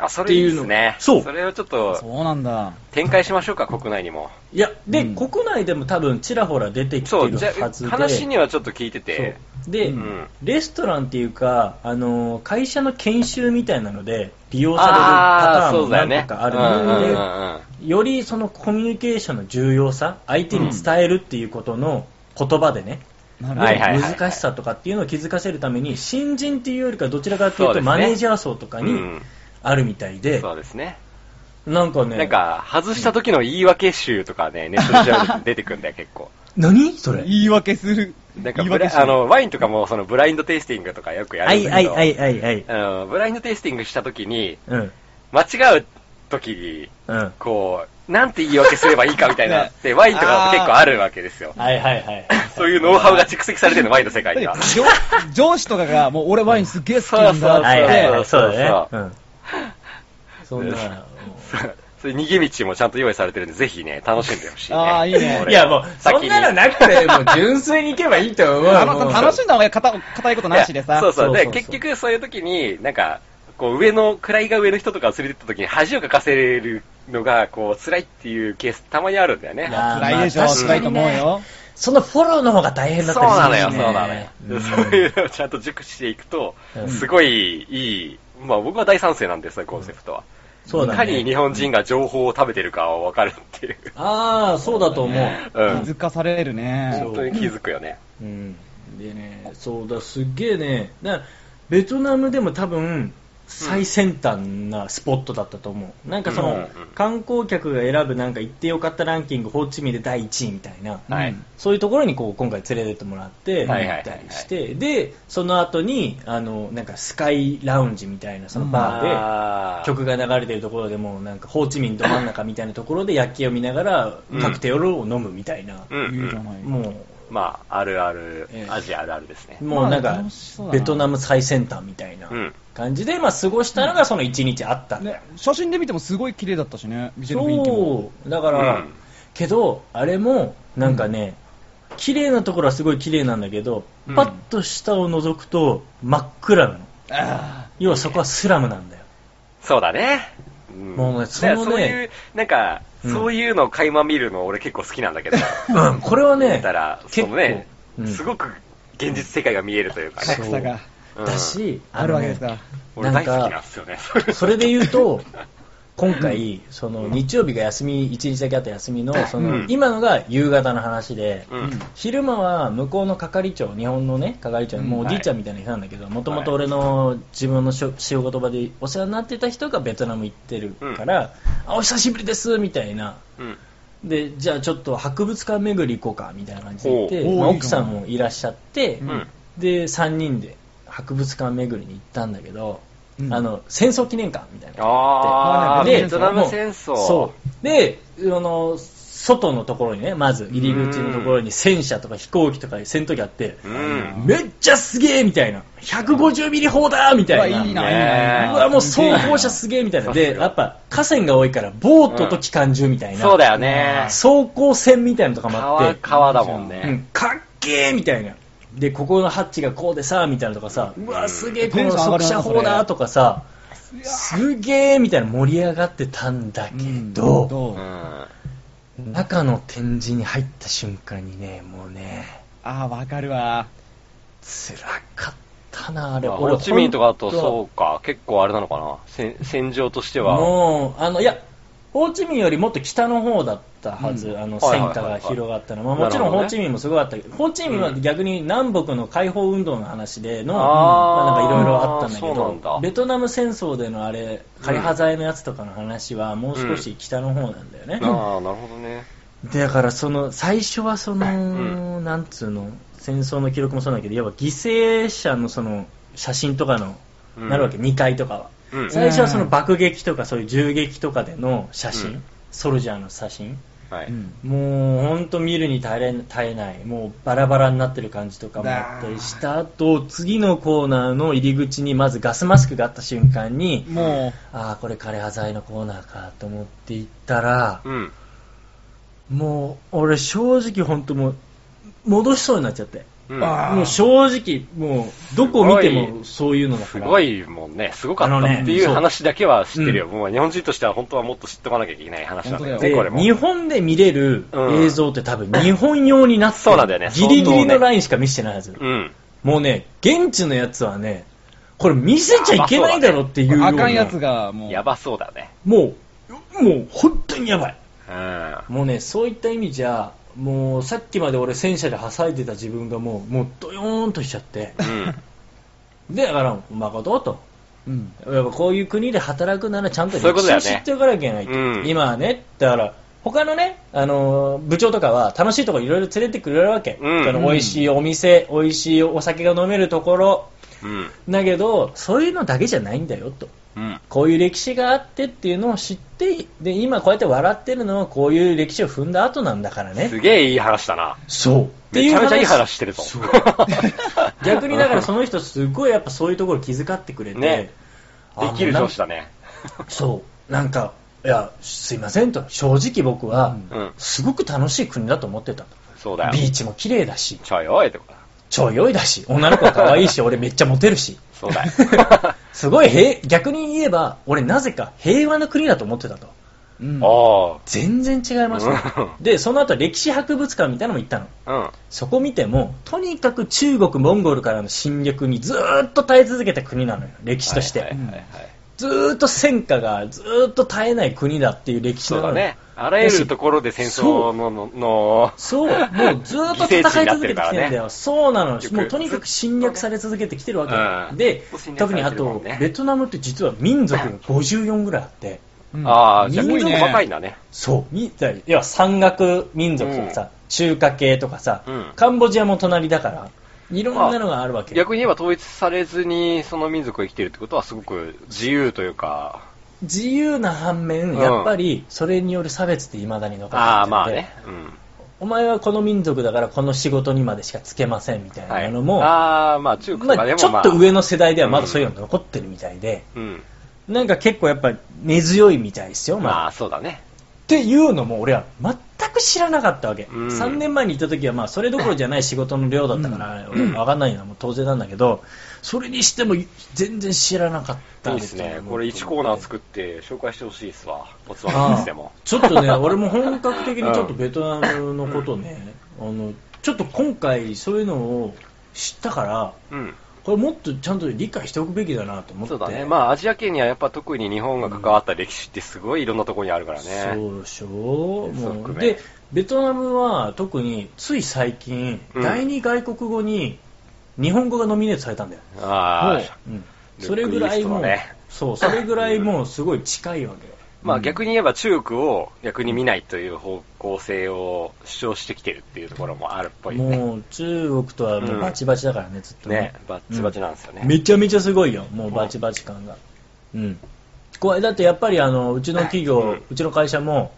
Speaker 2: あ、それいいですね。
Speaker 4: っていうのそう
Speaker 2: それをちょっ
Speaker 3: そ
Speaker 2: と
Speaker 3: うなんだ。
Speaker 2: 展開しましょうか、国内にも。
Speaker 4: いや、で、
Speaker 3: うん
Speaker 4: 国内でも多分ちらほら出てきて
Speaker 2: そう、
Speaker 4: る
Speaker 2: じゃ
Speaker 4: はずで。
Speaker 2: 話にはちょっと聞いてて。
Speaker 4: そうで、
Speaker 2: うん
Speaker 4: レストランっていうか、あのー会社の研修みたいなので利用される
Speaker 2: あ
Speaker 4: パ
Speaker 2: あー、
Speaker 4: ター
Speaker 2: そ
Speaker 4: ン
Speaker 2: う
Speaker 4: も
Speaker 2: だよ
Speaker 4: 何
Speaker 2: ね
Speaker 4: 個。か
Speaker 2: う
Speaker 4: あ
Speaker 2: ん
Speaker 4: る
Speaker 2: うん
Speaker 4: ので、
Speaker 2: うんうん
Speaker 4: よりそのコミュニケーションの重要さ、相手に伝えるっていうことの言葉でね、
Speaker 3: な
Speaker 2: はいはいはい
Speaker 4: 難しさとかっていうのを気づかせるために、新人っていうよりかどちらかという
Speaker 2: そうです
Speaker 4: と
Speaker 2: ね
Speaker 4: マネージャー層とか
Speaker 2: う
Speaker 4: に
Speaker 2: ん
Speaker 4: あるみたいで、
Speaker 2: そうですね。
Speaker 4: なんかね、
Speaker 2: なんか、外した時の言い訳集とかね、ネットで調べて出てくんだよ、結構。
Speaker 4: 何それ
Speaker 3: 言い訳する。
Speaker 2: なんか
Speaker 3: 言い
Speaker 2: ブ
Speaker 3: 訳
Speaker 2: ラ
Speaker 3: する
Speaker 2: あ、の、ワインとかも、その、ブラインドテイスティングとかよくや
Speaker 4: は
Speaker 2: るん
Speaker 4: い
Speaker 2: だ
Speaker 4: は
Speaker 2: け
Speaker 4: い
Speaker 2: ど、
Speaker 4: はいはいはい。
Speaker 2: あのブラインドテイスティングした時に、
Speaker 4: うん。
Speaker 2: 間違う時に、
Speaker 4: うん。はい
Speaker 2: こう、なんて言い訳すればいいかみたいな って、ワインとかだと結構あるわけですよ。
Speaker 4: はいはい。
Speaker 2: そういうノウハウが蓄積されてるの、ワインの世界には。
Speaker 3: 上 上司とかが、もう俺ワインすげえ好きな
Speaker 2: そう
Speaker 3: ん
Speaker 2: そう
Speaker 3: だ
Speaker 4: は
Speaker 3: っ
Speaker 4: い
Speaker 3: て
Speaker 4: は
Speaker 3: 言
Speaker 4: い
Speaker 3: っ
Speaker 2: そう
Speaker 4: はい。
Speaker 3: て。
Speaker 4: そう
Speaker 2: そ
Speaker 4: だね
Speaker 2: う。
Speaker 4: うん。そ んな。
Speaker 2: そうそういう逃げ道もちゃんと用意されてるんで、ぜひね、楽しんでほしい、ね。
Speaker 3: ああ、いいね。
Speaker 4: いやもう、
Speaker 2: 先
Speaker 4: そ
Speaker 2: に
Speaker 4: んなのなくて、もう純粋に行けばいいと思うよ。
Speaker 3: あの
Speaker 4: もう
Speaker 3: 楽しんだ方がいい硬硬いことなしで
Speaker 2: い
Speaker 3: さ。
Speaker 2: やそうそう。
Speaker 4: そう
Speaker 2: で、
Speaker 4: そうそう
Speaker 2: 結局そういう時に、なんか、こう上の、位が上の人とかを連れてった時に恥をかかせるのが、こう、辛いっていうケースたまにあるんだよね。
Speaker 4: や
Speaker 3: 辛いでしょ、
Speaker 4: まあ
Speaker 3: 辛いと思うよ。
Speaker 4: そのフォローの方が大変だっ
Speaker 2: そ
Speaker 4: た
Speaker 2: う
Speaker 4: り
Speaker 2: なのよ、
Speaker 4: す
Speaker 2: そう
Speaker 4: るしね
Speaker 2: なのよ。でそういうのをちゃんと熟知していくと
Speaker 4: う、ん
Speaker 2: すごいいい、まあ僕は大賛成なんです、そういうコンセプトは。
Speaker 4: そう
Speaker 2: い
Speaker 4: だ
Speaker 2: かに
Speaker 4: ね。
Speaker 2: 日本人が情報を食べてるかは分かるっていう。
Speaker 4: ああ、そうだと思う。
Speaker 2: う
Speaker 3: 気
Speaker 2: ん。
Speaker 3: づかされるね
Speaker 2: 本。当に気づくよね。
Speaker 4: うん、でね、そうだ、すっげえね、だからベトナムでも多分、最先端なスポットだったと思う。なんかその、
Speaker 2: うんうん
Speaker 4: 観光客が選ぶなんか行ってよかったランキング、ホーチミンで第1位みたいな、
Speaker 2: はい
Speaker 3: うん
Speaker 4: そういうところにこう今回連れてってもらって、行
Speaker 2: はいはいはいは
Speaker 4: っ
Speaker 2: い
Speaker 4: たりして、で、その後に、あの、なんかスカイラウンジみたいな、そのバーで、
Speaker 2: あー
Speaker 4: 曲が流れてるところでもうなんかホーチミンど真ん中みたいなところで夜景を見ながら
Speaker 2: うん
Speaker 4: カクテルを飲むみたいな、
Speaker 2: うん
Speaker 3: 言うじ
Speaker 2: う
Speaker 3: ゃ
Speaker 2: ん。
Speaker 3: ない。
Speaker 4: もう
Speaker 2: まあ、あるある
Speaker 4: え、え
Speaker 2: アジアあるあるですね。
Speaker 4: もうなん
Speaker 3: まあ
Speaker 4: か
Speaker 3: 楽しそうだな
Speaker 4: ベトナム最先端みたいな
Speaker 2: うん。
Speaker 4: 感じで、まあ、過ごしたのがその1日あったんだ
Speaker 3: ね
Speaker 4: よ、
Speaker 3: 写真で見てもすごい綺麗だったしね、店の雰囲気も。
Speaker 4: そうだから、
Speaker 2: うん
Speaker 4: けどあれもなんかね、綺麗なところはすごい綺麗なんだけど、
Speaker 2: うん
Speaker 4: パッと下を覗くと真っ暗なの
Speaker 3: あ
Speaker 4: 要はそこはスラムなんだよ
Speaker 2: そうだね。うん
Speaker 4: もうねそのね
Speaker 2: だからそういう、なんか、
Speaker 4: うん
Speaker 2: そういうのを垣間見るの俺結構好きなん だけど。
Speaker 4: うん、これはね
Speaker 2: だか、ら、そ
Speaker 4: 結
Speaker 2: のね、
Speaker 4: 構うん
Speaker 2: すごく現実世界が見えるというかね。
Speaker 3: 格差が
Speaker 2: うん
Speaker 4: だし、
Speaker 3: あるわけですから。
Speaker 2: 俺
Speaker 4: なん
Speaker 2: 大
Speaker 4: か
Speaker 2: 好きなんですよね。
Speaker 4: それで言 うと、今回、その日曜日が休み、一日だけあった休みの、その、
Speaker 2: うん
Speaker 4: 今のが夕方の話で、
Speaker 2: うん。
Speaker 4: 昼間は向こうの係長、日本のね、係長、
Speaker 3: うん
Speaker 4: もうお
Speaker 2: はい
Speaker 4: じいちゃんみたいな人なんだけど、もともと俺の自分のしょ仕事場でお世話になってた人がベトナム行ってるから、あ、お久しぶりですみたいな。
Speaker 2: うん。
Speaker 4: で、じゃあちょっと博物館巡り行こうかみたいな感じで行って、
Speaker 3: おう
Speaker 4: まあ
Speaker 3: おういいかも
Speaker 4: 奥さんもいらっしゃって、
Speaker 3: う
Speaker 2: うんん。
Speaker 4: で、3人で博物館巡りに行ったんだけど、
Speaker 3: うん
Speaker 4: あの、戦争記念館みたいな。
Speaker 2: あー、
Speaker 4: で
Speaker 2: ベトナム戦争。
Speaker 4: そう。で、あの、外のところにね、まず入り口のところに戦車とか飛行機とか戦闘機あって、
Speaker 2: うん。
Speaker 4: めっちゃすげえみたいな。150ミリ砲だみたいな。
Speaker 3: うわいいな、
Speaker 2: ね
Speaker 3: いいな、いいな。
Speaker 4: うわもう装甲車すげえみたいな。で、やっぱ河川が多いから、ボートと機関銃みたいな。
Speaker 2: そうだよね。
Speaker 4: 装甲戦みたいなのとかもあ
Speaker 2: 川、
Speaker 4: って。
Speaker 2: 川だもん
Speaker 4: う
Speaker 2: ね。
Speaker 4: ん、かっけーみたいな。で、ここのハッチがこうでさ、みたいなとかさ、うわ、すげえ、この速射砲だとかさ、すげえみたいな盛り上がってたんだけど、
Speaker 2: う
Speaker 3: どう、
Speaker 2: ん。
Speaker 4: 中の展示に入った瞬間にね、もうね、
Speaker 3: ああ、わかるわ。
Speaker 4: 辛かったな、あれ。
Speaker 2: まあホーチミンとかだと、そうか、結構あれなのかな。戦戦場としては。
Speaker 4: もう、あの、いや、ホーチミンよりもっと北の方だったはず、
Speaker 3: うん
Speaker 4: あの、
Speaker 2: はいはいは
Speaker 4: 戦
Speaker 2: い
Speaker 4: 火
Speaker 2: は
Speaker 4: が
Speaker 2: い
Speaker 4: 広がったのは、まあもちろん
Speaker 2: なるほど
Speaker 4: ホ
Speaker 2: ね
Speaker 4: ーチミンもすごかったけど、ホーチミンは逆に南北の解放運動の話での、
Speaker 2: あー
Speaker 4: まあなんかいろいろあったんだけ
Speaker 2: そうなんだ
Speaker 4: ど、ベトナム戦争でのあれ、仮破剤のやつとかの話は、もう少し北の方なんだよね。
Speaker 2: ああ、なるほどね。
Speaker 4: だからその最初はその、なんつうの戦争の記録もそうなんだけどやっぱ犠牲者のその写真とかの、
Speaker 2: うん
Speaker 4: なるわけ2階とかは、
Speaker 2: うん
Speaker 4: 最初はその爆撃とかそういう銃撃とかでの写真、
Speaker 2: うん
Speaker 4: ソルジャーの写真
Speaker 2: はい。
Speaker 3: うん。
Speaker 4: もう本当見るに耐えれ耐えないもうバラバラになってる感じとかもあったりした後次のコーナーの入り口にまずガスマスクがあった瞬間に、
Speaker 3: も
Speaker 4: ああこれ枯葉剤のコーナーかと思って行ったら、
Speaker 2: うん。
Speaker 4: もう、俺正直本当もう、戻しそうになっちゃって。
Speaker 2: うん
Speaker 3: あー
Speaker 4: もう正直、もう、どこを見て
Speaker 2: すご
Speaker 4: も
Speaker 2: い
Speaker 4: そういうのだか
Speaker 2: す
Speaker 4: ら。
Speaker 2: ごいもんね、すごか
Speaker 4: あ
Speaker 2: っ
Speaker 4: の
Speaker 2: た
Speaker 4: ね
Speaker 2: っていう話だけは知ってるよ。
Speaker 4: う
Speaker 2: もう日本人としては本当はもっと知っとかなきゃいけない話なんだよ
Speaker 3: 本当だ
Speaker 2: ね、
Speaker 4: で
Speaker 2: これも。
Speaker 4: 日本で見れる映像って多分日本用になってる
Speaker 2: そうなんだよね
Speaker 4: ギリギ
Speaker 2: 相
Speaker 4: リ
Speaker 2: 当ね
Speaker 4: のラインしか見せてないはず。
Speaker 2: うん。
Speaker 4: もうね、現地のやつはね、これ見せちゃいけないだろってい
Speaker 3: う、
Speaker 4: うよう
Speaker 3: あ
Speaker 4: な
Speaker 3: かんやつが、もう。
Speaker 2: やばそうだね。
Speaker 4: もう、もう本当にやばい。
Speaker 2: うん。
Speaker 4: もうね、そういった意味じゃ、もうさっきまで俺戦車で挟いでた自分がもう、もうドヨーンとしちゃって。
Speaker 2: うん。
Speaker 4: で、だから、誠と。
Speaker 3: うん。
Speaker 4: やっぱこういう国で働くならちゃんと
Speaker 2: そういう
Speaker 4: 歴
Speaker 2: こと
Speaker 4: 史
Speaker 2: だ
Speaker 4: を
Speaker 2: よね
Speaker 4: 知っておかなきゃいけないと、
Speaker 2: うん
Speaker 4: 今はね、だから他のね、あのー部長とかは楽しいところいろいろ連れてくれるわけ、
Speaker 2: うん
Speaker 4: その美味しいお店、美味しいお酒が飲めるところ
Speaker 2: うん。
Speaker 4: だけど、そういうのだけじゃないんだよと、
Speaker 2: うん。
Speaker 4: こういう歴史があってっていうのを知って、で今こうやって笑ってるのはこういう歴史を踏んだ後なんだからね
Speaker 2: す、げえいい話だな。
Speaker 4: そうって
Speaker 2: め
Speaker 4: い
Speaker 2: ち
Speaker 4: う
Speaker 2: ゃめちゃいい話してると。
Speaker 4: そう 逆にだからその人、すごいやっぱそういうところ気遣ってくれて。
Speaker 2: ね
Speaker 4: あ
Speaker 2: できる上司だね。
Speaker 4: そう、なんか、いや、すいませんと、正直僕は、
Speaker 2: うん。
Speaker 4: すごく楽しい国だと思ってたと。
Speaker 2: そうだよ。
Speaker 4: ビーチも綺麗だし、
Speaker 2: ちょいおいとか。
Speaker 4: ちょい良いだし、女の子は可愛 いし、俺めっちゃモテるし、
Speaker 2: そうだよ。
Speaker 4: すごい平、逆に言えば、俺なぜか平和な国だと思ってたと。
Speaker 3: うん。
Speaker 2: お
Speaker 4: 全然違いました。
Speaker 2: ー。
Speaker 4: で、その後歴史博物館みたいなのも行ったの。
Speaker 2: うん。うん。
Speaker 4: そこ見ても、とにかく中国、モンゴルからの侵略にずーっと耐え続けた国なのよ、歴史として。
Speaker 2: はいはいはいはい
Speaker 4: ずーっと戦火がずーっと絶えない国だっていう歴史
Speaker 2: そ
Speaker 4: な
Speaker 2: う
Speaker 4: の
Speaker 2: だ
Speaker 4: よ
Speaker 2: ね。あらゆるところで戦争の、の、の、
Speaker 4: そう、もうずーっと戦い続けてきてんだよ。そうなの。
Speaker 2: 結局
Speaker 4: もうとにかく侵略され続けてきてるわけ。
Speaker 2: うん
Speaker 4: で
Speaker 2: 侵、略さ
Speaker 4: 特
Speaker 2: れて
Speaker 4: に
Speaker 2: る
Speaker 4: あ
Speaker 2: も
Speaker 4: と
Speaker 2: んね、
Speaker 4: ベトナムって実は民族が54ぐらいあって、
Speaker 3: うん
Speaker 2: ああ、じゃあ、
Speaker 3: すご
Speaker 2: み
Speaker 3: い
Speaker 2: ん
Speaker 3: ね
Speaker 2: な細かいんだね。
Speaker 4: そう、み要は山岳民族とかさ、中華系とかさ、
Speaker 2: うん
Speaker 4: カンボジアも隣だから、いろんなのがあるわけ。
Speaker 2: 逆に言えば統一されずにその民族が生きてるってことはすごく自由というか、
Speaker 4: 自由な反面、
Speaker 2: うん
Speaker 4: やっぱりそれによる差別って未だに残って
Speaker 2: ああ、まあ
Speaker 4: ってて
Speaker 2: ね。うん。
Speaker 4: お前はこの民族だからこの仕事にまでしかつけませんみたい
Speaker 2: は。
Speaker 4: ないのも、
Speaker 2: ああ、まあ中国と
Speaker 4: ま
Speaker 2: かで
Speaker 4: あ、
Speaker 2: も
Speaker 4: ちょっと上の世代ではま
Speaker 2: う
Speaker 4: だ
Speaker 2: ん
Speaker 4: そういうの残ってるみたいで、
Speaker 2: うん。
Speaker 4: なんか結構やっぱ根強いみたいですよ、まあ
Speaker 2: まあそうだね。
Speaker 4: っていうのも俺は全く知らなかったわけ、
Speaker 2: うん
Speaker 4: 3年前に行った時はまあそれどころじゃない仕事の量だったから、俺分かんないのはもう当然なんだけど、それにしても全然知らなかった
Speaker 2: いいですね。これ1コーナー作って紹介してほしいですわ。おつまみニュースでも。
Speaker 4: ちょっとね、俺も本格的にちょっとベトナムのことね、あの、ちょっと今回そういうのを知ったから、
Speaker 2: うん。
Speaker 4: これもっとちゃんと理解しておくべきだなと思って。
Speaker 2: そうだね。まあ、アジア圏にはやっぱ特に日本が関わった歴史ってすごいいろんなところにあるからね。
Speaker 4: そうでしょうも
Speaker 2: そう
Speaker 4: う
Speaker 2: ね
Speaker 4: でベトナムは特につい最近、
Speaker 2: うん
Speaker 4: 第二外国語に日本語がノミネートされたんだよ、
Speaker 2: ああ、
Speaker 4: うん
Speaker 2: ルック
Speaker 4: それぐらいも
Speaker 2: リスト
Speaker 4: う、
Speaker 2: だね
Speaker 4: そうそれぐらいもうすごい近いわけよ
Speaker 2: まあ逆に言えば中国を逆に見ないという方向性を主張してきてるっていうところもあるっぽいね。
Speaker 4: もう中国とはもうバチバチだからね、ずっと
Speaker 2: ね、バッチバチなんですよね。
Speaker 4: めちゃめちゃすごいよ、もうバチバチ感が。うん。これだってやっぱりあの、うちの企業、
Speaker 2: うん
Speaker 4: うちの会社も、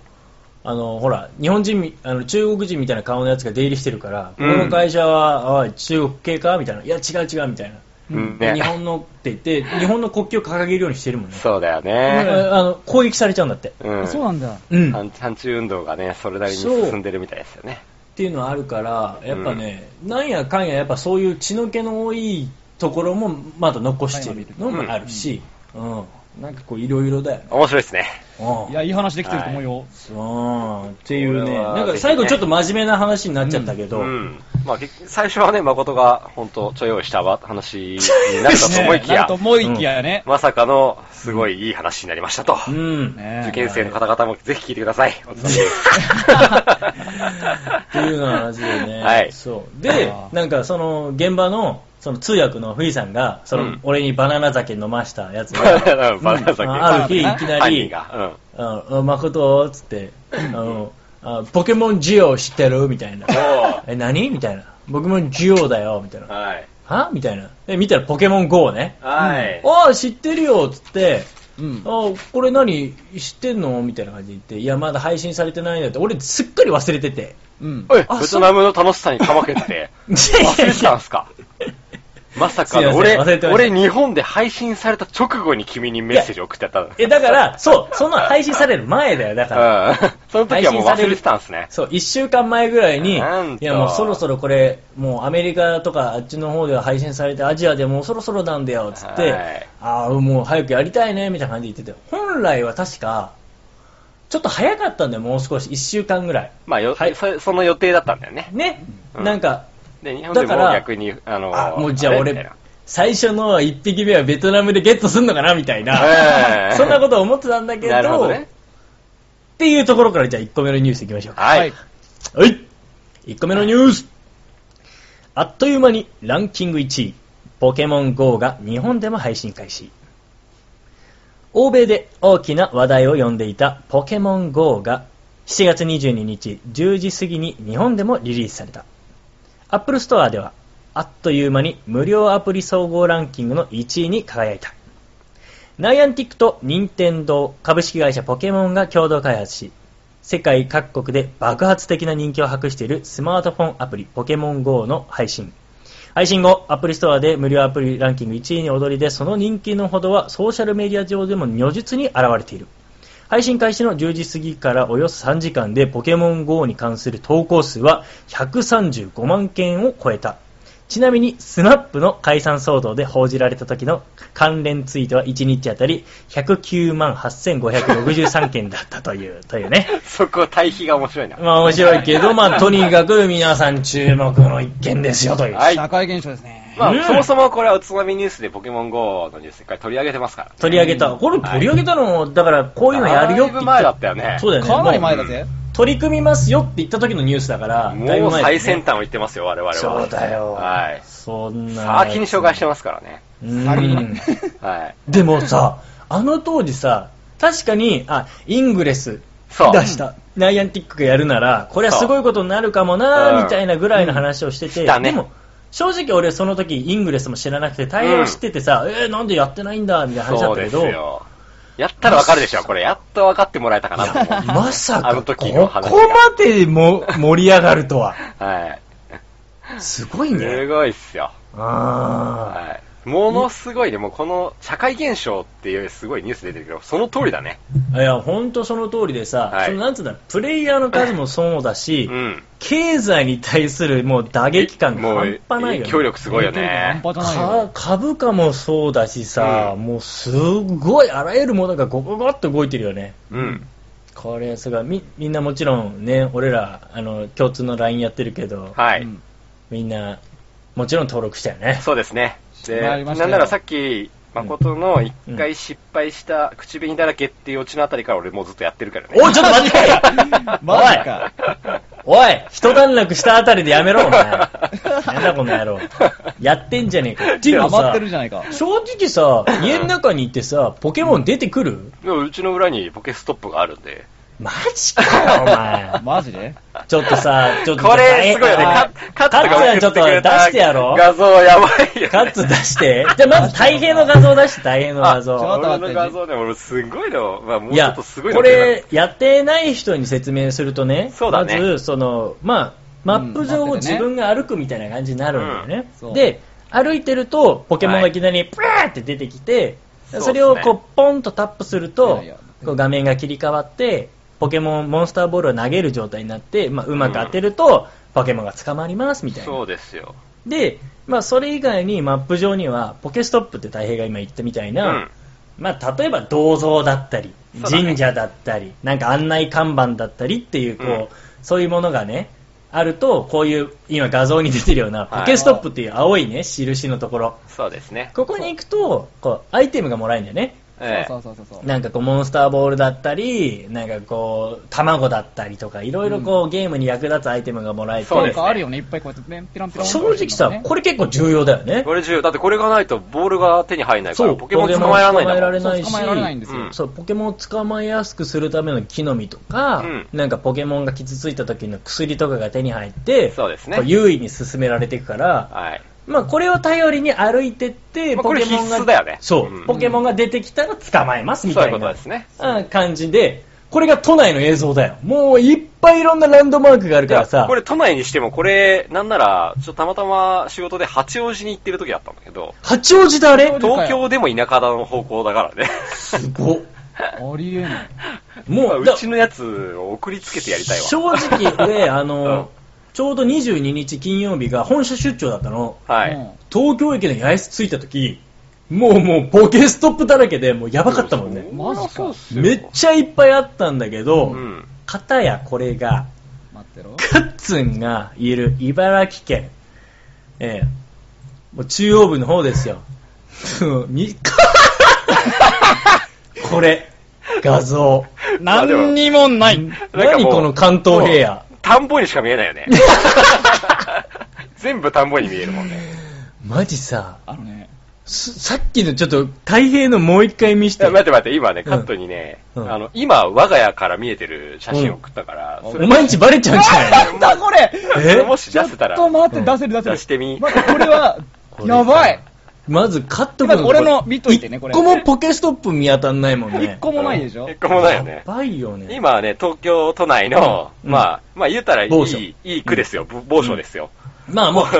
Speaker 4: あの、ほら、日本人み、あの、中国人みたいな顔のやつが出入りしてるから、
Speaker 2: うん
Speaker 4: ここの会社は、あ中国系かみたいな。いや、違う違う、みたいな。
Speaker 2: うんね
Speaker 4: 日本のって言って、日本の国旗を掲げるようにしてるもんね。
Speaker 2: そうだよね。
Speaker 4: ああの、攻撃されちゃうんだって。
Speaker 2: うん。
Speaker 3: そうなんだ。
Speaker 4: うん。
Speaker 2: 反反中運動がね、それなりに進んでるみたいですよね。
Speaker 4: っていうのはあるから、やっぱね、なんやかんや、やっぱそういう血の気の多いところもまだ残してるのもあるし、うん、なんかこう、いろいろだよね。
Speaker 2: 面白いですね。
Speaker 4: うん
Speaker 3: いや、いい話できてると思うよ。
Speaker 4: そうっていう
Speaker 2: これ
Speaker 4: ね、
Speaker 2: は
Speaker 4: なんか最後ちょっと真面目な話になっちゃったけど、
Speaker 2: うん。まあ、結局最初はね、誠が本当ちょ用意したわ話になったと思いき
Speaker 3: ねな
Speaker 2: や
Speaker 3: んと、思いきやね。
Speaker 2: まさかのすごいいい話になりましたと。
Speaker 4: うん、
Speaker 3: ね
Speaker 2: 受験生の方々もぜひ聞いてください。おつまみです。
Speaker 4: っていうような話でね、
Speaker 2: はい
Speaker 4: そうで
Speaker 3: あ、ー
Speaker 4: なんかその現場のその通訳のふいさんが、その
Speaker 2: うん
Speaker 4: 俺にバナナ酒飲ましたやつ
Speaker 2: バナナ
Speaker 4: が、
Speaker 2: バナナ酒。
Speaker 4: あある日、いきな
Speaker 2: 犯人
Speaker 4: り、
Speaker 2: が。
Speaker 4: ああ、誠つって、あの、あポケモンジオ知ってるみたいな
Speaker 2: おう。
Speaker 4: え、何みたいな。ポケモンジオだよ、みたい
Speaker 2: うん。
Speaker 4: な。
Speaker 2: はい。
Speaker 4: はみたいな。で、見たらポケモン GO ね。
Speaker 2: はい。
Speaker 4: ああ、知ってるよ、つって、
Speaker 3: うん。
Speaker 4: あこれ何知ってんのみたいな感じで言って、いや、まだ配信されてないんだって、俺すっかり忘れてて。
Speaker 3: うん。
Speaker 2: おい
Speaker 4: あ
Speaker 2: ベトナムの楽しさにかまけて、忘れてたんすかまさかの、
Speaker 4: すいま
Speaker 2: 俺
Speaker 4: せん忘れて、ました
Speaker 2: 俺日本で配信された直後に君にメッセージ送ってやったの。
Speaker 4: え、だから、そう、その配信される前だよ、だから。
Speaker 2: うん。 その時はもう忘れてたんすね。
Speaker 4: そう、一週間前ぐらいに、い
Speaker 2: なんと
Speaker 4: やもうそろそろこれ、もうアメリカとかあっちの方では配信されて、アジアでもうそろそろなんだよ、つっ
Speaker 2: はい
Speaker 4: て、ああ、もう早くやりたいね、みたいな感じで言ってて、本来は確か、ちょっと早かったんだよ、もう少し、一週間ぐらい。
Speaker 2: まあ、よ
Speaker 4: はい
Speaker 2: そその予定だったんだよね。
Speaker 4: ね、
Speaker 2: うん
Speaker 4: なんか、
Speaker 2: で、日本でも
Speaker 4: だから
Speaker 2: 逆に、あの、
Speaker 4: あ、もうじゃあ
Speaker 2: れみたい
Speaker 4: 俺
Speaker 2: な、
Speaker 4: 最初の1匹目はベトナムでゲットすんのかなみたい
Speaker 2: ええ
Speaker 4: な、そんなこと思ってたんだけ
Speaker 2: なるほ
Speaker 4: ど、
Speaker 2: どね。
Speaker 4: っていうところからじゃあ1個目のニュースいきましょうか。
Speaker 2: は
Speaker 3: はいい。
Speaker 4: はい。1個目のニュース。あっという間にランキング1位。ポケモン GO が日本でも配信開始。欧米で大きな話題を呼んでいたポケモン GO が7月22日10時過ぎに日本でもリリースされた。Apple Store ではあっという間に無料アプリ総合ランキングの1位に輝いた。ナイアンティックと任天堂株式会社ポケモンが共同開発し、世界各国で爆発的な人気を博しているスマートフォンアプリポケモン GO の配信。配信後、アプリストアで無料アプリランキング1位に躍り出、その人気のほどはソーシャルメディア上でも如実に現れている。配信開始の10時過ぎからおよそ3時間でポケモン GO に関する投稿数は135万件を超えた。ちなみに、スナップの解散騒動で報じられた時の関連ツイートは1日あたり109万8563件だったという、というね。
Speaker 2: そこ、対比が面白いな。
Speaker 4: まあ面白いけど、まあとにかく皆さん注目の一件ですよという。
Speaker 2: はい
Speaker 3: 社会現象ですね。
Speaker 2: まあ、
Speaker 4: うん
Speaker 2: そもそもこれは宇都宮ニュースでポケモン GO のニュース一回取り上げてますから。
Speaker 4: 取り上げた。これ取り上げたの、だからこういうのやるよって言
Speaker 2: だいぶ前だったよね
Speaker 4: そうだよね。
Speaker 3: かなり前
Speaker 4: も
Speaker 3: だぜ。
Speaker 4: う取り組みますよって言った時のニュースだから、だい
Speaker 2: も
Speaker 4: ぶ
Speaker 2: う
Speaker 4: 前だよね
Speaker 2: 最先端を言ってますよ、我々は。
Speaker 4: そうだよ。
Speaker 2: はい。
Speaker 4: そんな。
Speaker 2: 先に紹介してますからね。
Speaker 4: うん。
Speaker 2: はい。
Speaker 4: でもさ、あの当時さ、確かに、あ、イングレス
Speaker 2: そう。
Speaker 4: 出した。ナイアンティックがやるなら、これはすごいことになるか
Speaker 2: そ
Speaker 4: もな
Speaker 2: う
Speaker 4: みたいなぐらいの話をしてて、
Speaker 2: うんしたね
Speaker 4: でも、正直俺その時イングレスも知らなくて、大変知っててさ、えー、なんでやってないんだみたいな話だ
Speaker 2: そ
Speaker 4: っ
Speaker 2: う
Speaker 4: たけ
Speaker 2: です
Speaker 4: ど、
Speaker 2: よ。やったらわかるでしょ、これ。やっと分かってもらえたかなと思う。
Speaker 4: まさ
Speaker 2: あ
Speaker 4: か、
Speaker 2: の
Speaker 4: ここ
Speaker 2: 時の話が
Speaker 4: までも盛り上がるとは。
Speaker 2: はい。
Speaker 4: すごい
Speaker 2: す
Speaker 4: ね。
Speaker 2: ごいっすよ。
Speaker 4: あー
Speaker 2: はい。ものすごいね、もうこの社会現象っていうすごいニュース出てるけど、その通りだね。
Speaker 4: いや、ほんとその通りでさ、
Speaker 2: はい
Speaker 4: そのなんつうんだろう、プレイヤーの数もそうだし、
Speaker 2: うん。
Speaker 4: 経済に対するもう打撃感が半端ないよ
Speaker 2: もう
Speaker 4: ね。
Speaker 2: 影響力すごいよね。
Speaker 3: 半端じゃないよ
Speaker 4: か株価もそうだしさ、
Speaker 2: う
Speaker 4: もうすっごいあらゆるものがゴゴゴっと動いてるよね。
Speaker 2: うん。
Speaker 4: これすごいみみんなもちろんね、俺らあの共通の LINE やってるけど、
Speaker 2: は
Speaker 3: う
Speaker 2: い。
Speaker 3: ん
Speaker 4: みんなもちろん登録したよね。
Speaker 2: そうですね。で、
Speaker 3: なり
Speaker 2: な
Speaker 3: ま
Speaker 2: ん
Speaker 3: したよ
Speaker 2: ならさっき、誠の一回失敗した口紅だらけっていうオチのあたりから俺もうずっとやってるからね。
Speaker 4: おい、ちょっと待って
Speaker 3: マジか。
Speaker 4: おい、一段落したあたりでやめろ、お前。なんだこの野郎。やってんじゃねえか。っていうの
Speaker 3: 余っ
Speaker 4: さ
Speaker 3: て、るじゃないか。
Speaker 4: 正直さ、家の中にいてさ、ポケモン出てくる、
Speaker 2: でもうちの裏にポケストップがあるんで。
Speaker 4: マジかよ、お前。
Speaker 3: マジで
Speaker 4: ちょっとさ、ちょっと。
Speaker 2: これ、すごいよね。
Speaker 4: あ
Speaker 2: カカッツが
Speaker 4: カッツちょっと出してやろう。
Speaker 2: 画像やばいよ、ね。
Speaker 4: カッツ出して。じゃあ、まず大変の画像出して、大変の画
Speaker 3: あちょ
Speaker 4: 像
Speaker 3: っ。と待
Speaker 2: 俺
Speaker 3: って
Speaker 2: の画像ね、俺すごいの。まあ、もう
Speaker 4: い
Speaker 2: ちょっ
Speaker 4: や
Speaker 2: とすごい、の
Speaker 4: これ、やってない人に説明するとね、
Speaker 2: そうだね
Speaker 4: まず、その、まあ、マップ上
Speaker 3: うん
Speaker 4: を
Speaker 3: 待ってて
Speaker 4: 自
Speaker 3: ね
Speaker 4: 分が歩くみたいな感じになるんだよね。
Speaker 3: うんそう
Speaker 4: で、歩いてると、ポケモン
Speaker 2: は
Speaker 4: が
Speaker 2: い
Speaker 4: いきなり、プラーって出てきて、
Speaker 2: そうっすね
Speaker 4: それをこう、ポンとタップす
Speaker 3: い
Speaker 4: ると
Speaker 3: やいや、
Speaker 4: こう画面が切り替わって、ポケモン、モンスターボールを投げる状態になって、まあ、うまく当てると、ポケモンが捕まりますみたいな
Speaker 2: そう。ですよ。
Speaker 4: で、まあ、それ以外にマップ上にはポケストップって太平が今言ったみたいな、
Speaker 2: うん
Speaker 4: まあ、例えば銅像だったり、
Speaker 2: そうだね
Speaker 4: 神社だったり、なんか案内看板だったりっていうこう、
Speaker 2: うん
Speaker 4: そういうものがねあるとこういう今画像に出てるようなポケストップっていう青いね印のところ
Speaker 2: そうですね。
Speaker 4: ここに行くとこうアイテムがもらえるんだよね
Speaker 2: ええ
Speaker 3: そうそうそうそう。
Speaker 4: なんかこうモンスターボールだったりなんかこう卵だったりとかいろいろこう、ゲームに役立つアイテムがもらえて
Speaker 2: そう
Speaker 3: なん
Speaker 2: ですね
Speaker 3: かあるよね、いっぱいこうやってね、ピランピラン。
Speaker 4: 正直さ、これ結構重要だよね
Speaker 2: これ重要。だってこれがないとボールが手に入らないか
Speaker 4: そ
Speaker 2: ら、
Speaker 4: う
Speaker 2: ポケモン捕まえられないんだ
Speaker 4: ポケモン捕まえら
Speaker 2: もん。
Speaker 3: そう捕まえら
Speaker 4: れないし
Speaker 3: れないんですよ。
Speaker 2: うん
Speaker 4: そうポケモンを捕まえやすくするための木の実とか、
Speaker 2: うん
Speaker 4: なんかポケモンが傷ついた時の薬とかが手に入って
Speaker 2: そうですね
Speaker 4: こ優位に進められていくから、
Speaker 2: はい。
Speaker 4: まあ、これを頼りに歩いてって、
Speaker 2: まあこれ
Speaker 4: ポケモンが
Speaker 2: 必須だよね
Speaker 4: そう、
Speaker 2: うん
Speaker 4: ポケモンが出てきたら捕まえますみ
Speaker 2: そう
Speaker 4: た
Speaker 2: いう
Speaker 4: い
Speaker 2: こと
Speaker 4: な
Speaker 2: ですね。
Speaker 4: うん感じでこれが都内の映像だよもういっぱいいろんなランドマークがあるから
Speaker 2: い
Speaker 4: さ
Speaker 2: やこれ都内にしても、これ、なんなら、ちょっとたまたま仕事で八王子に行ってる時だったんだけど、
Speaker 4: 八王子だあれ
Speaker 3: 王子
Speaker 2: 東京でも田舎の方向だからね。
Speaker 4: すごっ
Speaker 3: ありえない。
Speaker 4: もう
Speaker 2: う
Speaker 4: だ
Speaker 2: ちのやつを送りつけてやりたいわ。
Speaker 4: 正直俺あの、
Speaker 2: うん
Speaker 4: ちょうど22日金曜日が本社出張だったの
Speaker 2: は
Speaker 3: うん
Speaker 2: い。
Speaker 4: 東京駅の八重洲着いた時もうもうポケストップだらけでもうやばかったもんね
Speaker 3: マジか
Speaker 2: そうっすよ
Speaker 4: めっちゃいっぱいあったんだけど、
Speaker 2: うん。
Speaker 4: 片やこれが
Speaker 3: 待って ろ。
Speaker 4: カッツンがいる茨城県、ええもう中央部の方ですよ み これ画像
Speaker 2: あでも
Speaker 3: 何にもない。
Speaker 2: なんか
Speaker 4: 何
Speaker 2: もう
Speaker 4: この関東平野
Speaker 2: 田んぼにしか見えないよね。 全部田んぼに見えるもんね。
Speaker 4: マジさ
Speaker 3: あのね、
Speaker 4: すさっきのちょっと太平のもう一回見し
Speaker 2: いや
Speaker 4: て
Speaker 2: 待って待って、今ね、
Speaker 4: うん
Speaker 2: カットにね、
Speaker 4: うん
Speaker 2: あの、今、我が家から見えてる写真を送ったから、それ
Speaker 4: お前んちバレちゃうんじ
Speaker 3: なんだこれ
Speaker 4: ゃない
Speaker 2: それ
Speaker 4: え
Speaker 2: もし出せたら
Speaker 3: ちょ、っと待って、出せる出せる。
Speaker 2: 出してみ
Speaker 3: 待って、これは、
Speaker 4: これさ
Speaker 3: やばい。
Speaker 4: まずカット
Speaker 3: まず俺の見といてねこれ
Speaker 4: 一個もポケストップ見当たんないもんね。
Speaker 3: 一個もないでしょ
Speaker 2: 一個もないよね
Speaker 4: や。ばいよね。
Speaker 2: 今はね、東京都内の、
Speaker 4: うん
Speaker 2: まあ、まあ言ったらい
Speaker 4: 某所
Speaker 2: い、いい区ですよ、ぼ某所ですよ。
Speaker 4: まあも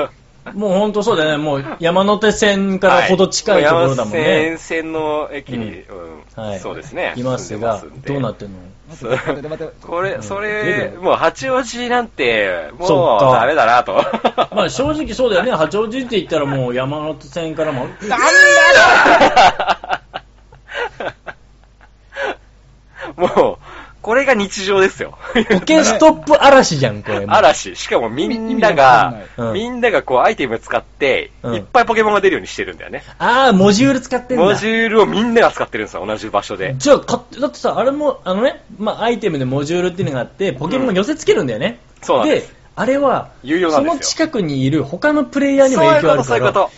Speaker 4: う、もう本当そうだよね。もう山手線からほど近いところだもん
Speaker 2: はい山
Speaker 4: ね
Speaker 2: 手。線の駅に、うん
Speaker 4: はい。
Speaker 2: そうですね。
Speaker 4: いますが
Speaker 2: 住ん、で
Speaker 4: どうな
Speaker 2: ま
Speaker 4: って んの
Speaker 3: 待
Speaker 2: すん
Speaker 3: っ
Speaker 2: で
Speaker 3: て待って待って。
Speaker 2: これ、それ
Speaker 4: う、ん
Speaker 2: もう八王子なんて、
Speaker 4: そ
Speaker 2: も
Speaker 4: っ
Speaker 2: う
Speaker 4: か
Speaker 2: ダメだなと。
Speaker 4: まあ正直そうだよね。八王子って言ったらもう山手線か らも。
Speaker 3: なんだ
Speaker 2: もう、これが日常ですよ。
Speaker 4: ポケストップ嵐じゃん、これ。
Speaker 2: 嵐。しかもみんな
Speaker 3: 意味
Speaker 2: が
Speaker 3: わ、
Speaker 4: かんない
Speaker 2: みんながこうアイテム使って、
Speaker 4: うん
Speaker 2: いっぱいポケモンが出るようにしてるんだよね。
Speaker 4: ああ、モジュール使ってんだ。
Speaker 2: モジュールをみんなが使ってるんですよ、同じ場所で。
Speaker 4: じゃあ買って、だってさ、あれも、あのね、まあ、アイテムでモジュールっていうのがあって、ポケモンを寄せ付けるんだよね。
Speaker 2: そうなんです。
Speaker 4: あれは、
Speaker 2: 有料なんですよ
Speaker 4: その近くにいる他のプレイヤ
Speaker 2: そうい
Speaker 4: ーにも影
Speaker 2: う
Speaker 4: 響あ
Speaker 2: こ
Speaker 4: る
Speaker 2: と、そ
Speaker 4: か
Speaker 2: ういうこ
Speaker 4: ら。
Speaker 2: と。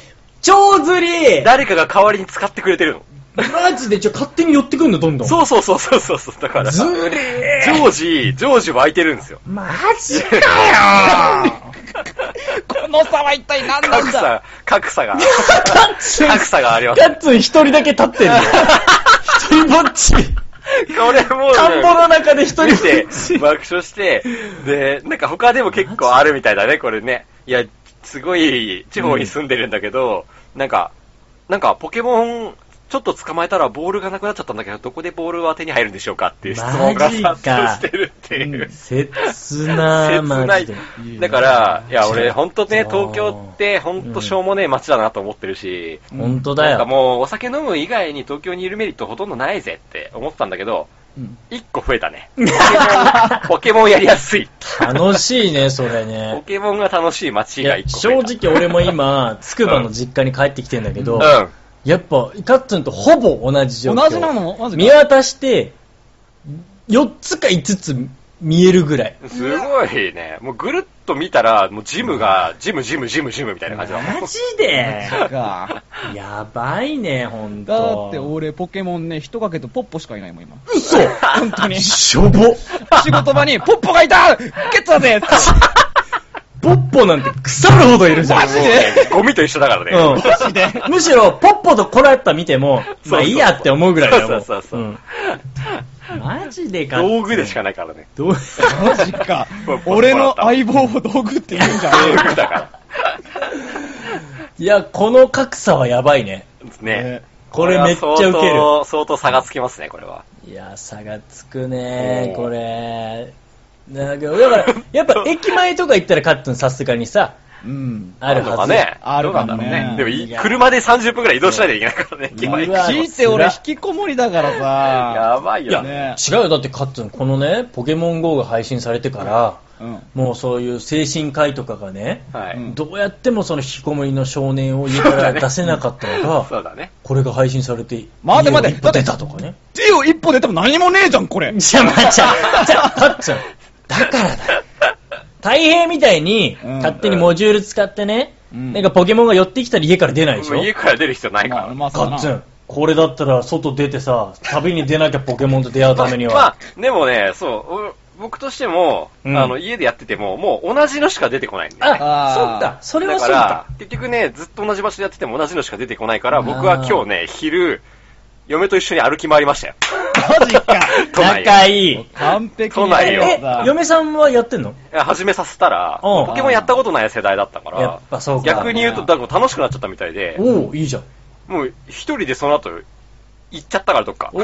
Speaker 4: 超ずりー
Speaker 2: 誰かが代わりに使ってくれてるの。
Speaker 4: マジで、ちょ、勝手に寄ってくんの、どんどん。う。
Speaker 2: そうそうそうそうそうそう、だから。
Speaker 4: ず
Speaker 2: 常
Speaker 4: りー
Speaker 2: 時、常時湧いてるんですよ。
Speaker 4: マジかよ
Speaker 3: この差は一体何なん
Speaker 2: 格
Speaker 3: だ
Speaker 2: 差、格差が、
Speaker 4: カッツン、
Speaker 2: 格差があります。
Speaker 4: カ
Speaker 2: こ
Speaker 4: ッツン一人だけ立ってるよ。一人ぼっち。
Speaker 2: れもうね、
Speaker 4: 田んぼの中で一人ぼ
Speaker 2: 見
Speaker 4: ってち。
Speaker 2: 爆笑して、で、なんか他でも結構あるみたいだね、これね。いや、すごい地方に住んでるんだけど、なんか、なんかポケモン、ちょっと捕まえたらボールがなくなっちゃったんだけど、どこでボールは手に入るんでしょうかっていう質問が
Speaker 4: マジか
Speaker 2: 殺到してるっていう。
Speaker 4: 切な
Speaker 2: 切な
Speaker 4: マ
Speaker 2: い
Speaker 4: ジで。
Speaker 2: だから、いや、俺、本当ね、
Speaker 4: そう
Speaker 2: 東京って、本当しょうもねえ街だなと思ってるし、
Speaker 4: 本当だ
Speaker 2: なんか
Speaker 4: よ。
Speaker 2: もう、お酒飲む以外に東京にいるメリットほとんどないぜって思ってたんだけど、
Speaker 3: うん
Speaker 2: 一個増えた ね。ポケモンポケモンやりやすい。
Speaker 4: 楽しいね、それ
Speaker 2: ポ
Speaker 4: ね。
Speaker 2: ケモンが楽しい街
Speaker 4: い
Speaker 2: が
Speaker 4: や
Speaker 2: 一個増
Speaker 4: 正
Speaker 2: えた。
Speaker 4: 直俺も今、つくばの実家に帰ってきてんだけど、
Speaker 2: うん。
Speaker 4: やっぱ、カッツンとほぼ同じ状
Speaker 3: 同
Speaker 4: 況。
Speaker 3: じなのマジか
Speaker 4: 見渡して、4つか5つ見えるぐらい。
Speaker 2: すごいね。もうぐるっと見たら、もうジムが、ジム、ジム、ジム、ジムみたいな感じだもん。
Speaker 4: マジで
Speaker 3: か
Speaker 4: やばいね、ほんと。
Speaker 3: だって俺ポケモンね、人かけとポッポしかいないもん今。
Speaker 4: 嘘
Speaker 3: 本当に。仕
Speaker 4: しょぼ
Speaker 3: 事場にポッポがいたゲットだぜ
Speaker 4: ポッポなんて腐るほどいるじゃん。
Speaker 3: マジで
Speaker 2: ゴミと一緒だからね。
Speaker 4: うん。むしろ、ポッポとコラッパ見ても、まあいいやって思うぐらいだよ。も
Speaker 2: そうそうそう
Speaker 4: うんマジでか。
Speaker 2: 道具でしか
Speaker 4: ない。
Speaker 2: ないから ね。
Speaker 4: 道具。
Speaker 3: マジか
Speaker 2: ポッポ。
Speaker 3: 俺の相棒を道具って言うんじゃねえ
Speaker 2: 道
Speaker 3: よ
Speaker 2: 具だから。
Speaker 4: いや、この格差はやばいね。
Speaker 2: ね。
Speaker 4: これめっちゃウケる
Speaker 2: これは相当相当差がつきますね、これは。
Speaker 4: いや、差がつくね
Speaker 2: おー
Speaker 4: これ。だけどだから、やっぱ 駅前とか行ったらカットンさすがにさ、
Speaker 3: うん。
Speaker 4: ある
Speaker 2: のか
Speaker 4: はず。
Speaker 2: ね。
Speaker 3: あるかもね
Speaker 2: どうなんだろう
Speaker 4: い
Speaker 2: でも、
Speaker 4: や
Speaker 2: 車で30分くらい移動しないといけないからね、駅前
Speaker 4: うわ
Speaker 3: 強いて俺引きこもりだからさ。
Speaker 2: やばい
Speaker 4: い
Speaker 2: よ
Speaker 4: や、
Speaker 2: ね。
Speaker 3: ね
Speaker 4: 違うよ。だってカットン、このね、ポケモン GO が配信されてから、
Speaker 3: うん。
Speaker 4: もうそういう精神科医とかがね、
Speaker 2: はい。
Speaker 3: うん
Speaker 4: どうやってもその引きこもりの少年を家から出せなかったの が、
Speaker 2: そうだね。
Speaker 4: これが配信されて、
Speaker 3: 待て待て
Speaker 4: 家を一歩出たとかね。
Speaker 3: 手を一歩出ても何もねえじゃん、これ。
Speaker 4: じゃあ、まあ、じゃあ、じゃあ、かっちゃん。だからだよ。太平みたいに、
Speaker 3: うん
Speaker 4: 勝手にモジュール使ってね、
Speaker 3: うん
Speaker 4: なんかポケモンが寄ってきたら家から出ないでし
Speaker 2: もう家
Speaker 4: ょ。
Speaker 2: から出る必要ないから。
Speaker 3: まあ、まあ、そ
Speaker 4: か
Speaker 3: う
Speaker 4: っちゃ
Speaker 3: な。
Speaker 4: ん。これだったら外出てさ、旅に出なきゃポケモンと出会うためには。
Speaker 2: まあ、でもね、そう、お僕としても、
Speaker 4: うん
Speaker 2: あの、家でやってても、もう同じのしか出てこないんだよね。
Speaker 4: あ、
Speaker 3: あー
Speaker 4: そっか。それは
Speaker 2: だ
Speaker 4: そ
Speaker 2: か
Speaker 4: う
Speaker 2: ら
Speaker 4: だ。、
Speaker 2: 結局ね、ずっと同じ場所でやってても同じのしか出てこないから、僕は今日ね、昼、嫁と一緒に歩き回りましたよ。
Speaker 3: マジか。
Speaker 2: 都内
Speaker 4: 仲いい。
Speaker 3: 完璧
Speaker 2: 都内よ
Speaker 4: え
Speaker 3: さ、
Speaker 4: 嫁さんはやってんの
Speaker 2: いや始めさせたら、
Speaker 4: うん
Speaker 2: ポケモンやったことない世代だったか
Speaker 4: や
Speaker 2: ら
Speaker 4: っぱそう、か
Speaker 2: 逆に言うと、だから楽しくなっちゃったみたいで、
Speaker 4: おおいいじゃん。
Speaker 2: もう一人でその後、行っちゃったからどっか。
Speaker 4: おお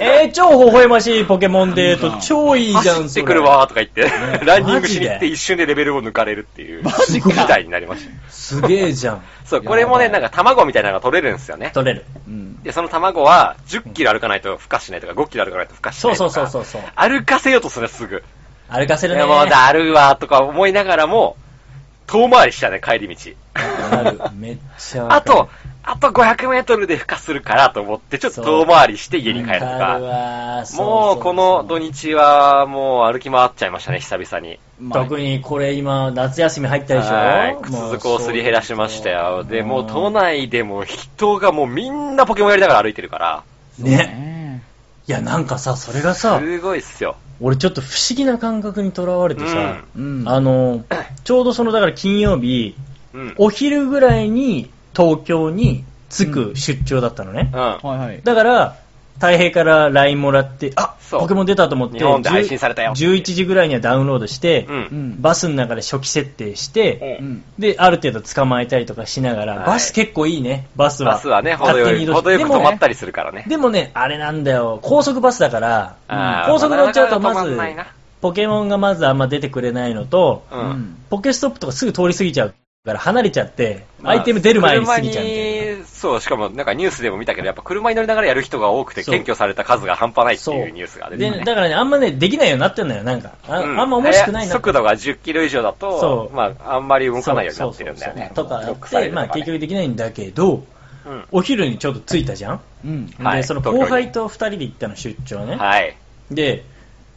Speaker 4: えー、超微笑ましいポケモンデート、超いいじゃん、
Speaker 2: 走ってくるわーとか言って、 ランニングしに行っ
Speaker 4: マ
Speaker 2: て
Speaker 4: ジで
Speaker 2: 一瞬でレベルを抜かれるっていう、
Speaker 3: マジか
Speaker 2: 事態になりました。
Speaker 4: それ。すげえじゃん。
Speaker 2: そう、これもね、
Speaker 3: やば
Speaker 2: ないんか卵みたいなのが取れるんですよね。
Speaker 4: 取れる。
Speaker 3: うん。
Speaker 2: で、その卵は10キロ歩かないと孵化しないとか、5キロ歩かないと孵化し
Speaker 4: そ
Speaker 2: な
Speaker 4: う
Speaker 2: いと
Speaker 4: そう
Speaker 2: か。
Speaker 4: そうそうそう。
Speaker 2: 歩かせようとするすぐ。
Speaker 4: 歩かせ
Speaker 2: い
Speaker 4: るね。
Speaker 2: やもうだるいわとか思いながらも、遠回りしたね、帰り道。
Speaker 4: なる。めっちゃわ
Speaker 2: あ
Speaker 4: かる
Speaker 2: と、、あと500メートルで孵化するからと思って、ちょっと遠回りして家に帰ると
Speaker 4: わかる
Speaker 2: か。
Speaker 4: わそうそう
Speaker 2: も
Speaker 4: そう
Speaker 2: この土日はもう歩き回っちゃいましたね、久々に。
Speaker 3: まあ
Speaker 4: 特にこれ今、夏休み入ったでしょ
Speaker 2: はい。靴底をすり減らしましたよ。で、もう都。内でも人がもうみんなポケモンやりながら歩いてるから、
Speaker 4: そういうことね。いや、なんかさ、それがさ、
Speaker 2: すごいっすよ。
Speaker 4: 俺ちょっと不思議な感覚にとらわれてさ、
Speaker 3: うん。
Speaker 4: あの、ちょうどその、だから金曜日、
Speaker 2: うん。
Speaker 4: お昼ぐらいに東京に着く出張だったのね。
Speaker 2: うん。
Speaker 3: はいはい。
Speaker 4: だから、太平から LINE もらって、あ
Speaker 2: そう
Speaker 4: ポケモン出たと思って、
Speaker 2: 日本で配信されたよ
Speaker 4: 11時ぐらいにはダウンロードして、
Speaker 2: うん。
Speaker 3: うん。
Speaker 4: バスの中で初期設定し
Speaker 2: うん
Speaker 4: て、
Speaker 3: うん。
Speaker 4: で、ある程度捕まえたりとかしながら、
Speaker 2: はい
Speaker 4: バス結構いいね、バスは。
Speaker 2: バスはね、程
Speaker 4: 勝手
Speaker 2: よ
Speaker 4: に移
Speaker 2: い、
Speaker 4: 動
Speaker 2: 程よく
Speaker 4: でも
Speaker 2: 止まったりするからね。
Speaker 4: でもね、あれなんだよ、高速バスだから、
Speaker 2: あー
Speaker 4: 高速乗っちゃうとま
Speaker 2: なか
Speaker 4: ず
Speaker 2: なか止まんないな
Speaker 4: ポケモンがまずあんま出てくれないのと、
Speaker 2: う。
Speaker 3: うんん。
Speaker 4: ポケストップとかすぐ通り過ぎちゃうから離れちゃって、
Speaker 2: まあ
Speaker 4: アイテム出る前に過ぎちゃうみたいな。
Speaker 2: 車にそう、しかもなんかニュースでも見たけど、やっぱ車に乗りながらやる人が多くて、
Speaker 4: そう
Speaker 2: 検挙された数が半端ないって
Speaker 4: そう
Speaker 2: いうニュースが出て
Speaker 4: で
Speaker 2: たね。
Speaker 4: だからね、あんまね、できないようになってんのよ、なんか。あ,、、
Speaker 2: うん
Speaker 4: んま面白くない
Speaker 2: え
Speaker 4: な
Speaker 2: 速度が10キロ以上だと
Speaker 4: そ、う
Speaker 2: まあ、あんまり動かないようになってるんだよね。
Speaker 4: そうそうそうそうとか
Speaker 2: 腐
Speaker 4: あっ
Speaker 2: れ
Speaker 4: て、
Speaker 2: る
Speaker 4: まあ
Speaker 2: とかね
Speaker 4: 結局できないんだけど、
Speaker 2: うん
Speaker 4: お昼にちょっと着いたじゃん。
Speaker 3: うん。
Speaker 2: はい
Speaker 4: で、その
Speaker 2: 東京
Speaker 4: 後
Speaker 2: に
Speaker 4: 輩と二人で行ったの、出張ね。
Speaker 2: はい。
Speaker 4: で、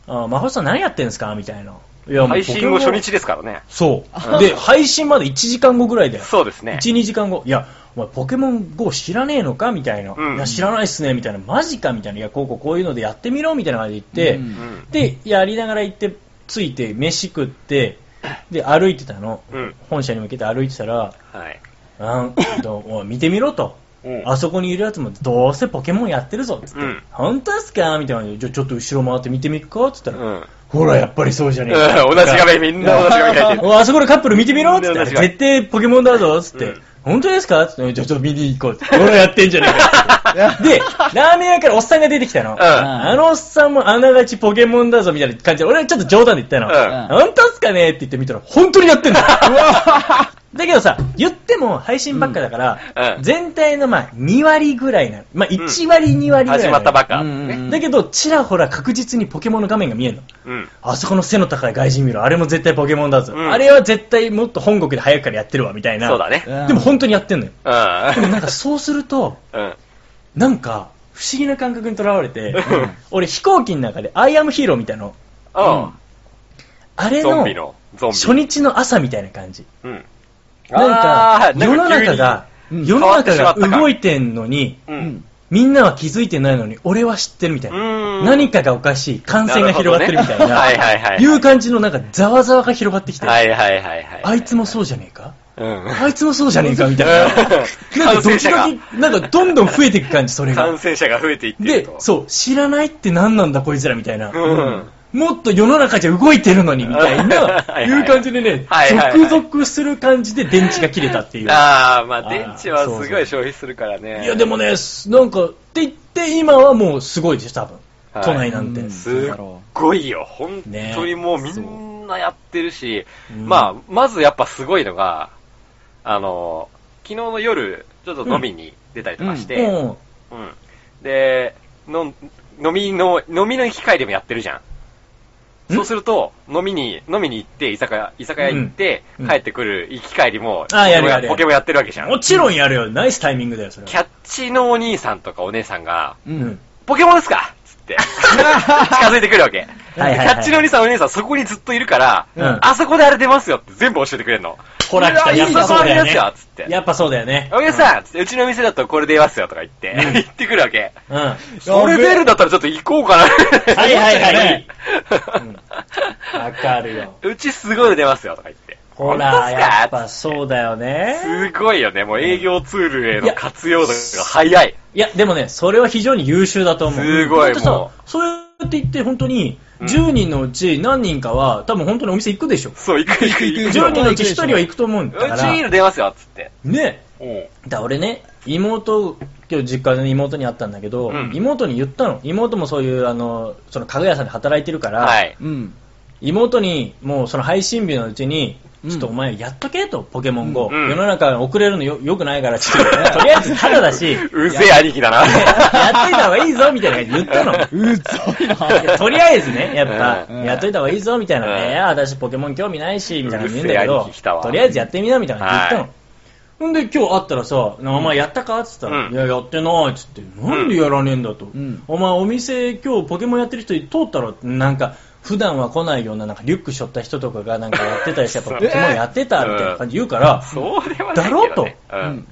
Speaker 4: あ真帆さん何やってんですかみたいな。いやもう
Speaker 2: 配信後
Speaker 4: ポケモ
Speaker 2: 初
Speaker 4: ン
Speaker 2: 日ですからね。
Speaker 4: そう。で、配信まで1時間後ぐらいだよ。
Speaker 2: そうですね。
Speaker 4: 1、2時間後。いや、お前ポケモン GO 知らねえのかみたいな。
Speaker 2: うん
Speaker 4: いや、知らないっすね。みたいな。マジかみたいな。いや、こうこうこういうのでやってみろみたいな感じで言って、
Speaker 3: うん
Speaker 2: うん。
Speaker 4: で、やりながら行って、着いて、飯食って、で、歩いてたの。
Speaker 2: うん。
Speaker 4: 本社に向けて歩いてたら、
Speaker 2: はい。
Speaker 4: なんどおい見てみろと。あそこにいるやつもどうせポケモンやってるぞっつって、
Speaker 2: うん
Speaker 4: 本当ですかみたいな感じで、じゃあちょっと後ろ回って見てみっかっつったら、
Speaker 2: うん。
Speaker 4: ほらやっぱりそうじゃねえか、
Speaker 2: うん同じ画面みんな同じ画面開いてる。
Speaker 4: おあそこのカップル見てみろっつって
Speaker 2: 同じ
Speaker 4: 絶対ポケモンだぞっつって、
Speaker 2: うん
Speaker 4: 本当ですかって言ってじゃあちょっと見に行こ うって。俺やってんじゃねえか って。で、ラーメン屋からおっさんが出てきたの。あのおっさんもあながちポケモンだぞみたいな感じで、俺はちょっと冗談で言ったの。
Speaker 2: うん
Speaker 4: 本当っすかねって言ってみたら、本当にやってんだ だけどさ、言っても配信ばっかだから、
Speaker 2: うんうん
Speaker 4: 全体のまあ2割ぐらいなの。まあ1割2割ぐらいなの
Speaker 2: 始まったばっか。
Speaker 3: う
Speaker 2: うんん。
Speaker 4: だけど、ちらほら確実にポケモンの画面が見えるの。あそこの背の高い外人見ろ。あれも絶対ポケモンだぞ。
Speaker 2: うん
Speaker 4: あれは絶対もっと本国で早くからやってるわ、みたいな。
Speaker 2: そうだね。
Speaker 4: でも本当にやってんのよ。
Speaker 2: う
Speaker 4: でも
Speaker 2: ん。
Speaker 4: なんかそうすると、
Speaker 2: うん。
Speaker 4: なんか、不思議な感覚にとらわれて
Speaker 2: うん、
Speaker 4: 俺飛行機の中でアイアムヒーローみたいなの、
Speaker 2: うん。
Speaker 4: あれ
Speaker 2: ゾン
Speaker 4: の
Speaker 2: ビの、ゾンビ。
Speaker 4: 初日の朝みたいな感じ。
Speaker 2: うん。
Speaker 4: な
Speaker 2: あ
Speaker 4: んか、
Speaker 2: ー
Speaker 4: 世の中が、
Speaker 3: 急にうん
Speaker 4: 世の中
Speaker 2: 変わってしまった
Speaker 4: が
Speaker 2: か
Speaker 4: 動いてんのに、
Speaker 2: 急に
Speaker 3: う
Speaker 2: うんん。
Speaker 4: みんなは気づいてないのに、俺は知ってるみたいな。
Speaker 2: うん
Speaker 4: 何かがおかしい、感染が広がってるみたいな、
Speaker 2: なるほどね はいはいはい
Speaker 4: いう感じのなんかざわざわが広がってきて、
Speaker 2: はいはいはいはい。
Speaker 4: あいつもそうじゃねえか
Speaker 2: うん。
Speaker 4: あいつもそうじゃねえかみたい な。なんか
Speaker 2: 感
Speaker 4: ド
Speaker 2: 染
Speaker 4: キ
Speaker 2: 者
Speaker 4: ド
Speaker 2: が、
Speaker 4: キ、なんかどんどん増えていく感じ、それ
Speaker 2: 感
Speaker 4: が。
Speaker 2: 染者が増えていってる
Speaker 4: で
Speaker 2: と。、
Speaker 4: そう、知らないって何なんだこいつらみたいな。
Speaker 2: うん。
Speaker 4: もっと世の中じゃ動いてるのにみた い
Speaker 2: は
Speaker 4: な、
Speaker 2: いはい
Speaker 4: いう感じでね
Speaker 2: はいはい、はい
Speaker 4: 続々する感じで電池が切れたっていう。
Speaker 2: ああ、まあ
Speaker 4: ー
Speaker 2: 電池は
Speaker 4: そう
Speaker 2: す
Speaker 4: そ
Speaker 2: ご
Speaker 4: う
Speaker 2: い消費するからね。
Speaker 4: いやでもね、すなんか、って言って今はもうすごいです、多分。
Speaker 2: はい
Speaker 4: 都内なんて
Speaker 3: う。ん
Speaker 2: すっごいよ。本当にもうみんなやってるし、
Speaker 4: うん
Speaker 2: まあ、まずやっぱすごいのが、あの、昨日の夜、ちょっと飲みに出たりとかして、うん。
Speaker 4: うん
Speaker 2: で、の飲みの、飲みの機会でもやってるじゃん。
Speaker 4: ん
Speaker 2: そうすると、飲みに、飲みに行って、居酒屋、居酒屋行って、
Speaker 4: うん
Speaker 2: 帰ってくる行き帰りも、
Speaker 4: あやるやるやる
Speaker 2: ポケモンやってるわけじゃん。
Speaker 4: もちろんやるよ。ナイスタイミングだよ、それ
Speaker 2: キャッチのお兄さんとかお姉さんが、
Speaker 3: う
Speaker 4: うんん。
Speaker 2: ポケモンですかつ って、近づいてくるわけ。
Speaker 4: はいはいはい
Speaker 2: キャッチのお兄さんお姉さんそこにずっといるから、
Speaker 4: うん
Speaker 2: あそこであれ出ますよって全部教えてくれるの。
Speaker 4: ほら来た、
Speaker 2: い
Speaker 4: や
Speaker 2: や
Speaker 4: っぱそうだよ
Speaker 2: いい
Speaker 4: ね
Speaker 2: ですよつって。
Speaker 4: やっぱそうだよね。
Speaker 2: お客さん、つってうちの店だとこれ出ますよとか言って、 言ってくるわけ。
Speaker 4: うん。はい
Speaker 2: それ出るんだったらちょっと行こうかな。
Speaker 4: はいはい。
Speaker 2: うん
Speaker 4: わかるよ。
Speaker 2: うちすごいの出ますよとか言って。
Speaker 4: ほ
Speaker 2: 本当
Speaker 4: ら、
Speaker 2: すか
Speaker 4: やっぱそうだよね。
Speaker 2: すごいよね、もう営業ツールへの活用度が早い。
Speaker 4: いや、でもね、それは非常に優秀だと思う。
Speaker 2: すごい
Speaker 4: だってさ
Speaker 2: も、
Speaker 4: そうやって言って本当に、
Speaker 2: うん
Speaker 4: 10人のうち何人かは、多分本当にお店行くでしょ。
Speaker 2: そう、行く行く行く。
Speaker 4: 10人のうち1人は行くと思うんだか
Speaker 2: うちいいの
Speaker 4: ら。
Speaker 2: 出ますよつって。
Speaker 4: ね。
Speaker 2: うん
Speaker 4: だから俺ね、妹、今日実家で妹に会ったんだけど、
Speaker 2: うん
Speaker 4: 妹に言ったの。妹もそういう、あの、その家具屋さんで働いてるから、
Speaker 2: はい。
Speaker 3: うん。
Speaker 4: 妹に、もうその配信日のうちに、
Speaker 3: うん
Speaker 4: ちょっとお前やっとけと、ポケモン GO。
Speaker 2: うん
Speaker 4: 世の中遅れるのよよくないから、ちょっ と、とりあえずただだし、やっと
Speaker 2: うぜえ兄貴だな。
Speaker 4: いた方がいいぞ、みたいな感じで言ったの。
Speaker 3: うざいな。
Speaker 4: とりあえずね、やっぱ、
Speaker 3: うん
Speaker 4: やっといた方がいいぞ、みたいな。
Speaker 2: うん
Speaker 4: いや、私ポケモン興味ないし、みたいなの言うんだ
Speaker 2: う
Speaker 4: け
Speaker 2: るせえ
Speaker 4: ど
Speaker 2: 兄貴来た、わ
Speaker 4: とりあえずやってみな、みたいな感じで言っ
Speaker 2: は
Speaker 4: たの。ほんで、今日会ったらさ、なお前やったかって言ったら、
Speaker 2: うん
Speaker 4: いや、やってないっつって、なんでやらねえんだと。
Speaker 3: ん
Speaker 4: お前、お店、今日ポケモンやってる人通ったら、なんか、普段は来ないような、なんかリュック背負った人とかがなんかやってたりして、やっぱポケモンやってた、みたいな感じで言うから、
Speaker 2: そうではないけど、ね。
Speaker 4: だろうと
Speaker 2: うん。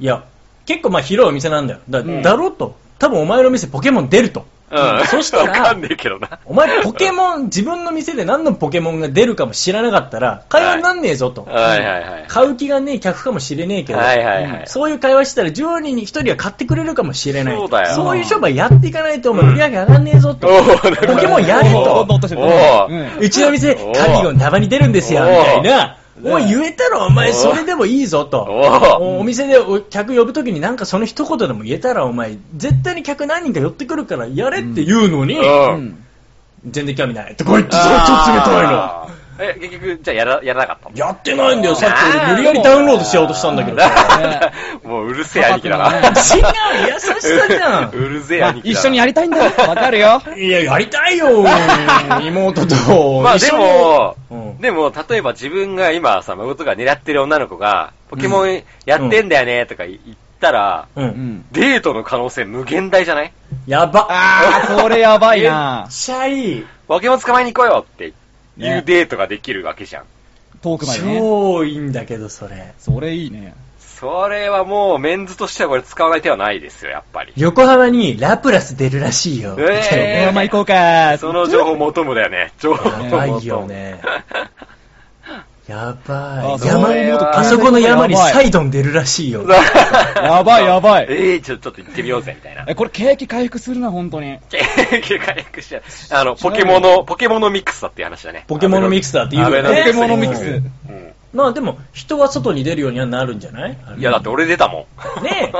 Speaker 4: いや、結構まあ広いお店なんだよ。だ,、
Speaker 3: うん
Speaker 4: だろうと。多分お前の店ポケモン出ると。
Speaker 2: うん。
Speaker 4: そしたら
Speaker 2: わかんねえけどな。
Speaker 4: お前ポケモン、自分の店で何のポケモンが出るかも知らなかったら、会話になんねえぞと。
Speaker 2: はいはいはい。
Speaker 4: 買う気がねえ客かもしれねえけど、
Speaker 2: はいはいはい。
Speaker 4: そういう会話したら10人に1人は買ってくれるかもしれない。
Speaker 2: そうだよ
Speaker 4: そういう商売やっていかないと、お前売り上げ上がんねえぞと。ポケモンやれ
Speaker 3: おー乗
Speaker 4: と
Speaker 3: っ。としてる
Speaker 2: おー
Speaker 3: うん
Speaker 4: うちの店、カ
Speaker 2: おー
Speaker 4: ビゴンたまに出るんですよ、
Speaker 2: お
Speaker 4: み
Speaker 2: ー
Speaker 4: たいな。おい、言えたろ、お前、
Speaker 2: おー
Speaker 4: それでもいいぞと。
Speaker 2: おー
Speaker 4: おお店でお客呼ぶときになんかその一言でも言えたら、お前、絶対に客何人か寄ってくるからやれって言うのに、
Speaker 2: うん。
Speaker 3: うん
Speaker 4: 全然興味ないってこいつ、ちょっと冷たいな。
Speaker 2: あーえ、結局、じゃあやら、やらなかったの
Speaker 4: やってないんだよ、さっき俺無理やりダウンロードしようとしたんだけどさ。
Speaker 2: もううるせえ兄貴だな。
Speaker 3: 価格
Speaker 4: 違う、優しさじゃ。
Speaker 2: うんるせえ兄貴だな。
Speaker 3: 一緒にやりたいんだよ。わかるよ。
Speaker 4: いや、やりた いよ、妹と。
Speaker 2: まあでも
Speaker 4: 一緒に、
Speaker 2: でも、例えば自分が今さ、孫とか狙ってる女の子が、ポケモンやってんだよねとか言ったら、
Speaker 4: うん。う。
Speaker 3: うんん。
Speaker 2: デートの可能性無限大じゃない
Speaker 4: やば。
Speaker 3: あー、それやばいな
Speaker 4: めっ。ちゃいい。
Speaker 2: ポケモン捕まえに行こうよってい
Speaker 3: ね
Speaker 2: うデートができるわけじゃん。
Speaker 3: トークまでね。
Speaker 4: 超いいんだけど、それ。
Speaker 3: それいいね。
Speaker 2: それはもうメンズとしてはこれ使わない手はないですよ、やっぱり。
Speaker 4: 横浜にラプラス出るらしいよ。
Speaker 2: えー
Speaker 3: 横浜行こうか。
Speaker 2: その情報求むだよね。情報求む。
Speaker 4: やばいよ ね。やば
Speaker 3: あ
Speaker 4: い。
Speaker 3: そう
Speaker 4: 山
Speaker 2: 思うと
Speaker 4: あそこの山にサイドン出るらしいよ。
Speaker 3: やばいやばい
Speaker 2: えー、ちょ、ちょっと行ってみようぜ、みたいな。
Speaker 3: え、これ景気回復するな、本当に。
Speaker 2: 結局回復しちゃう。あの、ポケモンの、ポケモンのミックスだっていう話だね。
Speaker 4: ポケモンのミックスだって言うよね
Speaker 2: アベノ
Speaker 3: ポ
Speaker 2: ミ
Speaker 3: ケ
Speaker 2: クス
Speaker 3: モンのミックス。
Speaker 2: うん
Speaker 4: まあでも、人は外に出るようにはなるんじゃないあれ
Speaker 2: いや、だって俺出たもん。
Speaker 4: ねえ。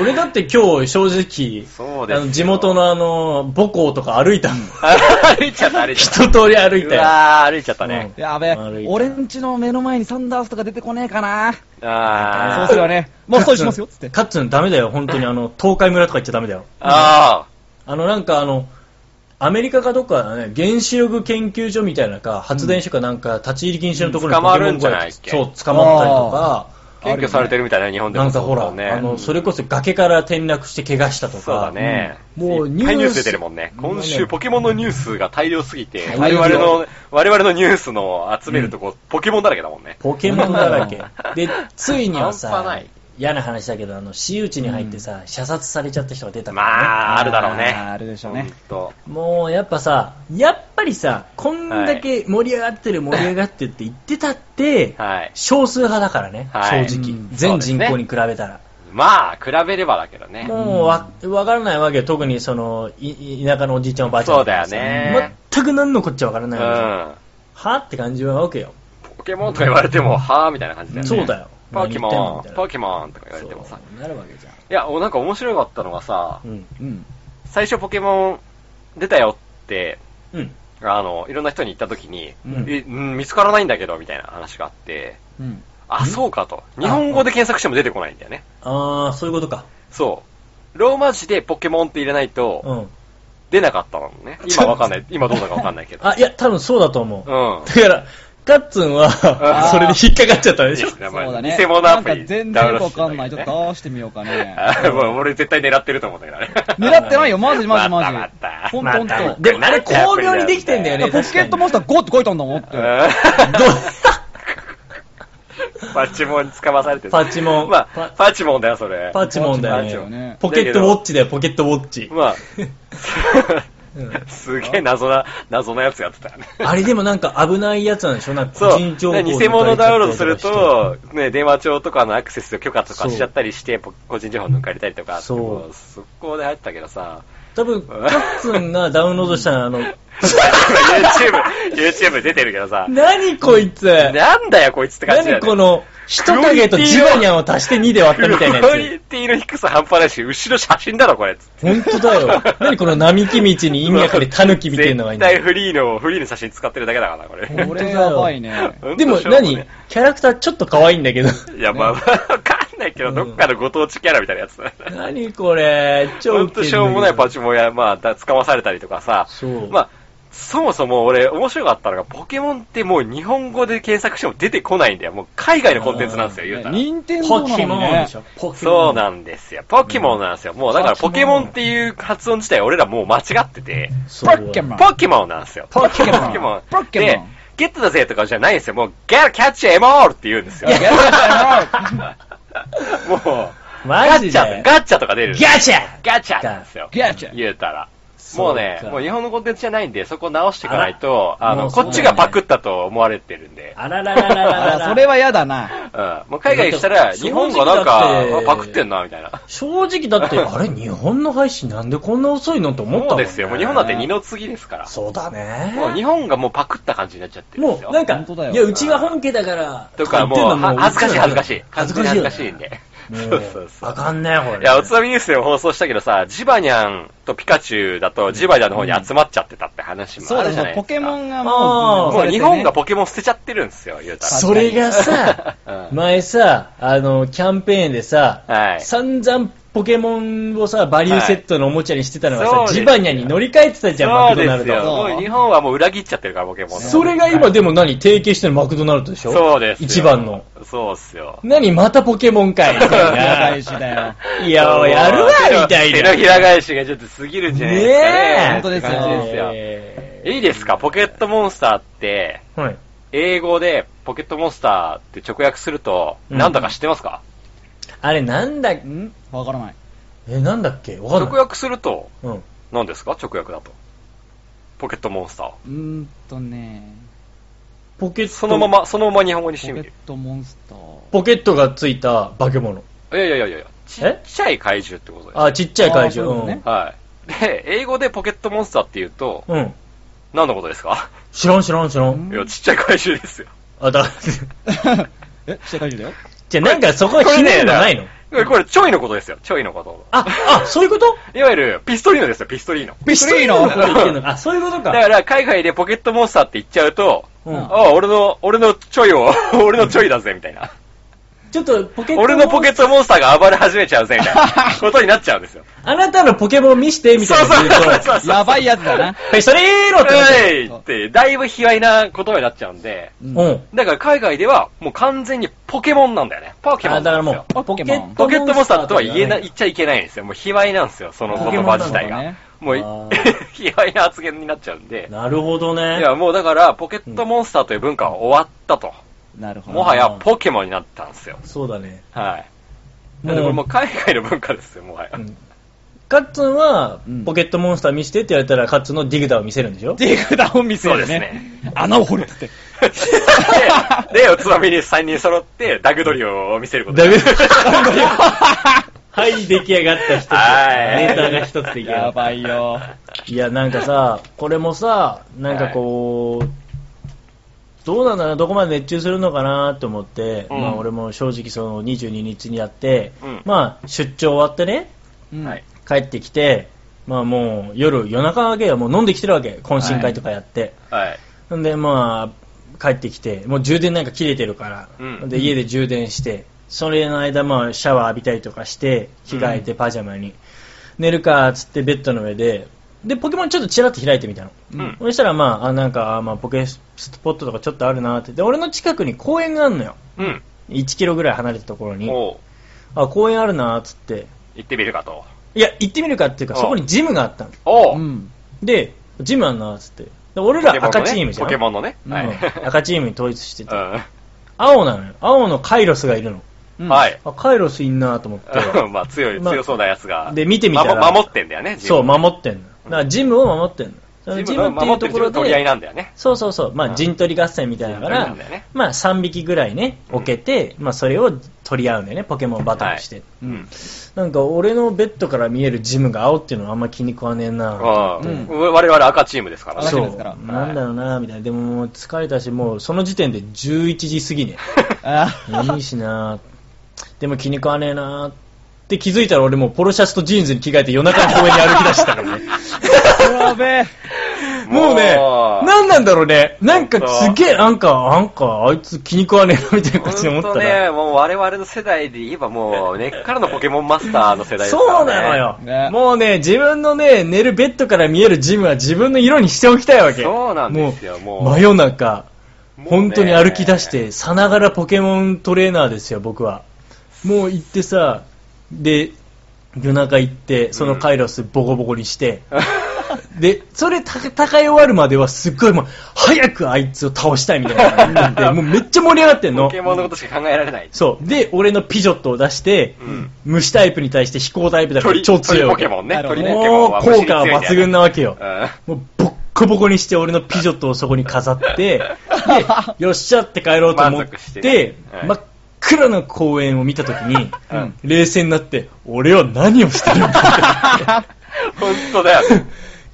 Speaker 4: 俺だって今日正直、
Speaker 2: そうですよ
Speaker 4: あの地元のあの、母校とか歩いたもん。
Speaker 2: 歩いちゃった、歩いちゃった。
Speaker 4: 一通り歩いうたよ。
Speaker 2: わー、歩いちゃったね。
Speaker 3: やべ
Speaker 4: 悪い
Speaker 3: え、
Speaker 4: な
Speaker 3: 俺んちの目の前にサンダースとか出てこねえかな。
Speaker 2: あ
Speaker 3: そう
Speaker 2: ー。
Speaker 3: すればね、もう掃除しますよ、つって。
Speaker 4: カッツンダメだよ、本当にあの、東海村とか行っちゃダメだよ。
Speaker 2: あ
Speaker 4: あのなんかあの、アメリカかどっかだね、原子力研究所みたいなか、発電所かなんか、立ち入り禁止のところ
Speaker 2: 捕
Speaker 4: に
Speaker 2: まるんじゃないっけ
Speaker 4: そう、捕まったりとか、
Speaker 2: ー。検挙されてるみたいな、日本でも。
Speaker 4: なんかほら、
Speaker 2: そうね。
Speaker 4: あの、それこそ崖から転落して怪我したとか。
Speaker 2: そうだね。
Speaker 4: もう
Speaker 2: いっぱいニュース出てるもんね。今週、ポケモンのニュースが大量すぎて、我々の、我々のニュースの集めるとこ、ポケモンだらけだもんね。
Speaker 4: ポケモンだ らけ。で、ついには
Speaker 2: 半端
Speaker 4: さ
Speaker 2: ない、
Speaker 4: 嫌な話だけど、あの、私有地に入ってさ、射殺されちゃった人が出たからね。
Speaker 2: まあ、あるだろう
Speaker 3: あーあ
Speaker 2: ね。
Speaker 3: るでしょう
Speaker 2: ほん
Speaker 3: ね。
Speaker 2: と。
Speaker 4: もうやっぱさ、やっぱりさ、こんだけ盛り上がってる盛り上がってるって言ってたって、
Speaker 2: はい。
Speaker 4: 少数派だからね、
Speaker 2: はい
Speaker 4: 正直
Speaker 3: うん。
Speaker 4: 全人口に比べたら。
Speaker 2: まあ、比べればだけどね。
Speaker 4: もうわ、わからないわけよ。特にその、い田舎のおじいちゃんおばあちゃんとかさ
Speaker 2: そうだよね。
Speaker 4: 全く何のこっちゃわから
Speaker 2: う
Speaker 4: ないわけよ。
Speaker 2: ん。
Speaker 4: はって感じはわけよ。
Speaker 2: ポケモンとか言われても、はぁみたいな感じだよね。
Speaker 4: そうだよ。
Speaker 2: ポケ
Speaker 4: 何言
Speaker 2: モ
Speaker 4: ってんのみたい
Speaker 2: ン、
Speaker 4: な
Speaker 2: ポケモンとか言われても
Speaker 4: そ
Speaker 2: さ。
Speaker 4: うなるわけじゃん。
Speaker 2: いや、おなんか面白かったのがさ
Speaker 4: う、ん。
Speaker 3: うん。
Speaker 2: 最初ポケモン出たよって、
Speaker 4: うん。
Speaker 2: あの、いろんな人に言った時に、
Speaker 4: うん
Speaker 2: えうん見つからないんだけど、みたいな話があって、
Speaker 3: うん。
Speaker 2: あ、そうかと。日本語で検索しても出てこないんだよね。
Speaker 4: ああ、そういうことか。
Speaker 2: そう。ローマ字でポケモンって入れないと、
Speaker 4: うん。
Speaker 2: 出なかったのね。今わか んない。今どうだかわかんないけど。
Speaker 4: あ、いや、多分そうだと思う。
Speaker 2: うん。
Speaker 4: だから、カッツンは、それで引っかかっちゃったでしょ。
Speaker 2: そう
Speaker 3: そうだね。
Speaker 2: 偽物アプ
Speaker 3: なん
Speaker 2: リ
Speaker 3: か全
Speaker 2: ダウン
Speaker 3: 然
Speaker 2: ロ
Speaker 3: よ
Speaker 2: ードしてたんだけ
Speaker 3: くわかんない。ち
Speaker 2: ど
Speaker 3: ょ
Speaker 2: ね
Speaker 3: っと出してみようかね。
Speaker 2: あ もう俺絶対狙ってると思うんだけどね。
Speaker 3: 狙ってないよ、マジマジマジ。
Speaker 2: また
Speaker 3: ほん
Speaker 2: ま
Speaker 3: とほんと。
Speaker 2: た
Speaker 3: だ
Speaker 4: でもあれ巧妙にできてんだよね。
Speaker 3: からポケットモンスター5って書いたんだもんって。
Speaker 2: どう パチモンに捕まされてる
Speaker 4: パチモン
Speaker 2: ま
Speaker 4: パ
Speaker 2: あ、パチモンだよ、それ。
Speaker 4: パチモンだ
Speaker 2: パチモ
Speaker 4: よ
Speaker 2: ン
Speaker 4: ね
Speaker 3: ね。
Speaker 4: ポケットウォッチだよ、ポケットウォッチ。
Speaker 2: まあ、
Speaker 4: うん
Speaker 2: すげえ謎な、謎なやつやってたよね。
Speaker 4: あれでもなんか危ないやつなんでしょなんか
Speaker 2: そ
Speaker 4: 個
Speaker 2: う。
Speaker 4: 人情報
Speaker 2: ね偽物ダウンロードすると、ね、電話帳とかのアクセス許可とかしちゃったりして、ポ個人情報抜かれたりとか、
Speaker 4: そう
Speaker 2: もそこで入ったけどさ、
Speaker 4: 多分、カッツンがダウンロードしたのあの、
Speaker 2: YouTube、YouTube で出てるけどさ、
Speaker 4: 何こいつ
Speaker 2: なんだよこいつって感じだよ、
Speaker 4: 何
Speaker 2: ね。
Speaker 4: この、人影とジバニャンを足して2で割ったみたいな
Speaker 2: クオ
Speaker 4: や
Speaker 2: リティの低さ半端ないし、後ろ写真だろ、これ。
Speaker 4: つ。本当だ よ。何この並木道に意味わかりタヌキみたいなのがいいんだ
Speaker 2: 絶対
Speaker 4: よ。
Speaker 2: フリーの、フリーの写真使ってるだけだからな、これ。
Speaker 3: これやばいね。
Speaker 4: でも何キャラクターちょっと可愛いんだ けど。
Speaker 2: いや、まあ、わかんないけど、どっかのご当地キャラみたいなやつだね。
Speaker 4: 何これ
Speaker 2: ほ
Speaker 4: 超ウ
Speaker 2: ん
Speaker 4: ケ
Speaker 2: と
Speaker 4: んだけ
Speaker 2: し
Speaker 4: ど
Speaker 2: ょうもないパチモンや、まあ、だ捕まされたりとかさ。
Speaker 4: そう
Speaker 2: まあ、そもそも俺、面白かったのが、ポケモンってもう日本語で検索しても出てこないんだよ。もう海外のコンテンツなんですよ、言うたら。
Speaker 3: 任天堂
Speaker 4: ポ
Speaker 3: なの
Speaker 4: ケ
Speaker 3: に
Speaker 4: モン
Speaker 3: ね
Speaker 4: でし。ょポケモン。
Speaker 2: そうなんですよ。ポケモンなんですよ。もうだからポケモンっていう発音自体俺らもう間違ってて、
Speaker 4: そう
Speaker 3: ポケモン
Speaker 2: ポケモンなんですよ。
Speaker 3: ポケモン
Speaker 2: ポケモン。
Speaker 3: ポケモン
Speaker 2: で、ゲットだぜとかじゃないんですよ。もう、ゲッキャッチエモールって言うんですよ。
Speaker 3: いややだよ
Speaker 2: もう、ガ
Speaker 4: マ
Speaker 2: ッ
Speaker 4: ジ
Speaker 2: チャ、
Speaker 4: で
Speaker 2: ガッチャとか出る。
Speaker 4: ガチャ
Speaker 2: ガチャなんですよ。
Speaker 3: ガチャ
Speaker 2: 言うたら。もうね
Speaker 4: そ、か
Speaker 2: もう日本のコンテンツじゃないんで、そこ直していかないと、
Speaker 4: あら
Speaker 2: あ
Speaker 4: も
Speaker 2: の、
Speaker 4: うそう
Speaker 2: こ
Speaker 4: だね
Speaker 2: っちがパクったと思われてるんで。
Speaker 4: あらららららら
Speaker 3: あらそれはやだな。
Speaker 2: うん。もう海外したら、日本がなん
Speaker 4: 正
Speaker 2: か
Speaker 4: 直だっ、て
Speaker 2: パクってんな、みたいな。
Speaker 4: 正直だって、あれ、日本の配信なんでこんな遅いのと思っ
Speaker 2: そ
Speaker 4: たもん、
Speaker 2: う
Speaker 4: ね、
Speaker 2: ですよ。もう日本なんて二の次ですから。
Speaker 4: そうだね。
Speaker 2: もう日本がもうパクった感じになっちゃってるんで
Speaker 4: も
Speaker 2: すよ。
Speaker 4: うなんか
Speaker 3: 本当だ、よ
Speaker 4: いや、うちが本家だから、
Speaker 2: とかもう、
Speaker 4: 言ってんの
Speaker 2: は恥ずかしい恥ずかしい。
Speaker 4: 恥
Speaker 2: 恥
Speaker 4: ず
Speaker 2: ず
Speaker 4: か
Speaker 2: か
Speaker 4: し
Speaker 2: し
Speaker 4: い
Speaker 2: い恥ずかしい
Speaker 4: よね。
Speaker 2: んで。
Speaker 4: ね
Speaker 2: そ
Speaker 4: え
Speaker 2: うそうそう
Speaker 4: あ。かんねこれ。
Speaker 2: いや、おつまみニュースでも放送したけどさ、ジバニャンとピカチュウだとジバニャンの方に集まっちゃってたって話も
Speaker 3: そ
Speaker 2: あ
Speaker 3: う
Speaker 2: る
Speaker 3: で
Speaker 2: じ
Speaker 3: し
Speaker 2: ゃ
Speaker 3: ょ
Speaker 2: ないですか。
Speaker 3: ポケモンが
Speaker 4: あ
Speaker 3: も
Speaker 4: ー
Speaker 3: う、
Speaker 2: もう日本が
Speaker 3: ポ
Speaker 2: ポケモン捨てちゃってるんですよ、言うたら。、
Speaker 4: それがさ
Speaker 2: うん
Speaker 4: 前さ、あの、キャンペーンでさ、
Speaker 2: はい
Speaker 4: 散々ポケモンをさ、バリューセットのおもちゃにしてたのがさ、
Speaker 2: はいそうです
Speaker 4: ジ
Speaker 2: よ
Speaker 4: バニャに乗り換えてたじゃん、マ
Speaker 2: そう
Speaker 4: クドナ
Speaker 2: で
Speaker 4: ル
Speaker 2: す
Speaker 4: ド
Speaker 2: よ。
Speaker 4: が。
Speaker 2: もう日本はもう裏切っちゃってるから、ポケモンの。
Speaker 4: それが今でも何提携してるマクドナルドでしょ
Speaker 2: そうですよ。
Speaker 4: 一番の。。
Speaker 2: そうっすよ。
Speaker 4: 何またポケモンかいみたい
Speaker 3: 裏
Speaker 4: な。
Speaker 3: 返し だよ。
Speaker 4: いや、
Speaker 2: もう
Speaker 4: やるわ
Speaker 2: 手の
Speaker 4: みたい
Speaker 2: 手
Speaker 4: な。
Speaker 2: のひら返しがちょっと過ぎるんじゃないですかね。
Speaker 4: ねえ
Speaker 3: 本当ですよ
Speaker 2: って感じ
Speaker 4: え
Speaker 2: いいですか、ポケットモンスターって、
Speaker 4: ーはい。
Speaker 2: 英語でポケットモンスターって直訳すると、
Speaker 4: うん
Speaker 2: なんだか知ってますか、
Speaker 4: あれ、なんだ、
Speaker 3: んわからない。
Speaker 4: え、なんだっけわかん
Speaker 2: 直
Speaker 4: ない。
Speaker 2: 訳すると、
Speaker 4: うん。
Speaker 2: 何ですか直訳だと。ポケットモンスター。
Speaker 3: うーんとね、
Speaker 4: ポケット、
Speaker 2: そのま。ま、そのまま日本語にし
Speaker 3: ポ
Speaker 2: てみ
Speaker 3: ケッ
Speaker 2: る。
Speaker 3: トモンスター。
Speaker 4: ポケットがついた化け物。
Speaker 2: いやいやいやいや、ちっちゃい怪獣ってことです。
Speaker 4: あ、ちっちゃい怪
Speaker 3: あーそう
Speaker 4: 獣。
Speaker 3: いうこ
Speaker 2: はい。で、英語でポケットモンスターって言うと、
Speaker 4: うん。うん。
Speaker 2: 何のことですか、
Speaker 4: 知らん知らん知らん。
Speaker 2: いや、ちっちゃい怪獣ですよ。
Speaker 4: あ、だ、
Speaker 3: え、記者会見だよ。
Speaker 4: じゃあなんかそこは
Speaker 2: これ
Speaker 4: ひね
Speaker 2: ね
Speaker 4: るのないの
Speaker 2: これ、これ、ちょいのことですよ。ちょいのこと。
Speaker 4: あ、あ、そういうこと
Speaker 2: いわゆる、ピストリーノですよ、ピストリーノ。
Speaker 3: ピストリーノ
Speaker 4: ピストリーノって言ってんのかあ、そういうこと
Speaker 2: だ
Speaker 4: か。
Speaker 2: から、海外でポケットモンスターって言っちゃうと、
Speaker 4: う
Speaker 3: うん
Speaker 4: ん、
Speaker 2: あ俺の、俺のちょいを、 俺のちょいだぜ、みたいな。
Speaker 4: ちょっとポケット。
Speaker 2: 俺のポケットモンスターが暴れ始めちゃうぜ、みたいなことになっちゃうんですよ。
Speaker 4: あなたのポケモン見して、 み
Speaker 2: そ
Speaker 4: た
Speaker 2: う
Speaker 4: いな
Speaker 2: そうそう
Speaker 4: こと言うと。
Speaker 2: そうそう。
Speaker 3: やばいやつ だな。
Speaker 4: ペソリーノってなっちゃう
Speaker 2: ういって、だいぶ卑猥な言葉になっちゃうんで、
Speaker 3: う。
Speaker 4: うんん。
Speaker 2: だから海外ではもう完全にポケモンなんだよね。ポケモ
Speaker 4: あ、
Speaker 2: ン
Speaker 4: だか
Speaker 2: な
Speaker 4: ら
Speaker 2: んで
Speaker 4: も
Speaker 2: す
Speaker 4: う
Speaker 2: よ。、
Speaker 3: ポケモン
Speaker 2: ポケットモンスターとは言えな
Speaker 4: ポ
Speaker 2: 言っちゃいけないんですよ。もう卑猥なんですよ、その
Speaker 4: ポケ
Speaker 2: 言
Speaker 4: モ
Speaker 2: 葉
Speaker 4: ンな
Speaker 2: 自
Speaker 4: んだ
Speaker 2: 体
Speaker 4: ね
Speaker 2: が。もうい
Speaker 4: あー、
Speaker 2: 卑猥な発言になっちゃうんで。
Speaker 4: なるほどね。
Speaker 2: いや、もうだから、ポケットモンスターという文化は終わったと。
Speaker 3: なるほど。
Speaker 2: もは やポケモンになったんですよ。
Speaker 4: そうだね。
Speaker 2: はい。な
Speaker 4: も
Speaker 2: んでこれもう
Speaker 4: う、
Speaker 2: 海外の文化 ですよ、もはや。
Speaker 4: うんカッツンは
Speaker 3: うん、
Speaker 4: ポケットモンスター見してって言われたら、カッツンのディグダーを見せるんでしょ
Speaker 3: っていう札を見せ
Speaker 2: そう
Speaker 3: る
Speaker 2: です
Speaker 3: ね。
Speaker 2: ね。
Speaker 3: 穴を掘るっつって。
Speaker 2: で、で、おつまみに3人揃って、ダグドリを見せること
Speaker 4: ダ
Speaker 2: に
Speaker 4: グはい、出来上がった一つ。
Speaker 2: はい
Speaker 4: ネタが一つ出来上が
Speaker 3: や
Speaker 4: った。
Speaker 3: ばいよ。
Speaker 4: いや、なんかさ、これもさ、なんかこう、どうなんだろうどこまで熱中するのかなと思って、
Speaker 2: うん
Speaker 4: まあ俺も正直その22日にやって、
Speaker 2: うん
Speaker 4: まあ出張終わってね、
Speaker 3: うん
Speaker 2: はい。
Speaker 4: 帰ってきて、まあもう夜、夜中だけはもう飲んできてるわけ。懇親会とかやって。
Speaker 2: はい。
Speaker 4: んでまあ帰ってきてもう充電なんか切れてるから、
Speaker 2: うん
Speaker 4: で家で充電してそれの間まあシャワー浴びたりとかして着替えてパジャマに、寝るかっつってベッドの上ででポケモンちょっとちらっと開いてみたの、
Speaker 2: うん
Speaker 4: そしたらまああなんかあまあポケスポットとかちょっとあるなってで俺の近くに公園があるのよ
Speaker 2: うん。
Speaker 4: 1キロぐらい離れたところに
Speaker 2: おう
Speaker 4: あ公園あるなっつって
Speaker 2: 行ってみるかと。
Speaker 4: いや行ってみるかっていう
Speaker 2: お
Speaker 4: かそこにジムがあったの
Speaker 2: おう
Speaker 3: うん。
Speaker 4: でジムあるなっつってで俺
Speaker 2: ポケ
Speaker 4: ら
Speaker 2: モンのね
Speaker 4: 赤チームじゃん
Speaker 2: ポケモンのね。
Speaker 4: うん
Speaker 2: はい。
Speaker 4: 赤チームに統一して て、
Speaker 2: う。
Speaker 4: 青なのよ。青のカイロスがいるの。
Speaker 3: うんん
Speaker 2: はい。
Speaker 4: あ、カイロスいんなと思って。
Speaker 2: まあ強い、
Speaker 4: まあ
Speaker 2: 強そうなやつが。
Speaker 4: で見てみたら
Speaker 2: ま守ってんだよね、自
Speaker 4: そう、
Speaker 2: 分
Speaker 4: 守ってんの。だからジムを守ってんの。その
Speaker 2: ジ
Speaker 4: ジ
Speaker 2: ム
Speaker 4: ム
Speaker 2: の
Speaker 4: って
Speaker 2: 守
Speaker 4: い
Speaker 2: って
Speaker 4: うと
Speaker 2: る自
Speaker 4: こ
Speaker 2: 分
Speaker 4: ろ
Speaker 2: の取り合い
Speaker 4: で、
Speaker 2: なんだよね。
Speaker 4: そうそうそう、ま
Speaker 2: うん
Speaker 4: あ陣取り合戦みたいだか
Speaker 2: 陣
Speaker 4: ら
Speaker 2: 取りなんだよね、
Speaker 4: まあ3匹ぐらいね、置けて、まあそれを取り合うんだよね、ポケモンバトルして。
Speaker 2: うん。
Speaker 4: なんか俺のベッドから見えるジムが青っていうのはあんま気に食わねえな
Speaker 2: ああ
Speaker 3: うん
Speaker 2: 我々赤チームですからね。
Speaker 3: 赤チー
Speaker 4: そ
Speaker 3: ム
Speaker 4: う
Speaker 3: ですから、
Speaker 4: なんだろうなみたいな。でももう疲れたし、もうその時点で11時過ぎね。
Speaker 3: あ
Speaker 4: いいしなでも気に食わねえなって気づいたら俺もうポロシャツとジーンズに着替えて夜中の公園に歩き出してたか らね。
Speaker 3: やべえ。
Speaker 4: もうね、なんなんだろうね。なんかすげえ、なんか、なんか、あいつ気に食わねえなみたいな感じに思
Speaker 2: 本
Speaker 4: った
Speaker 2: 当
Speaker 4: ら。
Speaker 2: ね、もう我々の世代で言えばもう、根っからのポケモンマスターの世代ですからね。
Speaker 4: そうなのよ、
Speaker 3: ね
Speaker 4: もうね、自分のね、寝るベッドから見えるジムは自分の色にしておきたいわけ。
Speaker 2: そうなんですよもう
Speaker 4: 真夜中、
Speaker 2: もうね。
Speaker 4: 本当に歩き出して、さながらポケモントレーナーですよ、僕は。もう行ってさ、で、夜中行って、そのカイロスボコボコにして、で、それた戦い終わるまではすっごいもう、早くあいつを倒したいみたいな。で、もうめっちゃ盛り上がってん
Speaker 2: ポ
Speaker 4: の
Speaker 2: ケ。モンのことしか考えられない。
Speaker 4: そう。で、俺のピジョットを出して、
Speaker 2: うん
Speaker 4: 虫タイプに対して飛行タイプだから
Speaker 2: 鳥、
Speaker 4: 超強い
Speaker 2: 鳥
Speaker 4: わ
Speaker 2: ポ
Speaker 4: け。
Speaker 2: ケモンね。
Speaker 3: なるほ
Speaker 2: 鳥
Speaker 3: ど
Speaker 2: ポケモン
Speaker 4: も
Speaker 2: は
Speaker 4: う
Speaker 2: 虫
Speaker 4: 効
Speaker 2: に
Speaker 4: 果
Speaker 2: 強
Speaker 4: はい
Speaker 2: んだよね
Speaker 4: 抜群なわけよ。
Speaker 2: うん
Speaker 4: もうボッコボコにして俺のピジョットをそこに 飾って、で、よっしゃって帰ろうと思っ
Speaker 2: 満足して
Speaker 4: て、
Speaker 2: ねはい
Speaker 4: 真っ暗な公園を見たときに、
Speaker 2: うん
Speaker 4: 冷静になって、俺は何をしてる んだって。
Speaker 2: 本当だよね。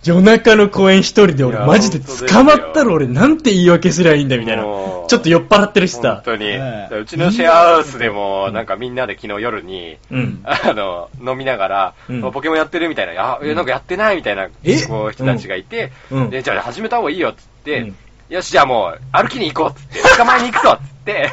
Speaker 4: 夜中の公園一人
Speaker 2: い
Speaker 4: で俺
Speaker 2: や
Speaker 4: マジで捕まったら俺なんて言い訳すりゃいいんだみたいな。ち
Speaker 2: も
Speaker 4: ょ
Speaker 2: う
Speaker 4: っと酔っ払ってるし
Speaker 2: 本
Speaker 4: さ。
Speaker 2: 当に。
Speaker 3: ええ
Speaker 2: うちのシェアハウスでも、なんかみんなで昨日夜に、
Speaker 4: うん。
Speaker 2: あの、飲みながら、
Speaker 4: うん
Speaker 2: ポケモンやってるみたいな、あ、えなんかやってないみたいな、
Speaker 4: え
Speaker 2: こう人たちがいて、
Speaker 4: うん
Speaker 2: で、じゃあ始めた方がいいよっつって、
Speaker 4: うん
Speaker 2: よし、じゃあもう、歩きに行こうっつって、捕まえに行くぞっつ って、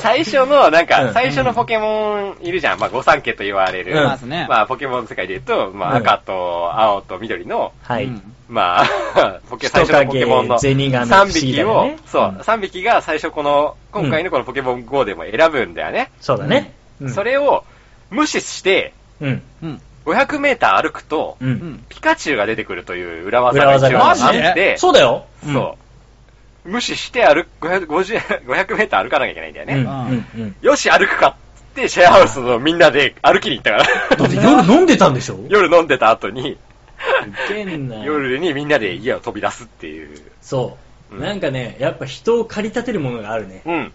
Speaker 2: 最初の、なん
Speaker 4: う
Speaker 2: か、
Speaker 4: ん
Speaker 2: 最初のポケモンいるじゃん。まあ、御三家と言われる。
Speaker 4: うんい
Speaker 2: ま
Speaker 3: ますね
Speaker 2: あ、ポケモンの世界で言うと、まあ、
Speaker 4: うん
Speaker 2: 赤と青と緑の、
Speaker 4: はい。
Speaker 3: うん
Speaker 2: ま あ、ポケ、最
Speaker 4: 人影
Speaker 2: 初のポケモンの
Speaker 4: 銭
Speaker 2: 3
Speaker 4: がね
Speaker 2: 匹
Speaker 4: 不思議だよ
Speaker 2: を
Speaker 4: ね、
Speaker 2: そうう、
Speaker 4: ん
Speaker 2: 3匹が最初この、今回のこのポケモン GO でも選ぶんだよね。
Speaker 4: そうだね。うん
Speaker 2: そ、れを無視して、
Speaker 4: うん。
Speaker 3: うん。
Speaker 2: 500メーター歩くと、
Speaker 4: う。
Speaker 3: うんん。
Speaker 2: ピカチュウが出てくるという裏技が
Speaker 4: 裏技
Speaker 2: 一応
Speaker 4: が
Speaker 2: あっ
Speaker 3: マジ
Speaker 2: て、
Speaker 3: で
Speaker 4: そうだよ。ん
Speaker 2: そう無視して歩く、550 500メーター歩かなきゃいけないんだよ
Speaker 4: うん。う
Speaker 2: ね。
Speaker 4: ん。うん。
Speaker 2: よし、歩くかって、シェアハウスのみんなで歩きに行ったか
Speaker 4: だ
Speaker 2: ら
Speaker 4: っ。て夜飲んでたんでしょ
Speaker 2: 夜飲んでた後に、
Speaker 4: けんな
Speaker 2: 夜にみんなで家を飛び出すっていう。
Speaker 4: そう、
Speaker 2: うん
Speaker 4: なんかねやっぱ人を駆り立てるものがあるね
Speaker 2: うん。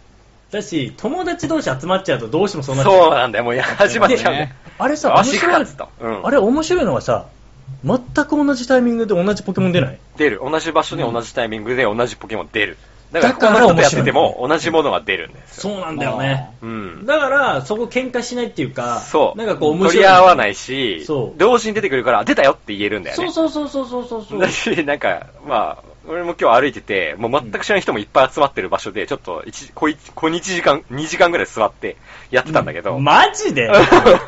Speaker 4: だし友達同士集まっちゃうとどうしてもそうなっち
Speaker 2: そう
Speaker 4: ゃう
Speaker 2: なんだよ、もうや始まっちゃうんだよ
Speaker 3: ね。
Speaker 4: あれさ
Speaker 2: よ
Speaker 4: 面
Speaker 2: し
Speaker 4: 白い
Speaker 2: 勝つとうん
Speaker 4: あれ面白いのがさ全く同じタイミングで同じポケモン出ない
Speaker 2: 出る。同じ場所に同じタイミングで同じポケモン出る。だから、
Speaker 4: だから
Speaker 2: 他の人とやってても同じものが出るんです。
Speaker 4: そうなんだよね。
Speaker 2: うん。
Speaker 4: だから、そこ喧嘩しないっていうか、
Speaker 2: そう。
Speaker 4: なんかこう、。
Speaker 2: 取り合わないいし、
Speaker 4: そう
Speaker 2: 同時に出てくるから、出たよって言えるんだよね。
Speaker 4: そうそうそうそうそうそう。
Speaker 2: だし、 なんか、まあ、俺も今日歩いてて、もう全く知らない人もいっぱい集まってる場所で、ちょっと一、こい、小1時間、2時間ぐらい座ってやってたんだけど、
Speaker 4: マジで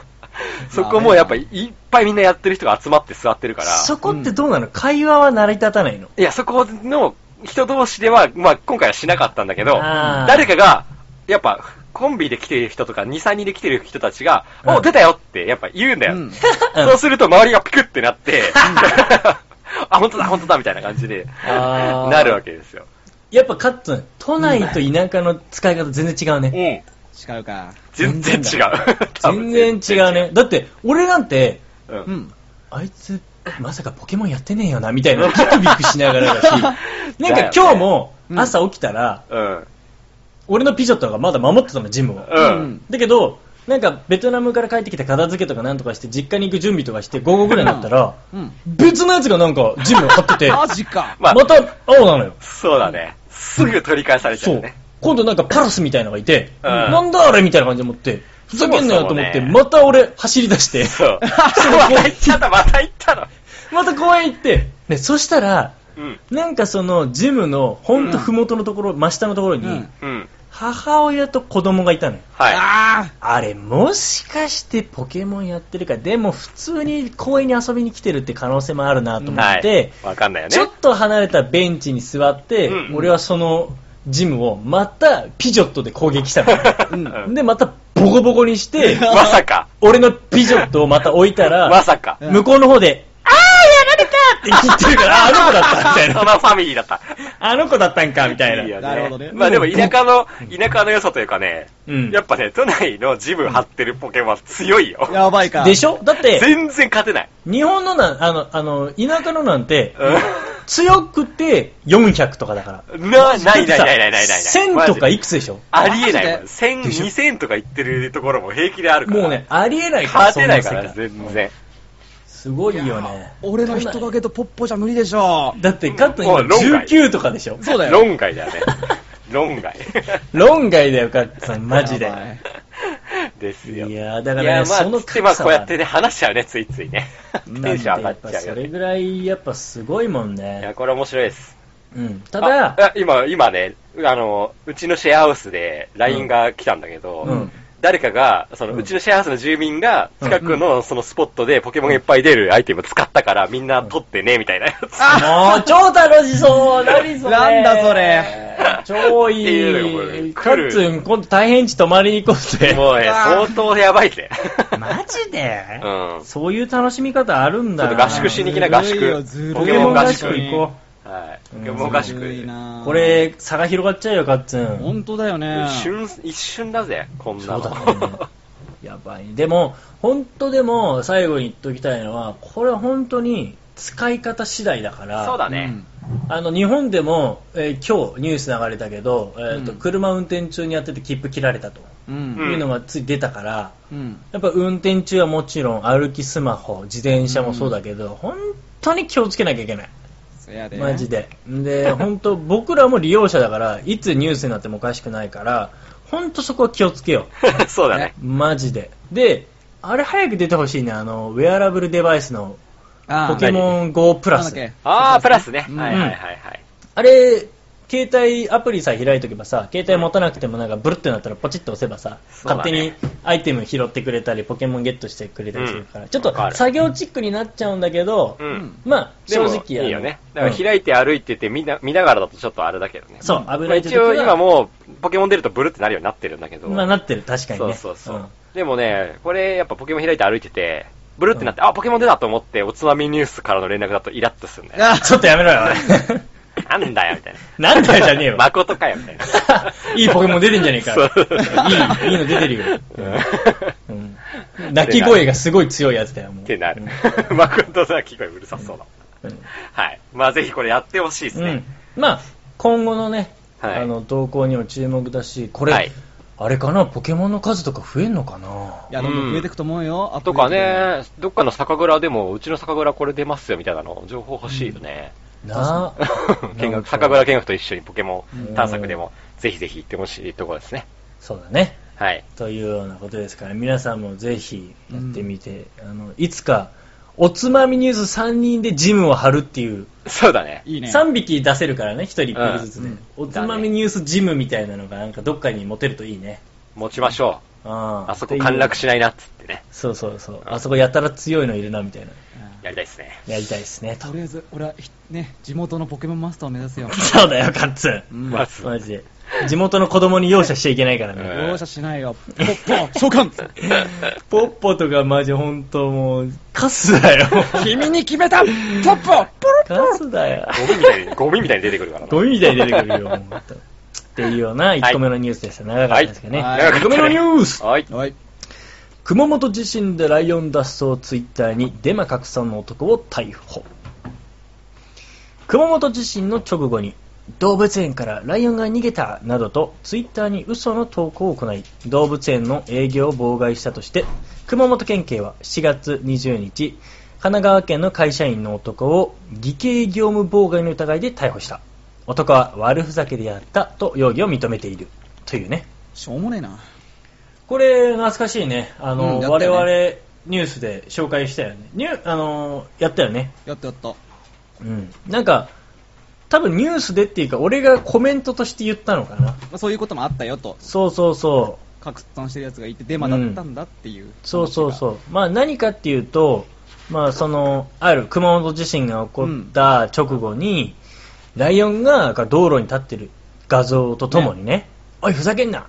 Speaker 2: そこもやっぱいっぱいみんなやってる人が集まって座ってるから、
Speaker 4: そこってどうなの会話は成り立たないの
Speaker 2: いや、そこの人同士では、まあ今回はしなかったんだけど、
Speaker 4: あー
Speaker 2: 誰かが、やっぱ、コンビで来てる人とか、2、3人で来てる人たちが、
Speaker 4: うん
Speaker 2: お、出たよって、やっぱ言うんだよ。
Speaker 3: うん
Speaker 2: そうすると周りがピクってな って、あ、本当だ、本当だ、みたいな感じで、
Speaker 4: あー
Speaker 2: なるわけですよ。
Speaker 4: やっぱカット、都内と田舎の使い方全然違うね。
Speaker 2: うん。
Speaker 3: 違うか。
Speaker 2: 全然違う。 多分
Speaker 4: 全然違うね。。だって、俺なんて、
Speaker 2: うん
Speaker 3: うん。
Speaker 4: あいつ、まさかポケモンやってねえよな、みたいな、ビクビクしながらだし、 なんか今日も
Speaker 3: うん
Speaker 4: 朝起きたら、
Speaker 2: うん。
Speaker 4: 俺のピジョットがまだ守ってたの、ジムを。
Speaker 2: うん。
Speaker 4: だけど、なんかベトナムから帰ってきて片付けとかなんとかして、実家に行く準備とかして、午後ぐらいになったら、
Speaker 3: うん。
Speaker 4: 別のやつがなんかジムを張ってて、
Speaker 3: マジか。
Speaker 2: まあ、
Speaker 4: また青なのよ。
Speaker 2: そうだね。すぐ取り返されち
Speaker 4: そ
Speaker 2: ゃう
Speaker 4: う
Speaker 2: ね。。
Speaker 4: 今度なんかパラスみたいなのがいて、
Speaker 2: うん
Speaker 4: なんだあれみたいな感じで思って、ふざけんなよと思って、
Speaker 2: そもそもね
Speaker 4: また俺走り出して、
Speaker 2: そう。 また行っちゃった、また行ったの。
Speaker 4: また公園行って、ね、そしたら、
Speaker 2: うん。
Speaker 4: なんかそのジムのほんとふもとのところ、真下のところ
Speaker 3: う
Speaker 4: に
Speaker 3: ん
Speaker 2: うん。
Speaker 4: 母親と子供がいたのよ
Speaker 2: はい。
Speaker 3: あ
Speaker 4: あれもしかしてポケモンやってるかでも普通に公園に遊びに来てるって可能性もあるなと思
Speaker 2: は
Speaker 4: っ
Speaker 2: い。
Speaker 4: て、
Speaker 2: わかんないよね。
Speaker 4: ちょっと離れたベンチに座って、
Speaker 2: うん
Speaker 4: 俺はそのジムをまたピジョットで攻撃したの
Speaker 3: う ん
Speaker 2: うん
Speaker 4: でまたボコボコにして
Speaker 2: まさか。
Speaker 4: 俺のピジョットをまた置いたら
Speaker 2: まさか。
Speaker 3: うん
Speaker 4: 向こうの方で「ああやられた!」って言ってるからああの子だったみたい
Speaker 2: そ
Speaker 4: な
Speaker 2: のファミリーだった。
Speaker 4: あの子だったんかみたいな。
Speaker 2: いいよ
Speaker 3: なるほどね
Speaker 2: まあでも田舎の、田舎の良さというかね、
Speaker 4: うん
Speaker 2: やっぱね、都内のジム張ってるポケモンは強いよ
Speaker 3: あ。。やばいか。
Speaker 4: でし
Speaker 3: ょ
Speaker 4: ょだって、
Speaker 2: 全然勝てない。
Speaker 4: 日本のなん、あの、あの、田舎のなんて、
Speaker 2: う
Speaker 4: 強くて400とかだから。
Speaker 2: ん。な、ないないないないないないない。
Speaker 4: 1000とかいくつでしょ
Speaker 2: ありえないもん。
Speaker 3: マジ
Speaker 2: 1000、2000とか言ってるところも平気であるから。
Speaker 4: もうね、、ありえないから、
Speaker 2: 勝てないから、
Speaker 4: そん世界
Speaker 2: 全然。
Speaker 4: すごいよね。
Speaker 3: 俺の人影とポッポじゃ無理でしょ。
Speaker 4: だって、カット
Speaker 2: もう
Speaker 4: 今
Speaker 2: 論外
Speaker 4: 19とかでしょ
Speaker 3: そうだよ。
Speaker 2: 論外だよね。論 外。
Speaker 4: 論外だよ、カットさん、マジで
Speaker 3: や。ばい
Speaker 2: です
Speaker 4: い
Speaker 2: よ。
Speaker 4: やー
Speaker 2: だ
Speaker 4: だからね、
Speaker 2: まあ、
Speaker 4: その
Speaker 2: つってまあ、
Speaker 4: 格差
Speaker 2: こう
Speaker 4: は
Speaker 2: やってね、話しちゃうね、ついついね。テ
Speaker 4: なん
Speaker 2: ン
Speaker 4: て
Speaker 2: ション上が
Speaker 4: やっ
Speaker 2: っ
Speaker 4: ぱ
Speaker 2: ちゃうよ
Speaker 4: それ
Speaker 2: ね。
Speaker 4: ぐらい、やっぱすごいもん
Speaker 2: いや、
Speaker 4: ね。
Speaker 2: これ面白いです。
Speaker 4: うん。ただ、
Speaker 2: ああ今、今ね、あの、うちのシェアハウスで LINE が来たんだけど、
Speaker 4: うん
Speaker 2: 誰かが、その、
Speaker 4: う
Speaker 2: うんちのシェアハウスの住民が、近くのそのスポットでポケモンがいっぱい出るアイテム使ったから、みんな取ってね、みたいなやつ。
Speaker 4: もう超楽しそう何それ
Speaker 3: なんだそれ。
Speaker 2: っ
Speaker 4: 超
Speaker 2: ていうのがこ
Speaker 4: い
Speaker 2: れ
Speaker 4: いカッツン今度大変地泊まりに行こうぜ
Speaker 2: もうね、相当やばいぜ。
Speaker 4: マジで
Speaker 2: うん。
Speaker 4: そういう楽しみ方あるん
Speaker 2: ちょ
Speaker 4: だ
Speaker 2: っと
Speaker 4: な
Speaker 2: 合宿しに行きな、合
Speaker 3: ずるいよ
Speaker 2: 宿
Speaker 3: ずるい。よ
Speaker 2: ポケモン合宿。
Speaker 3: ポケモン合宿
Speaker 4: 行こ
Speaker 2: はい。
Speaker 4: うん
Speaker 2: ポケモン合宿。
Speaker 3: ずるいな
Speaker 4: うこ、れ差が広がっちゃうよカッツン
Speaker 3: 本当だよね。
Speaker 2: 一瞬、一瞬だぜ、こんなの。
Speaker 4: そうだねやばいでも本当でも最後に言っときたいのはこれは本当に使い方次第だか ら
Speaker 2: そうだね。
Speaker 4: あの日本でも、えー今日ニュース流れたけど、えーと
Speaker 3: うん
Speaker 4: 車運転中にやってて切符切られたと
Speaker 3: う。
Speaker 2: うん
Speaker 4: いうのがつい出たから、
Speaker 3: うん。
Speaker 4: やっぱ運転中はもちろん歩きスマホ自転車もそうだけど、本当に気をつけなきゃいけない
Speaker 3: そやで。
Speaker 4: マジ。でで本当僕らも利用者だからいつニュースになってもおかしくないから本当そこは気をつけよ
Speaker 2: そうだね。
Speaker 4: うマジでであれ早く出てほしいねあのウェアラブルデバイスの
Speaker 3: あ
Speaker 4: ポ
Speaker 3: あ
Speaker 4: ケモン GO プ
Speaker 3: プ
Speaker 4: ラス
Speaker 2: あー、プラスね。
Speaker 3: うん
Speaker 2: はいはいはいはい。
Speaker 4: あれ携帯アプリさえ開いとけばさ携帯持たなくてもなんかブルってなったらポチッと押せばさ、
Speaker 2: そう
Speaker 4: 勝
Speaker 2: だ
Speaker 4: 手
Speaker 2: ね
Speaker 4: にアイテム拾ってくれたりポケモンゲットしてくれたりするから、ちょっと
Speaker 2: わかる
Speaker 4: 作業チックになっちゃうんだけど、
Speaker 2: うん。
Speaker 4: まあ
Speaker 2: で
Speaker 4: 正
Speaker 2: も
Speaker 4: 直や
Speaker 2: いいよね。だから開いて歩いてて見な見ながらだとちょっとあれだけどね。
Speaker 4: そう危
Speaker 2: まあ
Speaker 4: ない時
Speaker 2: 一
Speaker 4: は
Speaker 2: 応今もうポケモン出るとブルってなるようになってるんだけど。
Speaker 4: まあなってる確かに
Speaker 2: そう
Speaker 4: ね
Speaker 2: そうそう、
Speaker 4: ん
Speaker 2: でもね、これやっぱポケモン開いて歩いてて、ブルってなって、あ、ポケモン出たと思って、おつまみニュースからの連絡だとイラッとするんだよ。
Speaker 3: あ
Speaker 4: ちょっとやめろよお い
Speaker 2: なんだよ、みたいな。
Speaker 4: なんだよじゃねえ よ
Speaker 2: 誠かよ、みたいな。
Speaker 4: いいポケモン出てんじゃねえか
Speaker 2: そう
Speaker 4: いいいいの出てるよ、
Speaker 2: う
Speaker 4: うんん泣き声がすごい強いやつだよもう
Speaker 2: ってなる
Speaker 4: う ん。
Speaker 2: 誠さん聞こえうるさそうだ。
Speaker 4: うん
Speaker 2: はい。まあぜひこれやってほしいですね。
Speaker 4: うん、まあ今後のね、
Speaker 2: はい
Speaker 4: あの投稿にも注目だしこれ、
Speaker 2: はい
Speaker 4: あれかなポケモンの数とか増えんのかない
Speaker 3: や、どんどん増えていくと思うよ。アップ
Speaker 2: とかね、どっかの酒蔵でも、うちの酒蔵これ出ますよみたいなの、情報欲しいよね。
Speaker 4: なあ。
Speaker 2: 見
Speaker 4: なん
Speaker 2: 学、
Speaker 4: か
Speaker 2: 酒蔵見学と一緒にポケモ
Speaker 4: う
Speaker 2: ン
Speaker 4: ん
Speaker 2: 探索でも、ぜひぜひ行ってほしいところですね。
Speaker 4: そうだね。
Speaker 2: はい。
Speaker 4: というようなことですから、皆さんもぜひやってみて、あの、いつか、おつまみニュース3人でジムを張るっていう、
Speaker 2: そうだね。
Speaker 3: いいね。
Speaker 4: 3匹出せるからね、1人1匹ずつで、
Speaker 3: うん
Speaker 4: おつまみニュースジムみたいなのが、なんかどっかに持てるといいね。
Speaker 2: 持ちましょう。
Speaker 4: あ
Speaker 2: あそこ陥落
Speaker 4: し
Speaker 2: しないなっつってね。
Speaker 4: そうそうそう。あそこやたら強いのいるな、みたいな。
Speaker 2: やりたいですね。
Speaker 4: やりたいですね、と
Speaker 5: と。りあえず、俺はひ、ね、地元のポケモンマスターを目指すよ。
Speaker 4: そうだよ、カッツン。
Speaker 5: うん。
Speaker 2: まず、
Speaker 4: マジで。地元の子供に容赦しちゃいけないか らね。
Speaker 5: 容赦しないよ。ポッポ、召喚
Speaker 4: ポッポとかマジ本当もう、カスだよ。
Speaker 5: 君に決めたポッポポロ
Speaker 4: カスだよ。
Speaker 2: ゴミみたいに、ゴミみたいに出てくるからな。
Speaker 4: ゴミみたいに出てくるよ、もう本当っていうような1個目のニュースでした。長かったですけどね。
Speaker 5: はい
Speaker 2: 長か
Speaker 4: 1個
Speaker 2: ったね
Speaker 4: 目のニュース
Speaker 2: はい。
Speaker 5: はい。
Speaker 4: 熊本地震でライオン脱走ツイッターにデマ拡散の男を逮捕熊本地震の直後に動物園からライオンが逃げたなどとツイッターに嘘の投稿を行い動物園の営業を妨害したとして熊本県警は4月20日神奈川県の会社員の男を偽計業務妨害の疑いで逮捕した男は悪ふざけでやったと容疑を認めているというね
Speaker 5: しょうもねえな。
Speaker 4: これ、懐かしいね。あの、
Speaker 5: うんやった
Speaker 4: 我
Speaker 5: よね
Speaker 4: 々、ニュースで紹介したよね。ニュー、あの、やったよね。
Speaker 5: やったやった。
Speaker 4: うん。なんか、多分ニュースでっていうか、俺がコメントとして言ったのかな。
Speaker 5: まあ、そういうこともあったよと、
Speaker 4: そうそうそう。
Speaker 5: 拡散してるやつがいて、デマだったんだっていう、
Speaker 4: そうそう
Speaker 5: う。
Speaker 4: そう。まあ何かっていうと、まあその、ある熊本地震が起こった直後に、ライオンが道路に立ってる画像とともにね、おいふざけんな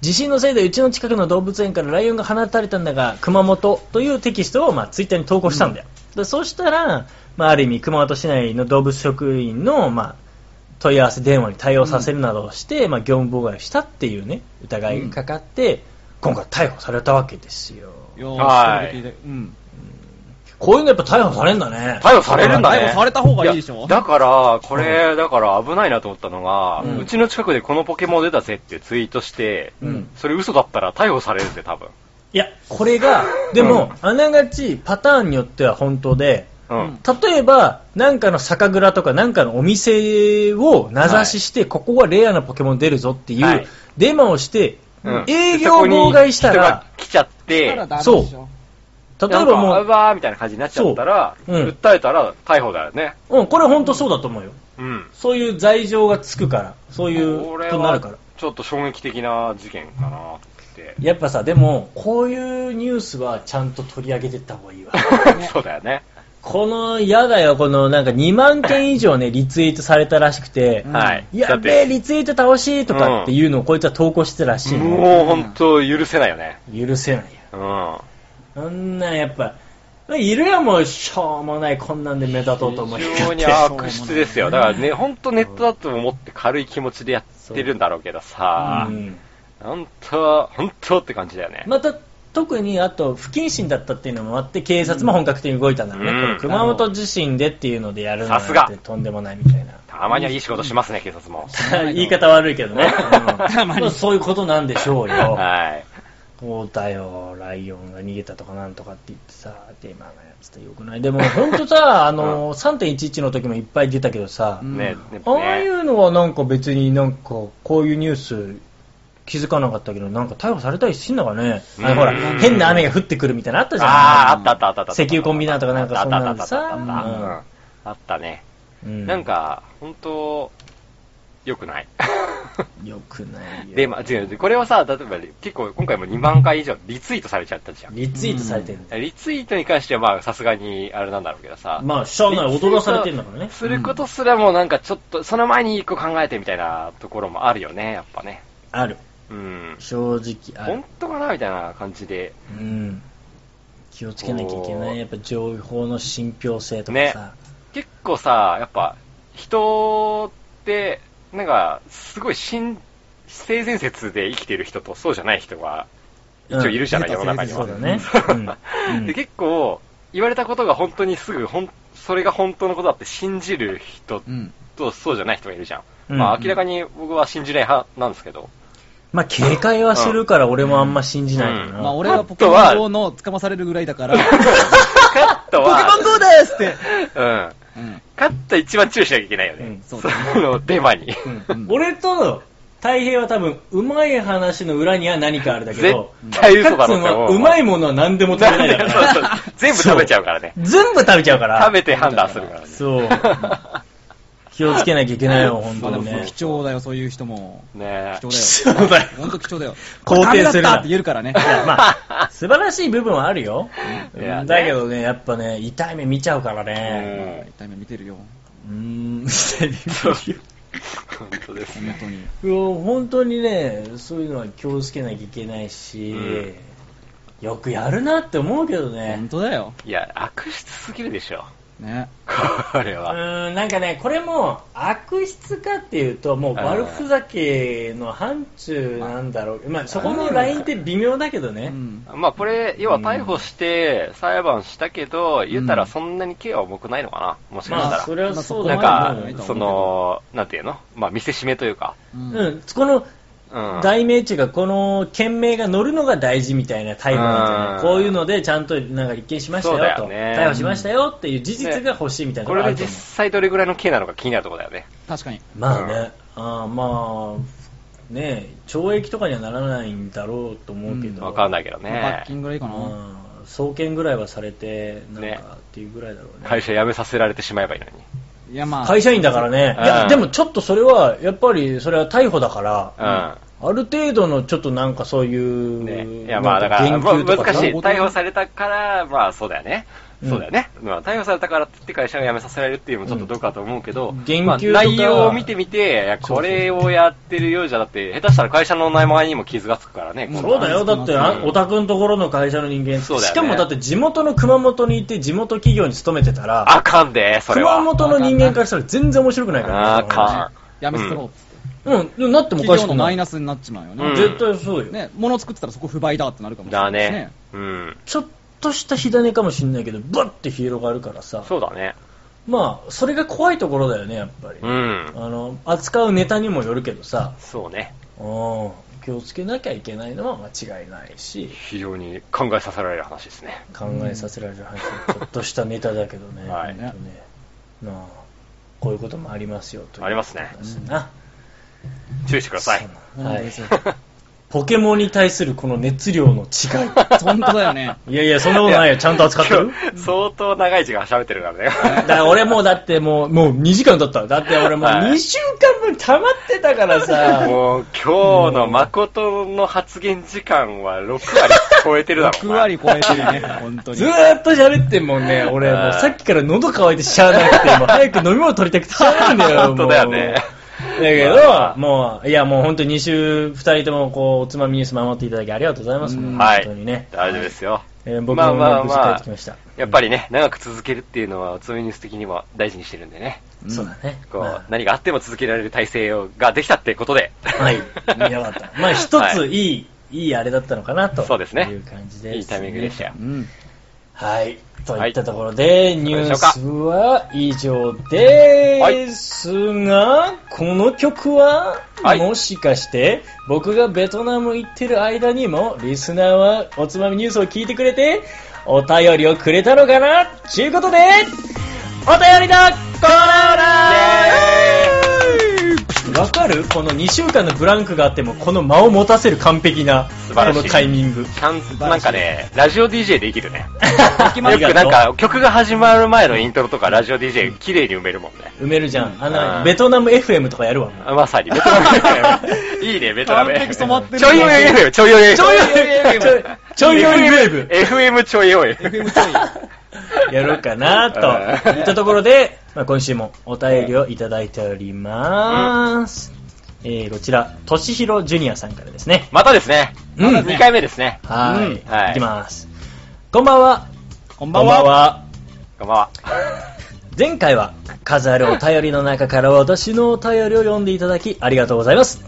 Speaker 4: 地震のせいでうちの近くの動物園からライオンが放たれたんだが、熊本というテキストをまあツイッターに投稿したんだよ。でそうしたら、まあある意味熊本市内の動物職員の、まあ、問い合わせ電話に対応させるなどをして、まあ、業務妨害をしたっていうね疑いがかかって、今回逮捕されたわけですよ
Speaker 5: よ
Speaker 2: は
Speaker 5: ー
Speaker 2: い
Speaker 5: し、い、うん。
Speaker 4: こういうのやっぱ逮捕されんだね
Speaker 2: 逮捕されるんだね。
Speaker 5: 逮捕された方がいいでしょ
Speaker 2: やだから、これ、だから危ないなと思ったのが、うちの近くでこのポケモン出たぜってツイートして、
Speaker 4: うん
Speaker 2: それ嘘だったら逮捕されるぜ、多分。
Speaker 4: いやこれがでも、あながちパターンによっては本当で
Speaker 2: うん。
Speaker 5: うん
Speaker 4: 例えばなんかの酒蔵とかなんかのお店を名指しして、ここはレアなポケモン出るぞっていう、
Speaker 2: はい
Speaker 4: デマをして、
Speaker 2: うん
Speaker 4: 営業妨害したら
Speaker 2: そこに人が来ちゃっ
Speaker 5: だから
Speaker 2: て、
Speaker 5: ダメでしょ。
Speaker 4: 例え
Speaker 2: なん
Speaker 4: ば
Speaker 2: か
Speaker 4: も
Speaker 2: あ
Speaker 4: う、
Speaker 2: わーみたいな感じになっちゃったら、
Speaker 4: そううん
Speaker 2: 訴えたら逮捕だよね。
Speaker 4: うん、これ本当そうだと思うよ
Speaker 2: うん。
Speaker 4: そういう罪状がつくから、そういう
Speaker 2: こ
Speaker 4: こ
Speaker 2: れ
Speaker 4: とになるから
Speaker 2: は。ちょっと衝撃的な事件かなって。
Speaker 4: やっぱさ、でも、こういうニュースはちゃんと取り上げてった方がいいわ。
Speaker 2: そうだよね。
Speaker 4: この、やだよ、この、なんか2万件以上ね、リツイートされたらしくて、
Speaker 2: はい。
Speaker 4: やっべえ、リツイート倒しいとかっていうのをこいつは投稿してたらしいの
Speaker 2: もう本当許せないよね。
Speaker 4: 許せないよ。
Speaker 2: うん。
Speaker 4: そんなんやっぱ、いるやんもう、しょうもない、こんなんで目立とうと思い
Speaker 2: 非
Speaker 4: やが
Speaker 2: 常
Speaker 4: っ
Speaker 2: に
Speaker 4: て。
Speaker 2: 悪質ですよ。だからね、本当ネットだと思って軽い気持ちでやってるんだろうけどさ
Speaker 4: う、ん
Speaker 2: 本当、本当って感じだよね。
Speaker 4: また特にあと不謹慎だったっていうのもあって警察も本格的に動いたんだろうね、
Speaker 2: うん
Speaker 4: これ熊本地震でっていうのでやるなん
Speaker 2: さすが
Speaker 4: てとんでもないみたいな
Speaker 2: たまにはいい仕事しますね、警察も。
Speaker 4: 言い方悪いけどね、
Speaker 5: たまに
Speaker 4: うんそういうことなんでしょうよ
Speaker 2: はい。
Speaker 4: そうだよライオンが逃げたとかなんとかって言ってさデマのやつってよくない でも本当さあの、3.11の時もいっぱい出たけどさ、
Speaker 5: うん
Speaker 2: ね、ね
Speaker 4: ああいうのはなんか別になんかこういうニュース気づかなかったけどなんか逮捕されたりしてんだからね、あのほら
Speaker 2: うん
Speaker 4: 変な雨が降ってくるみたいなのあったじゃん
Speaker 2: ああ、あったあったあったあった。
Speaker 4: 石油コンビナーとかなんかそんなので
Speaker 2: あったあったあったあった
Speaker 4: さ、
Speaker 2: うんあったね。
Speaker 4: う
Speaker 2: なんか、本当、良くない。
Speaker 4: よくないよ
Speaker 2: で、まあ、違う違うこれはさ、例えば結構今回も2万回以上リツイートされちゃったじゃん。
Speaker 4: リツイートされてるんだよ、
Speaker 2: リツイートに関してはまあさすがにあれなんだろうけどさ。
Speaker 4: まあしゃあない踊らされてるんだからね
Speaker 2: することすらもなんかちょっと、その前に一個考えてみたいなところもあるよね、やっぱね。
Speaker 4: ある
Speaker 2: うん。
Speaker 4: 正直ある
Speaker 2: 本、当かなみたいな感じで。
Speaker 4: うん、気をつけなきゃいけないやっぱ情報の信憑性とかさ、
Speaker 2: 結構さ、やっぱ、人って、なんか、すごい新、性善説で生きてる人とそうじゃない人が、一応いるじゃない、
Speaker 5: うん
Speaker 2: 世の中に
Speaker 4: そ
Speaker 2: は。
Speaker 4: うだ ね、うんうん
Speaker 2: で、結構、言われたことが本当にすぐ、ほん、それが本当のことだって信じる人
Speaker 5: うん。
Speaker 2: とそうじゃない人がいるじゃん。
Speaker 4: うん
Speaker 2: まあ、明らかに僕は信じない派なんですけど。
Speaker 4: まあ警戒はしてるから俺もあんま信じないよな、
Speaker 5: まあ、俺はポケモ
Speaker 2: カッ
Speaker 5: ン
Speaker 2: トは
Speaker 5: GO の捕まされるぐらいだから、ポケ
Speaker 2: カット
Speaker 5: モ
Speaker 2: は、
Speaker 5: ン GO ですって。
Speaker 2: うん。
Speaker 5: うん。
Speaker 2: 勝った一番注意しなきゃいけないよね。
Speaker 4: うん
Speaker 5: そう
Speaker 2: そ
Speaker 5: だね
Speaker 2: のデマに。
Speaker 5: ん
Speaker 4: 俺と太平は多分、うまい話の裏には何かあるだけ
Speaker 2: 絶
Speaker 4: ど、
Speaker 2: 対嘘
Speaker 4: カ
Speaker 2: だ
Speaker 4: ッツ
Speaker 2: ろ
Speaker 4: ンはうまいものは何でも食べないだか
Speaker 2: なん でそう
Speaker 4: ら。
Speaker 2: そう全部食べちゃうからね。
Speaker 4: 全部食べちゃうから。
Speaker 2: 食べて判断する からね。
Speaker 4: そう。気をつけなきゃいけないよ、本
Speaker 5: まあ
Speaker 4: 当
Speaker 5: で
Speaker 4: に
Speaker 5: も
Speaker 4: ね。
Speaker 5: 貴重だよ、そういう人も。
Speaker 2: ね
Speaker 5: 貴重
Speaker 4: そう
Speaker 5: だよ。
Speaker 4: だよ。
Speaker 5: ほんと貴重だよ。
Speaker 4: 肯定
Speaker 5: ダ
Speaker 4: する
Speaker 5: メだっ
Speaker 4: な
Speaker 5: たって言えるからね。
Speaker 4: まあ、素晴らしい部分はあるよ。
Speaker 2: いやね
Speaker 4: だけどね、やっぱね、痛い目見ちゃうからね。
Speaker 2: え。
Speaker 5: 痛い目見てるよ。
Speaker 4: うーん、痛い目見
Speaker 2: う
Speaker 4: る
Speaker 2: ん。本当です
Speaker 5: 本
Speaker 2: ね。
Speaker 5: 当に。
Speaker 4: よ。いや本当にね、そういうのは気をつけなきゃいけないし、
Speaker 2: うん
Speaker 4: よくやるなって思うけどね
Speaker 5: 本。当だよ。
Speaker 2: いや、悪質すぎるでし ょ。
Speaker 5: ね。
Speaker 2: これ
Speaker 4: う
Speaker 2: は。
Speaker 4: ーん、なんかね、これも悪質かっていうと、もう悪ふざけの範疇なんだろう。まあ、そこのラインって微妙だけど
Speaker 5: う
Speaker 4: ね。
Speaker 5: ん。
Speaker 2: まあこれ、要は逮捕して裁判したけど、言ったらそんなに刑は重くないのかな、もしかした
Speaker 4: まあ、
Speaker 2: ら。
Speaker 4: それはそうだ
Speaker 2: なん
Speaker 4: けど
Speaker 2: か
Speaker 5: まあそこまででもないと思うけ、ど
Speaker 2: その、なんていうのまあ見せしめというか。
Speaker 5: うん
Speaker 4: うん、この
Speaker 2: うん。
Speaker 4: 題名っていうか、この県名が乗るのが大事みたいな逮捕なんじゃない
Speaker 2: うん
Speaker 4: こういうのでちゃんとなんか立件しました
Speaker 2: そうだ
Speaker 4: よと
Speaker 2: よね
Speaker 4: 逮捕しましたよっていう事実が欲しいみたいな
Speaker 2: こと
Speaker 4: こ
Speaker 2: れ
Speaker 4: あ
Speaker 2: で
Speaker 4: ると
Speaker 2: 実
Speaker 4: 思
Speaker 2: 際どれぐらいの刑なのか気になるところだよね。
Speaker 5: 確かに。
Speaker 4: う。まあね、あーまあ、ね懲役とかにはならないんだろうと思うけど、
Speaker 2: わかん
Speaker 4: ない。
Speaker 2: ないけどね
Speaker 5: 罰。金ぐらいかな。
Speaker 4: 送検ぐらいはされて、なん
Speaker 2: ね
Speaker 4: かっていうぐらいだろうね。
Speaker 2: 会社辞めさせられてしまえばいいのに。
Speaker 5: いやまあ。
Speaker 4: 会社員だからね。
Speaker 2: うん
Speaker 4: いや、でもちょっとそれは、やっぱりそれは逮捕だから、
Speaker 2: う
Speaker 4: ある程度のちょっとなんかそういう、
Speaker 2: ん。ね。いや、まあだから、
Speaker 4: なん
Speaker 2: まあ
Speaker 4: 言及と
Speaker 2: 難
Speaker 4: か
Speaker 2: し
Speaker 4: さ
Speaker 2: い。逮捕されたから、まあそうだよね。そうだよね。まあ逮捕されたからって言って会社を辞めさせられるっていうのもちょっとどうかと思うけど、
Speaker 4: 言及
Speaker 2: まあ
Speaker 4: とか
Speaker 2: 内容を見てみて、いやこれをやってるようじゃだって、下手したら会社の名前にも傷がつくからね。
Speaker 5: うん
Speaker 4: そうだよ。だって、あ
Speaker 2: うん
Speaker 4: お宅のところの会社の人間、
Speaker 2: そうだよね
Speaker 4: しかもだって地元の熊本にいて地元企業に勤めてたら、
Speaker 2: あかんで、それは。
Speaker 4: 熊本の人間からしたら全然面白くないから、
Speaker 2: あか
Speaker 5: やめさせろっつって。
Speaker 4: うん、でもなってもおか
Speaker 5: 企
Speaker 4: し
Speaker 5: 業
Speaker 4: く
Speaker 5: の
Speaker 4: な
Speaker 5: マイ
Speaker 4: い。
Speaker 5: ナスになっちまうよ
Speaker 2: うん
Speaker 5: ね。
Speaker 4: 絶対そうよ。
Speaker 5: ね、物作ってたらそこ不買だってなるかも
Speaker 2: ん。
Speaker 5: しれな
Speaker 2: だ
Speaker 5: いです
Speaker 2: ね
Speaker 5: ね。。
Speaker 2: うん。
Speaker 4: ちょっとした火種かもしれないけど、バッて広がるからさ、
Speaker 2: そうだね。
Speaker 4: まあ、それが怖いところだよね、やっぱり。
Speaker 2: うん。
Speaker 4: あの、扱うネタにもよるけどさ、
Speaker 2: そうね。
Speaker 4: うん、気をつけなきゃいけないのは間違いないし、
Speaker 2: 非常に考えさせられる話ですね。
Speaker 4: 考えさせられる話、ちょっとしたネタだけどね、
Speaker 2: はい
Speaker 4: 本当ねなあこういうこともありますよという
Speaker 2: ありますね
Speaker 4: 話だな、
Speaker 2: 注意してください。
Speaker 5: そうなんですよ。
Speaker 4: ポケモンに対するこの熱量の違
Speaker 5: 本当だよ ね。
Speaker 4: い。いやいや、そんなことないよ、ちゃんと扱ってる。
Speaker 2: 今日 相当長い時間喋ってるから
Speaker 4: だ
Speaker 2: ね。
Speaker 4: から俺もうだってもう、もう2時間経った。だって俺もう
Speaker 2: はい
Speaker 4: 2週間分溜まってたから さ。
Speaker 2: もう今日の誠の発言時間は6割超えてるだろ。
Speaker 5: 6割超えてる ね、本当に
Speaker 4: ず。ーっと喋ってんもんね。俺もうさっきから喉乾いてしゃあなくて、もう早く飲み物取りたくてしゃあない んだよ。
Speaker 2: 本当だよね
Speaker 4: もう。だけど、もう、いやもう本当に2週、2人ともこう、おつまみニュース守っていただきありがとうございます。
Speaker 5: うん
Speaker 4: 本当にね。
Speaker 2: 大丈夫ですよ。
Speaker 4: えー僕
Speaker 2: まあ
Speaker 4: も
Speaker 2: まあ
Speaker 4: 無事帰
Speaker 2: ま
Speaker 4: って
Speaker 2: あ
Speaker 4: きました。、
Speaker 2: やっぱりね、長く続けるっていうのは、おつめニュース的にも大事にしてるんでね。
Speaker 5: うん
Speaker 4: そうだね。
Speaker 2: こ
Speaker 4: まあ
Speaker 2: う、何があっても続けられる体制をができたってことで。
Speaker 4: はい。よかった。まあ、一つ
Speaker 2: はい
Speaker 4: いい、いいあれだったのかなと。
Speaker 2: そうですね
Speaker 4: いう感じです、
Speaker 2: いいタイミングでしたよ。。
Speaker 5: うん。
Speaker 4: はい。といったところで、ニュースは以上ですが、この曲は、
Speaker 2: はい
Speaker 4: もしかして、僕がベトナム行ってる間にも、リスナーはおつまみニュースを聞いてくれて、お便りをくれたのかなちゅうことで、お便りのコーナーわかるこの2週間のブランクがあっても、この間を持たせる完璧な、
Speaker 2: 素
Speaker 4: こ
Speaker 2: 晴らしい
Speaker 4: のタイミング。
Speaker 2: ちゃんと、なんかね、ラジオ DJ できるね。
Speaker 4: きます
Speaker 2: よくなんか、曲が始まる前のイントロとか、ラジオ DJ 綺麗に埋めるもんね。
Speaker 4: 埋めるじゃん。あの、
Speaker 2: うん
Speaker 4: ベトナム FM とかやるわ。
Speaker 2: あまさに、ベトナム FM。いいね、ベトナム FM。
Speaker 5: 完璧染まってる
Speaker 2: ちょいおい FM、ちょいおい FM。
Speaker 4: ちょいよいちょいよいウェーブ
Speaker 2: FM ちょいおい。
Speaker 4: やろうかなと。
Speaker 2: うん
Speaker 4: いったところで、まあ、今週もお便りをいただいております。えー、こちら、としひろジュニアさんからですね。
Speaker 2: またですね。
Speaker 4: うん
Speaker 2: 2回目ですね。
Speaker 4: は
Speaker 2: うん
Speaker 4: い。
Speaker 2: はい
Speaker 4: いきます。こんばんは。
Speaker 5: こ
Speaker 4: こ
Speaker 5: んばんは。
Speaker 4: は。
Speaker 2: こんばんは。
Speaker 4: 前回は数あるお便りの中から私のお便りを読んでいただきありがとうございます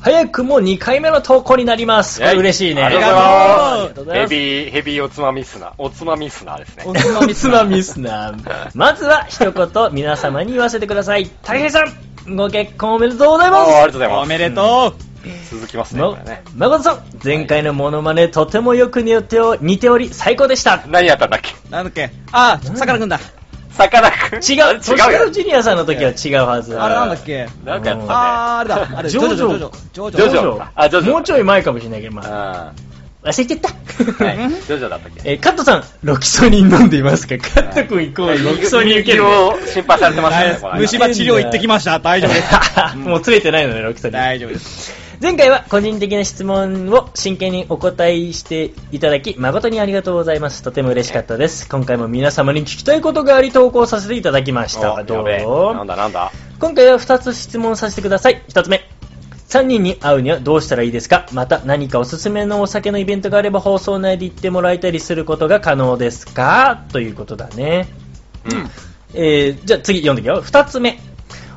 Speaker 4: 早くも2回目の投稿になりますこれ嬉しいね
Speaker 2: あり
Speaker 4: あ
Speaker 2: が
Speaker 4: りが
Speaker 2: と
Speaker 4: と
Speaker 2: うござい
Speaker 4: うござい
Speaker 2: ま。
Speaker 4: ますす
Speaker 2: ヘビー、ヘビーおつまみスナー。おつまみスナーですね。
Speaker 5: おつまみ
Speaker 4: つ
Speaker 5: ス
Speaker 4: ま
Speaker 5: ナ
Speaker 4: み
Speaker 5: ー
Speaker 4: スナーまずは一言皆様に言わせてくださいたい平さんご結婚おめでとうござい
Speaker 2: おーあ
Speaker 4: ま
Speaker 2: りがとうございます。
Speaker 5: おめでと
Speaker 2: うん続きます
Speaker 4: す
Speaker 2: ね、こ
Speaker 4: の
Speaker 2: れね。
Speaker 4: 誠さん前回のモノマネとてもよく似てお似ており最高でした
Speaker 2: 何やったんだっけ
Speaker 5: う。なんだっけ。あ、さかなクンだ。
Speaker 2: さかなクン
Speaker 4: 違
Speaker 2: あれ
Speaker 4: う、トシカ
Speaker 2: 違う
Speaker 4: ル
Speaker 2: よ。
Speaker 4: ジュニアさんの時は違うはず。
Speaker 3: あれなんだっけ
Speaker 2: なんかやってたね。
Speaker 3: あー、あれだ。あれ、
Speaker 4: ジョジョ
Speaker 3: ジョジョ。
Speaker 4: ジョジ
Speaker 2: ジョジ
Speaker 4: ョ
Speaker 2: ョ。あジョジョ
Speaker 4: もうちょい前かもしれないけど、まあ、
Speaker 2: あ
Speaker 4: 忘れてった。
Speaker 2: ーはい。ジョジョだったっけ
Speaker 4: えーカットさん、ロキソニン飲んでいますかカット君イコールロキソニン受けるね。
Speaker 2: を心配されてましたね、この間
Speaker 3: 虫歯治療行ってきました。大丈夫 です。
Speaker 4: もう釣れてないのね、ロキソニン。
Speaker 3: 大丈夫です。
Speaker 4: 前回は個人的な質問を真剣にお答えしていただき誠にありがとうございますとても嬉しかったです今回も皆様に聞きたいことがあり投稿させていただきました
Speaker 2: お
Speaker 4: ど
Speaker 2: やべえなん
Speaker 4: う
Speaker 2: だなんだ。
Speaker 4: 今回は2つ質問させてください1つ目3人に会うにはどうしたらいいですかまた何かおすすめのお酒のイベントがあれば放送内で言ってもらえたりすることが可能ですかということだね
Speaker 2: うん。
Speaker 4: えーじゃあ次読んでいくよ2つ目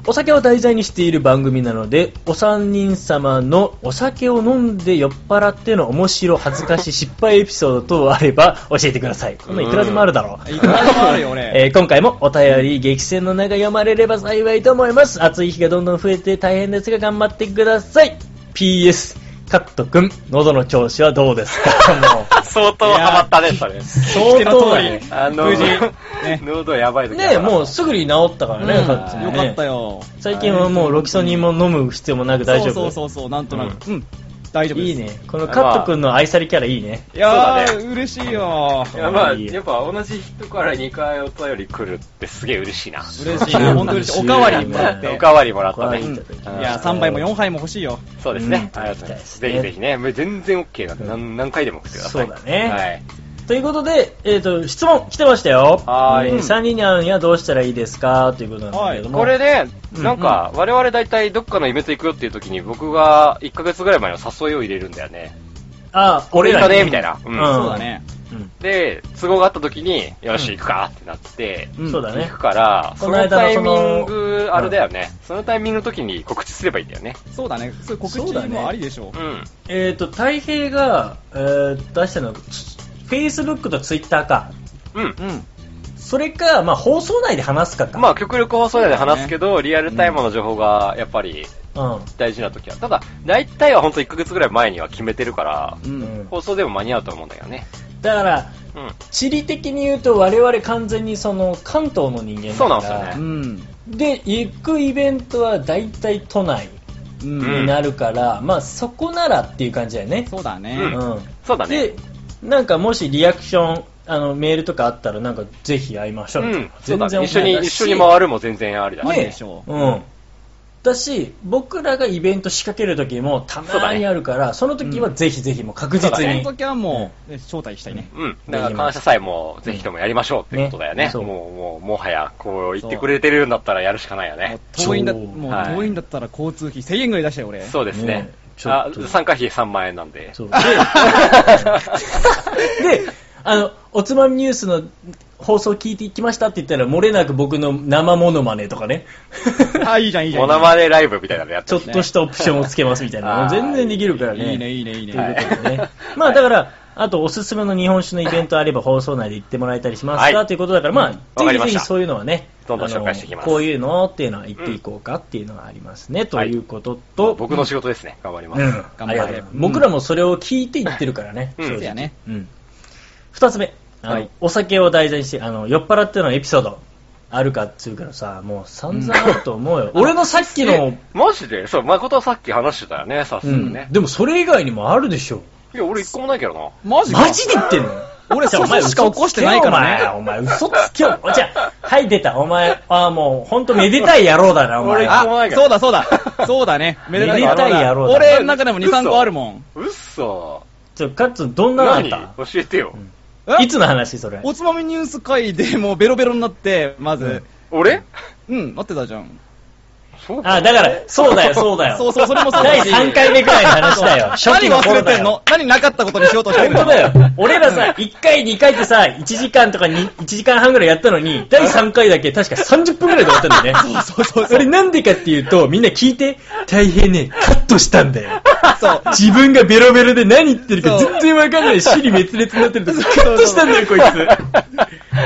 Speaker 4: お酒を題材にしている番組なのでお三人様のお酒を飲んで酔っ払っての面白恥ずかしい失敗エピソード等あれば教えてくださいこんなんいくらでもあるだろう
Speaker 3: いくらでもあるよ、俺。
Speaker 4: えー今回もお便り激戦の中読まれれば幸いと思います暑い日がどんどん増えて大変ですが頑張ってください PS カット君喉の調子はどうです かもう
Speaker 2: 相当ハマったね、それ。
Speaker 4: 相当だね
Speaker 2: あの、
Speaker 3: 無事ね
Speaker 2: 喉やばい時
Speaker 4: ねえもう
Speaker 2: す
Speaker 4: すぐに治ったからね、
Speaker 3: うん
Speaker 4: カッツンね
Speaker 3: よかったよ。
Speaker 4: 最近はもうロキソニンも飲む必要もなく大丈夫
Speaker 3: そうそうそうそう、なんとなく。うん、大丈夫で
Speaker 4: い
Speaker 3: す。
Speaker 4: いね。このカット君の愛されキャラいいね
Speaker 3: いや
Speaker 2: そうだ
Speaker 3: ー、嬉しいよ。
Speaker 2: いやまあ、やっぱ同じ人から2回お便り来るってすげえ嬉しいな。
Speaker 3: 嬉しいね。本当嬉しい。おかわりもらっ
Speaker 2: お
Speaker 3: て。
Speaker 2: かわりもらったね。
Speaker 4: う
Speaker 2: うんん
Speaker 3: いや、3杯も4杯も欲しいよ。
Speaker 2: そうですね。
Speaker 4: うん
Speaker 2: ありがとうございます。
Speaker 4: 行
Speaker 2: ぜ
Speaker 4: きた
Speaker 2: ひ
Speaker 4: いですね
Speaker 2: ぜひね、もう全然 OK なんで、何何回でも送ってください。
Speaker 4: そうだね
Speaker 2: はい。
Speaker 4: ということで、えっと質問来てましたよ
Speaker 2: はーい
Speaker 4: えー3人に会うにはどうしたらいいですかということなんだけども
Speaker 2: これね、
Speaker 4: うん
Speaker 2: なんか、我々大体どっかのイベント行くよっていう時に、僕が1ヶ月ぐらい前の誘いを入れるんだよね。
Speaker 4: あ俺ら
Speaker 2: これいいかねみたいなうん
Speaker 3: そうだね。
Speaker 4: うん
Speaker 2: で、都合があった時に、よし、行くかってなって、
Speaker 4: うんそうだね
Speaker 2: 行くから、そ
Speaker 4: この
Speaker 2: の
Speaker 4: 間
Speaker 2: タ
Speaker 4: の
Speaker 2: イ
Speaker 4: そ
Speaker 2: ミ
Speaker 4: の
Speaker 2: ング、あれだよね。そのタイミングの時に告知すればいいんだよね。
Speaker 3: そうだね。そういう告
Speaker 4: そうだ
Speaker 3: 知
Speaker 4: ね
Speaker 3: もありでしょ
Speaker 2: う。ん。
Speaker 4: えっと大平がえー出したのは Facebook と Twitter か
Speaker 2: うん
Speaker 3: う。ん。
Speaker 4: それかまあ放送内で話すかか
Speaker 2: まあ、極力放送内で話すけど、リアルタイムの情報が、やっぱり、
Speaker 4: あ
Speaker 2: 大事な時は。ただ、大体は本当1ヶ月ぐらい前には決めてるから、
Speaker 3: う。
Speaker 4: うんん
Speaker 2: 放送でも間に合うと思うんだよね。
Speaker 4: だから
Speaker 2: うん。
Speaker 4: 地理的に言うと我々完全にその関東の人間だから
Speaker 2: そうなんですよね
Speaker 3: うん。
Speaker 4: で行くイベントは大体都内
Speaker 3: うん。
Speaker 2: ん
Speaker 4: になるから、まあそこならっていう感じだよね。
Speaker 3: そうだね。
Speaker 2: うんそうだね
Speaker 4: で。、なんかもしリアクション、あのメールとかあったら、なんかぜひ会いましょうみたいな。
Speaker 2: そうだね。一緒
Speaker 4: 全
Speaker 2: に、
Speaker 4: 然 OK だ
Speaker 2: 一
Speaker 4: し
Speaker 2: 緒に回るも全然ありだ
Speaker 3: あ
Speaker 2: ね。
Speaker 3: りでしょう。
Speaker 4: うん。だし、僕らがイベント仕掛ける時もたまにあるから、そ,、の時はぜひぜひもう確
Speaker 2: そ
Speaker 4: 実
Speaker 2: うだ
Speaker 4: に。
Speaker 2: ね
Speaker 3: その時はもう、ね招待したいね。
Speaker 2: うん。だから感謝祭もぜひともやりましょうってことだよね。
Speaker 4: ねそう
Speaker 2: もう、もう、もはや、こう言ってくれてるんだったらやるしかないよ
Speaker 3: も
Speaker 2: ね
Speaker 3: う。遠いんだ、
Speaker 4: そう
Speaker 3: もう
Speaker 2: はい
Speaker 3: 遠いんだったら交通費1000円ぐらい出したよ、俺。
Speaker 2: そうですね
Speaker 4: ね。ちょ
Speaker 2: あ
Speaker 4: っと
Speaker 2: 参加費3万円なんで。
Speaker 4: そうでであの、おつまみニュースの放送聞いていきましたって言ったら、漏れなく僕の生モノマネとかね。
Speaker 3: あ、いいじゃん、いいじゃん。
Speaker 2: モナマネライブみたいなのやって
Speaker 4: ちょっとしたオプションをつけますみたいな。もう
Speaker 2: あー
Speaker 4: 全然できるからね。
Speaker 3: いいね、いいね、いいね。
Speaker 4: と いうことでね。
Speaker 2: はい
Speaker 4: まあだから、あとおすすめの日本酒のイベントあれば放送内で言ってもらえたりしますか、
Speaker 2: はい
Speaker 4: ということだから、まあ、
Speaker 2: わか
Speaker 4: ぜ
Speaker 2: り
Speaker 4: ひ
Speaker 2: ま
Speaker 4: ぜ
Speaker 2: した
Speaker 4: ひそういうのはね、
Speaker 2: どんどん
Speaker 4: あの
Speaker 2: 紹介していきます
Speaker 4: こういうのっていうのは言っていこうかっていうのはありますね、ということと、
Speaker 2: 僕の仕事ですね。頑張ります。
Speaker 4: うん、
Speaker 3: 頑
Speaker 4: あり
Speaker 3: 張
Speaker 4: がとうござい
Speaker 3: れ
Speaker 4: ます。僕らもそれを聞いて言ってるからね、
Speaker 2: うん
Speaker 4: 正
Speaker 3: そう
Speaker 4: 直
Speaker 3: やね。
Speaker 4: うん。二つ目、あの、
Speaker 3: はい
Speaker 4: お酒を題材にして、あの、酔っ払ってのエピソード。あるかっつうからさ、もう散々あると思うよ。俺のさっきの
Speaker 2: え、マジでそう、誠はさっき話してたよね、早
Speaker 4: う
Speaker 2: 速
Speaker 4: ん
Speaker 2: ね。
Speaker 4: でもそれ以外にもあるでしょ。
Speaker 2: いや、俺一個もないけどな。
Speaker 3: マジか
Speaker 4: マジで言ってんの
Speaker 3: 俺
Speaker 4: じゃあお前
Speaker 3: そうしか起こしてないからね
Speaker 4: お前、お前嘘つけよ。じゃあ、はい、出た。お前、ああ、もう、ほんとめでたい野郎だな、お前。
Speaker 2: 俺
Speaker 4: あ
Speaker 2: この前
Speaker 3: あ、
Speaker 2: から
Speaker 3: そうだそう だ。そうだね。めでたい野郎だ
Speaker 4: めでたい野郎だ
Speaker 3: 俺の中でも2、3個あるもん。
Speaker 2: うっそ。
Speaker 4: ちょ、かっつ、どんなのあ
Speaker 2: 何
Speaker 4: っ
Speaker 2: 教えてよ。
Speaker 4: た
Speaker 3: え
Speaker 4: いつの話、それ。
Speaker 3: おつまみニュース会でもうベロベロになって、まず、
Speaker 2: 俺
Speaker 3: うん、待ってたじゃん。
Speaker 2: そう
Speaker 4: あ、だから、そうだよ、そうだよ。
Speaker 3: そうそう、それもそうだ
Speaker 4: 第
Speaker 3: し。
Speaker 4: 3回目くらいの話だよ。初期
Speaker 3: 何
Speaker 4: の頃
Speaker 3: 忘れ
Speaker 4: だ
Speaker 3: てん
Speaker 4: よ
Speaker 3: の。何なかったことにしようとして
Speaker 4: 本
Speaker 3: る
Speaker 4: 当
Speaker 3: の
Speaker 4: だ よ。俺らさ、1回、2回ってさ、1時間とかに1時間半ぐらいやったのに、第3回だけ確か30分ぐらいで終わったんだよね。 そうそうそう。それなんでかっていうと、みんな聞いて、大変ね、カットしたんだよ。
Speaker 3: そう。
Speaker 4: 自分がベロベロで何言ってるか
Speaker 3: そう
Speaker 4: 全然わかんない。尻滅裂になってるとカッとしたんだよ、こいつ。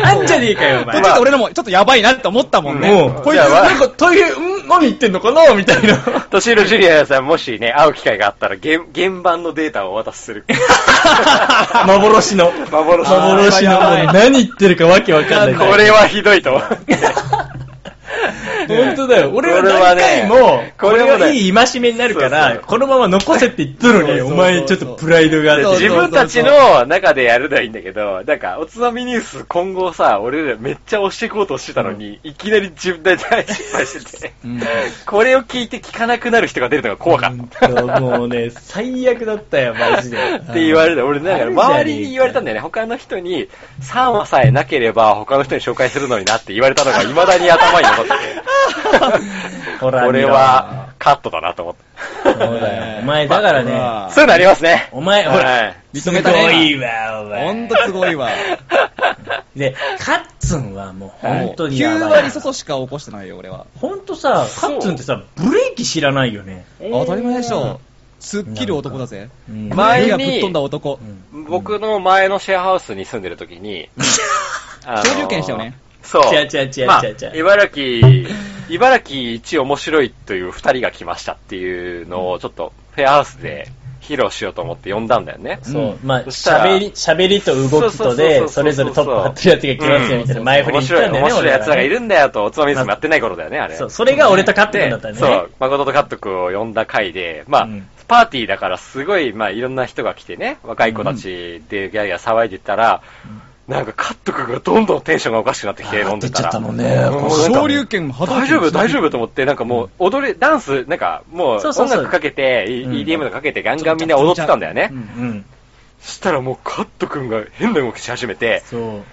Speaker 4: あんじゃねえかよ、お
Speaker 3: こっ
Speaker 4: 前
Speaker 3: ち。が俺らもちょっとやばいなって思ったもんね。
Speaker 4: もう、
Speaker 3: こいつ
Speaker 2: じゃあ
Speaker 4: なんか、という、ん何言ってんのかなみたいな。
Speaker 2: としろジュニアさん、もしね、会う機会があったら、原原版のデータをお渡しする。
Speaker 4: 幻の。
Speaker 2: 幻の
Speaker 4: 幻の。もう何言ってるかわけわかんない。
Speaker 2: これはひどいと思って。
Speaker 4: 本当だよ。俺は何回も、
Speaker 2: こ
Speaker 4: これ
Speaker 2: れはね
Speaker 4: はいい戒めになるか
Speaker 2: そう
Speaker 4: ら、
Speaker 2: そう
Speaker 4: このまま残せって言っとるのに、
Speaker 3: そうそうそう
Speaker 4: お前ちょっとプライドがあっ
Speaker 3: そう
Speaker 4: て。
Speaker 2: 自分たちの中でやるのはいいんだけど、なんか、おつまみニュース今後さ、俺らめっちゃ押していこうとしてたのに、いきなり自分たちで失敗してて、これを聞いて聞かなくなる人が出るのが怖かっ。
Speaker 4: 本当もうね、最悪だったよ、マジで。 った
Speaker 2: って言われた。俺、なんか周りに言われたんだよね。他の人に、3話さえなければ他の人に紹介するのになって言われたのが未だに頭に残ってて。
Speaker 4: ほら見ろ
Speaker 2: これはカットだなと思って。
Speaker 4: そうだよ。 お前、だからね、
Speaker 2: そういうのありますね。
Speaker 4: お前、ほ
Speaker 2: はい
Speaker 4: ら、
Speaker 3: 認めたね
Speaker 4: すごいわ、お
Speaker 3: ほ
Speaker 4: 前。
Speaker 3: んとすごいわ。
Speaker 4: で、カッツンはもう本当にやばい
Speaker 3: 9割外しか起こしてないよ、俺は。
Speaker 4: ほんとさ、カ
Speaker 2: そう
Speaker 4: ッツンってさ、ブレーキ知らないよね。
Speaker 3: 当たり前でしょ。突っ切る男だぜ。
Speaker 4: うん
Speaker 2: 前に
Speaker 3: 前がぶっ飛んだ男。
Speaker 2: 僕の前のシェアハウスに住んでる時に、あの
Speaker 3: 居住権したよね。
Speaker 2: そう。
Speaker 4: 違う違う違う
Speaker 2: まあ
Speaker 4: 違う違う
Speaker 2: 茨城、茨城一面白いという二人が来ましたっていうのをちょっとフェアハウスで披露しようと思って呼んだんだよね。
Speaker 4: そう、まあ、
Speaker 2: そしたら
Speaker 4: 喋り、喋りと動きと
Speaker 2: そうそうそうそう
Speaker 4: で、それぞれトップ張ってるやつが来ますよ、みたいな。前
Speaker 2: 面
Speaker 4: 振り言っ
Speaker 2: 白い、
Speaker 4: たんだ
Speaker 2: 面
Speaker 4: よ
Speaker 2: 白
Speaker 4: ね、
Speaker 2: い
Speaker 4: 俺ら
Speaker 2: 奴
Speaker 4: ね
Speaker 2: らがいるんだよと、おつまみニュースもやってない頃だよね、あれ。
Speaker 4: そう、それが俺とカッツンだった
Speaker 2: で、
Speaker 4: ん
Speaker 2: そ
Speaker 4: だよ
Speaker 2: う
Speaker 4: ね。、
Speaker 2: 誠とカット君を呼んだ回で、まあ、
Speaker 4: うん
Speaker 2: パーティーだからすごい、まあ、いろんな人が来てね、若い子たちでギャーギャー騒いでたら、なんかカット君がどんどんテンションがおかしくなってきて飲んでたら。
Speaker 4: あー出ちゃったもんね
Speaker 2: う
Speaker 4: こう
Speaker 2: なんか
Speaker 3: 昇竜拳も波動拳
Speaker 2: 大丈夫、大丈夫と思って、なんかもう踊り、ダンス、なんかもう
Speaker 4: そうそう
Speaker 2: 音
Speaker 4: そう
Speaker 2: 楽かけて、
Speaker 4: うん
Speaker 2: EDM のかけてガンガンみんな踊ってたんだよね。
Speaker 3: うん
Speaker 4: うん。
Speaker 2: そしたらもうカット君が変な動きし始めて、
Speaker 4: そ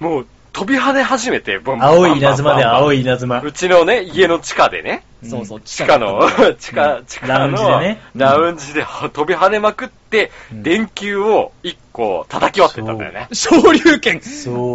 Speaker 4: う。
Speaker 2: もう飛び跳ね始めて、ボン
Speaker 4: 青い稲妻だよ、青
Speaker 2: い。
Speaker 4: い稲妻。
Speaker 2: うちのね、家の地下でね。
Speaker 3: そうそう、
Speaker 2: 地下の、地下、地下
Speaker 4: ラウンジで
Speaker 2: の、
Speaker 4: ねうん
Speaker 2: ラウンジでは飛び跳ねまくって、電球を一個叩き割ってたんだよね。
Speaker 3: 昇竜拳
Speaker 4: そう。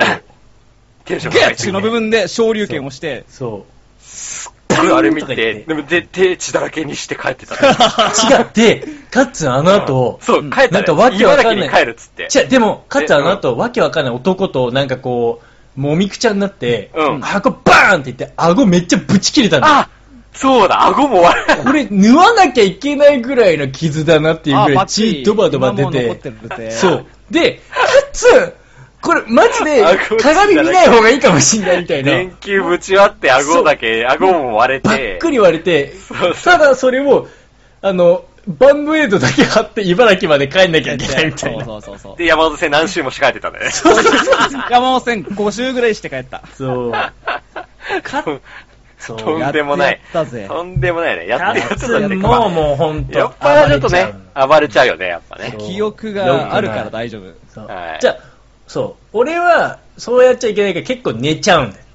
Speaker 2: テンションが
Speaker 3: ゲ
Speaker 2: 上がりす
Speaker 3: ッチ
Speaker 2: ぎて
Speaker 3: ュの部分で昇竜拳をして、
Speaker 4: そう。
Speaker 2: 俺あれ見
Speaker 4: パリンとか言
Speaker 2: て、
Speaker 4: って
Speaker 2: でもで手血だらけにして帰ってたね。
Speaker 4: 違って、カッツンあの後、
Speaker 2: そう、帰った
Speaker 4: なん
Speaker 2: ね
Speaker 4: かわけわかんな
Speaker 2: 茨
Speaker 4: い。
Speaker 2: 城に帰るっつって。
Speaker 4: 違う、でも、かつあの後、わけわかんない男と、なんかこう、もみくちゃになって、
Speaker 2: うん
Speaker 4: 箱バーンって言って、顎めっちゃぶち切れたんだ
Speaker 2: あそうだ、顎も割 れ
Speaker 4: これ、縫わなきゃいけないぐらいの傷だなっていうぐら
Speaker 3: あ
Speaker 4: い、
Speaker 3: バ
Speaker 4: 血
Speaker 3: チ
Speaker 4: ドバドバ出
Speaker 3: 今も残っててるぜ、
Speaker 4: そう。で、かつこれ、マジで
Speaker 2: あこ、れ
Speaker 4: 鏡見ない方がいいかもしんないみたい な。
Speaker 2: 電球ぶち割って、顎だけ、顎も割れ。
Speaker 4: ばってくり割れて
Speaker 2: そう、そう
Speaker 4: ただそれを、あの、バンドエイドだけ貼って茨城まで帰んなきゃいけないみたいな。
Speaker 3: そうそうそう
Speaker 2: で、山手線何周もして帰ってたんだよね。
Speaker 3: そう。山本線5周ぐらいして帰った。
Speaker 4: そう。そう
Speaker 2: とんでもない
Speaker 3: やってやったぜ。
Speaker 2: とんでもないね。やってやってたんで
Speaker 4: もうもうほんと。
Speaker 2: やっぱちょっとね、暴れちゃうよね、やっぱね。
Speaker 4: そう
Speaker 3: 記憶があるから大丈夫。
Speaker 4: そう
Speaker 2: はい
Speaker 4: じゃあ、そう。俺は、そうやっちゃいけないから結構寝ちゃうんだよ。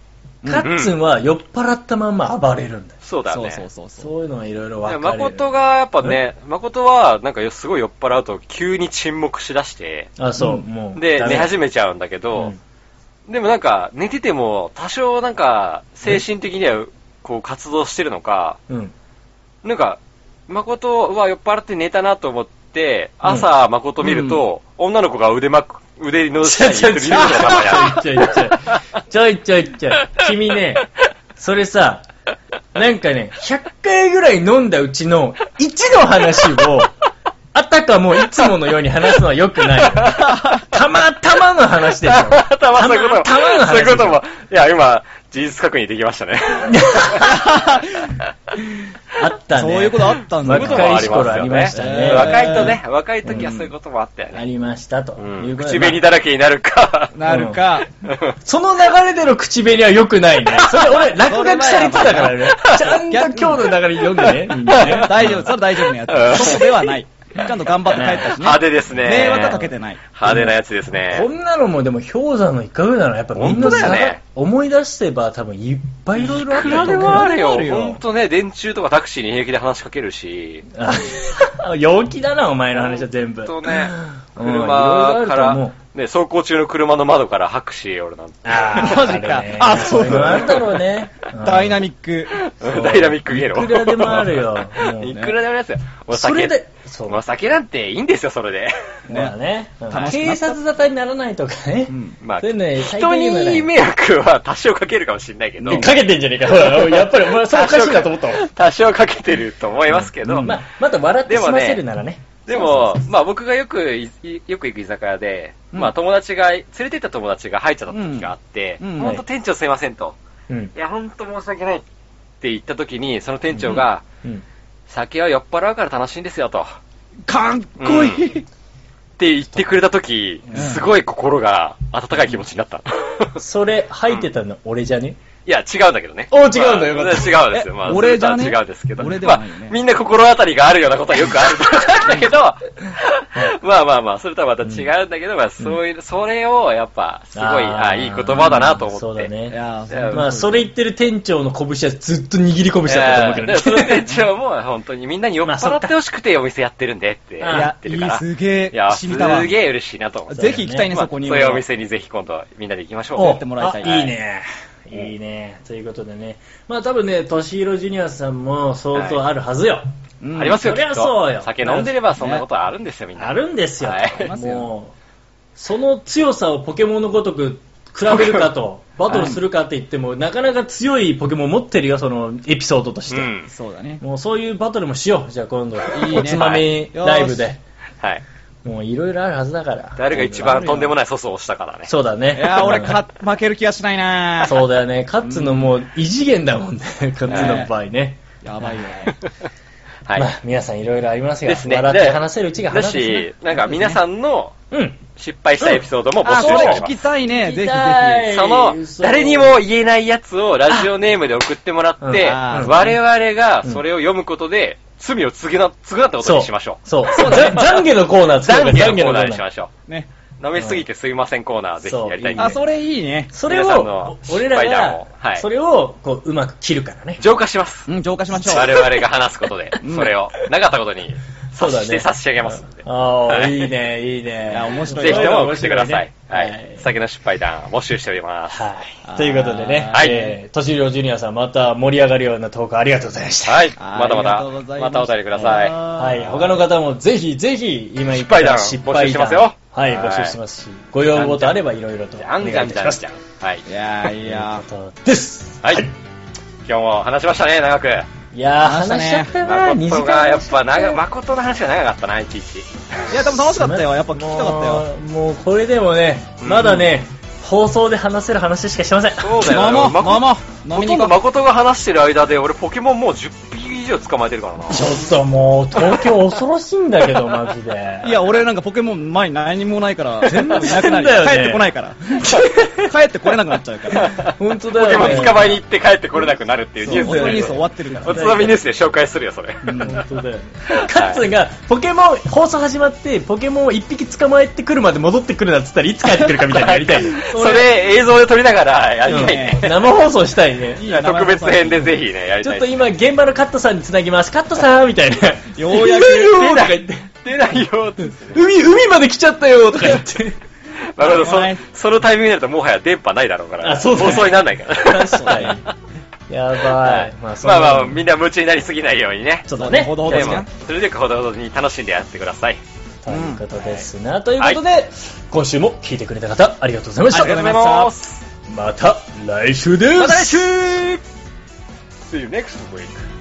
Speaker 4: カッツンは酔っ払ったまんま暴れるんだよ。
Speaker 2: そうだ
Speaker 3: そう
Speaker 2: ね。
Speaker 3: そうそうそう。
Speaker 4: そういうのはいろいろ分かれる。
Speaker 2: 誠がやっぱね、誠はなんかすごい酔っ払うと急に沈黙しだして、
Speaker 4: あ、そう、もう。
Speaker 2: で、寝始
Speaker 4: め
Speaker 2: めちゃうんだけ
Speaker 4: う
Speaker 2: ど
Speaker 4: ん、
Speaker 2: でもなんか寝てても多少なんか精神的にはこう活動してるのか、
Speaker 4: うん。
Speaker 2: なんか誠は酔っ払って寝たなと思って、朝誠見ると女の子が腕まく、腕の
Speaker 4: ち
Speaker 2: 下
Speaker 4: ょ
Speaker 2: に
Speaker 4: いちょ
Speaker 2: 指
Speaker 4: いちょ
Speaker 2: の
Speaker 4: い
Speaker 2: 頭やる
Speaker 4: ちょいちょいちょいちょいちょい君ね、それさ、なんかね、100回ぐらい飲んだうちの1の話を、あたかもいつものように話すのは良くないよ。たまたまの話でしょ。
Speaker 2: たま たまそういうことも。
Speaker 4: たまたまの話
Speaker 2: そういうことも。いや、今、事実確認できま したね。
Speaker 4: あったね。
Speaker 3: そういうことあったんだ
Speaker 2: そういうことも
Speaker 4: 若
Speaker 2: あ
Speaker 4: い
Speaker 2: り
Speaker 4: 頃ありま
Speaker 2: ま
Speaker 4: し
Speaker 2: す
Speaker 4: た
Speaker 2: よ
Speaker 4: ね。
Speaker 2: ね。若いとね、若い時はそういうこともあったよ
Speaker 4: あ
Speaker 2: ね。
Speaker 4: りましたと。
Speaker 2: う
Speaker 4: いうんこと
Speaker 2: 口
Speaker 4: で
Speaker 2: 紅だらけになるか。
Speaker 3: なるか。
Speaker 4: その流れでの口紅は良くないね。それ俺、落書きされてたからね。ちゃんと今日の流れ読んでね。みんなね
Speaker 3: 大丈夫、それ は大丈夫な
Speaker 2: う
Speaker 3: や
Speaker 2: ん
Speaker 3: つ。そうではない。ちゃんと頑張って帰ったしね。
Speaker 2: 派手ですね。
Speaker 3: 迷惑はかけてない。
Speaker 2: 派手なやつです
Speaker 4: こ
Speaker 2: ね。
Speaker 4: んなのもでも氷山の一角なのやっぱみん
Speaker 2: 本当
Speaker 4: な
Speaker 2: だよ
Speaker 4: さ、
Speaker 2: ね
Speaker 4: 思い出せば多分いっぱいいろいろあっ
Speaker 2: いく
Speaker 4: た
Speaker 2: ら
Speaker 4: と
Speaker 2: で
Speaker 4: 思う。
Speaker 2: もあるよ。
Speaker 3: いくらでもあるよ
Speaker 2: ほんとね、電柱とかタクシーに平気で話しかけるし。
Speaker 4: あ陽気だな、お前の話は全部。
Speaker 2: ほんとね、
Speaker 4: うん
Speaker 2: 車か
Speaker 4: いろいろあると思
Speaker 2: ら
Speaker 4: う、
Speaker 2: ね、走行中の車の窓から拍手し、俺なんて。
Speaker 4: あ
Speaker 3: マ
Speaker 4: ー
Speaker 3: ジか
Speaker 4: るね
Speaker 3: あそうだ
Speaker 4: れはあるだろうね。
Speaker 3: ダイナ
Speaker 4: ミ
Speaker 3: ミック。
Speaker 2: ダイナミックゲロ。
Speaker 4: いくらでもあるよもうね
Speaker 2: いくらでもありますよ。俺
Speaker 4: それ
Speaker 2: 酒
Speaker 4: で、そう
Speaker 2: まあ酒なんていいんですよ、それで。
Speaker 4: まあね。
Speaker 5: 楽しくなった
Speaker 4: 警察沙汰にならないとかね。
Speaker 5: うん
Speaker 2: まあ、
Speaker 4: そういうのね
Speaker 2: 人に迷惑は多少かけるかもしれないけど。
Speaker 4: ねかけてんじゃねえか。ほらやっぱりお前、それおかしいなと思ったわ。
Speaker 2: 多少かけてると思いますけど、
Speaker 4: まあ、また笑って済ませるならね。
Speaker 2: でも、まあ僕がよくい、よく行く居酒屋で、
Speaker 5: うん
Speaker 2: まあ友達が、連れて行った友達が入っちゃった時があって、
Speaker 5: うんうん
Speaker 2: 本当店長すいませんと。
Speaker 4: うん。
Speaker 2: いや、本当申し訳ないって言った時に、その店長が、
Speaker 4: うん。
Speaker 2: 酒は酔っ払うから楽しいんですよと。っ
Speaker 3: かっこいい、
Speaker 2: て言ってくれた時、すごい心が温かい気持ちになった。
Speaker 4: それ、吐いてたの俺じゃね
Speaker 2: いや、違うんだけどね。
Speaker 4: お違うんだよか
Speaker 2: ま
Speaker 4: った
Speaker 2: あ違うんですよ。
Speaker 5: え
Speaker 2: まあ、
Speaker 5: 俺じゃね
Speaker 2: それとは違うんですけど。
Speaker 5: 俺ではないよね
Speaker 2: まあみんな心当たりがあるようなことはよくあると思うんだけど、 まあまあまあ、それとはまた違うんだけど、まあそういう、それをやっぱ、すごい、あいい言葉だなと思って。
Speaker 4: そうだね。
Speaker 5: いやー
Speaker 2: いや
Speaker 4: まあ、それ言ってる店長の拳はずっと握り拳
Speaker 2: えー
Speaker 4: だったと思うけど
Speaker 2: だか
Speaker 4: ね
Speaker 2: らその店長も本当にみんなに酔っ
Speaker 4: まあそ
Speaker 2: 払
Speaker 4: っ
Speaker 2: っ
Speaker 4: か
Speaker 2: てほしくてお店やってるんでって
Speaker 4: あ
Speaker 2: 言ってるから。
Speaker 5: いいすげえ
Speaker 2: いや、す
Speaker 5: 染みたわ
Speaker 2: げえ嬉しいなと思って。
Speaker 5: ぜひ行きたいね、
Speaker 4: まあ
Speaker 5: そこに。
Speaker 2: そういうお店にぜひ今度みんなで行きましょう。
Speaker 4: お
Speaker 5: やってもらいたい
Speaker 4: あいいね。いいね。ということでね。まあ多分ね、トシヒロジュニアさんも相当あるはずよ。
Speaker 5: うん
Speaker 2: ありますよ、
Speaker 4: そ
Speaker 2: き
Speaker 4: り
Speaker 2: っ
Speaker 4: ゃ
Speaker 2: と。
Speaker 4: そうよ
Speaker 2: 酒飲んでればそんなことあるんですよ、みんな。
Speaker 4: あるんですよ。
Speaker 2: はいあ
Speaker 5: りますよ
Speaker 4: もう、その強さをポケモンのごとく比べるかと、バトルするかって言っても、なかなか強いポケモン持ってるよ、そのエピソードとし
Speaker 2: う
Speaker 4: て。
Speaker 2: ん。
Speaker 5: そうだね。
Speaker 4: もうそういうバトルもしよう。じゃあ今度、
Speaker 5: いいね
Speaker 4: おつまみライブ
Speaker 5: よ
Speaker 4: で。
Speaker 2: はい。
Speaker 4: もういろいろあるはずだから。
Speaker 2: 誰が一番とんでもない粗相をしたからね。
Speaker 4: そうだね。
Speaker 5: いやー、俺、か、負ける気がしないなー
Speaker 4: そうだよね。カッツのもう異次元だもんね。 カッツの場合ね。
Speaker 5: やばいよね。
Speaker 2: はい。
Speaker 4: まあ、皆さんいろいろありますが、
Speaker 2: ですね。
Speaker 4: 笑って
Speaker 2: で
Speaker 4: 話せるうちが
Speaker 2: だ
Speaker 4: 話ですね
Speaker 2: し、なんか皆さんの
Speaker 4: うん。
Speaker 2: 失敗したエピソードも募
Speaker 5: あ、
Speaker 2: 集
Speaker 5: そ
Speaker 2: し
Speaker 5: れ
Speaker 2: ており
Speaker 5: 聞
Speaker 2: ま
Speaker 5: き
Speaker 2: す。
Speaker 5: たいね。
Speaker 4: 聞
Speaker 5: ぜ
Speaker 4: き
Speaker 5: ひぜ
Speaker 4: たい
Speaker 2: その、誰にも言えないやつをラジオネームで送ってもらって、
Speaker 5: あ
Speaker 4: うん
Speaker 2: 我々がそれを読むことで、罪を償な、償ったことにしましょう。
Speaker 4: そう。そう。じゃ懺悔のコーナー作
Speaker 2: 懺
Speaker 4: る
Speaker 2: 悔のコーナーにしましょ
Speaker 5: ひ。ね。
Speaker 2: う。飲みすぎてすいませんコーナーぜひやりたいんで
Speaker 5: あ、それいいね。
Speaker 4: それ
Speaker 2: 皆さんの
Speaker 4: を、俺ら
Speaker 2: 失敗談を
Speaker 4: が、
Speaker 2: はい
Speaker 4: それを、こう、うまく切るからね。
Speaker 2: 浄化します。
Speaker 5: うん、浄化しましょう。
Speaker 2: 我々が話すことで、それを、なかったことに、
Speaker 4: そうだね
Speaker 2: して差し上げますんで。
Speaker 4: ああ、
Speaker 2: はい
Speaker 4: いいね、いいね。
Speaker 5: いや面白い
Speaker 2: ぜひとも送
Speaker 4: 面
Speaker 2: って
Speaker 4: 白
Speaker 2: く
Speaker 4: ね
Speaker 2: ださい。は
Speaker 4: はいい。。
Speaker 2: 酒の失敗談、募集しております。
Speaker 4: はいということでね、
Speaker 2: はい
Speaker 4: えー、としりょうジュニアさん、また盛り上がるような投稿ありがとうございました。
Speaker 2: はい。
Speaker 5: あー
Speaker 2: またま
Speaker 5: ありがとうござ
Speaker 2: た、
Speaker 5: い
Speaker 2: ま
Speaker 5: ました
Speaker 2: たお便りください。
Speaker 4: はい、他の方もぜひぜひ、今言っ
Speaker 2: 失敗談
Speaker 4: た
Speaker 2: 募集してますよ
Speaker 4: はい、
Speaker 2: はい
Speaker 4: 募集してますし、ご要望とあればいろいろと。
Speaker 2: じゃんじゃんじゃんじゃん。はい。
Speaker 5: いやー、いやー。
Speaker 4: とです。
Speaker 2: はい。今日も話しましたね、長く。
Speaker 4: いやー、
Speaker 5: 話した
Speaker 4: 話
Speaker 5: ね
Speaker 4: しちゃったな、2時
Speaker 2: 誠が
Speaker 4: 間。
Speaker 2: やっぱ長、誠の話が長かったな、いちいち。
Speaker 5: いや、でも楽しかったよ。やっぱ聞きたかったよ。
Speaker 4: よ。もう、これでもね、まだね、放送で話せる話しかしてません。
Speaker 2: そうだよ
Speaker 5: 飲もう、
Speaker 2: まこ
Speaker 5: 飲もう。飲
Speaker 2: ほ
Speaker 5: み
Speaker 2: と
Speaker 5: に行
Speaker 2: んど
Speaker 5: こ
Speaker 2: 誠が話してる間で、俺ポケモンもう10匹以上捕まえてるからな。
Speaker 4: ちょっともう、東京恐ろしいんだけど、マジで。
Speaker 5: う。いや、俺なんかポケモン前に何もないから、
Speaker 4: 全然
Speaker 5: いなくなる
Speaker 4: だよね
Speaker 5: 帰ってこないから。帰ってこれなくなっちゃうから。
Speaker 4: 本当
Speaker 2: ポ
Speaker 4: だ
Speaker 2: ケ
Speaker 4: よ、
Speaker 2: モ
Speaker 4: ね。
Speaker 2: ン捕まえに行って帰ってこれなくなるっていうニュー
Speaker 5: 本
Speaker 2: ス
Speaker 5: 当にニュース
Speaker 2: だ
Speaker 5: 終
Speaker 2: よ
Speaker 5: わってるから
Speaker 2: お。つまみニュースで紹介するよ、それ。
Speaker 4: 本当だよね。カッツンが、ポケモン、放送始まって、ポケモンを一匹捕まえてくるまで戻ってくるなっつったらいつ帰ってくるかみたいなのやりたいね。
Speaker 2: それ映像で撮りながらやりたいね。
Speaker 4: うん生放送したいね。
Speaker 5: いいな
Speaker 2: 特別編でぜひね、やり
Speaker 4: ちょ
Speaker 2: た
Speaker 4: っ
Speaker 2: い
Speaker 4: と
Speaker 2: です。
Speaker 4: 今、現場のカットさんにつなぎます。カットさんみた いな。
Speaker 5: ようやく
Speaker 4: 出ないよとか言って。
Speaker 2: 出ないよって。
Speaker 4: 海、海まで来ちゃったよとか言って。
Speaker 2: なるほど、 そ
Speaker 5: はい
Speaker 2: そのタイミングになるともはや電波ないだろうから。
Speaker 4: あそうだね
Speaker 2: 放送にならないから。
Speaker 4: 確か に。やば
Speaker 2: はいい。
Speaker 4: ま
Speaker 2: ま
Speaker 4: あ、
Speaker 2: あ
Speaker 4: そんな
Speaker 2: まあ、みんな夢中になりすぎないようにね。
Speaker 4: ちょっとね。
Speaker 5: ほどほどで
Speaker 2: で
Speaker 5: す
Speaker 2: も
Speaker 5: ね。、
Speaker 2: それでほどほどに楽しんでやってください。
Speaker 4: ということですな。ということで、今週も聞いてくれた方、ありがとうございまし
Speaker 2: ありがとうござい
Speaker 4: た
Speaker 2: ま。す。
Speaker 4: また来週です。
Speaker 2: また来週 !See you next week.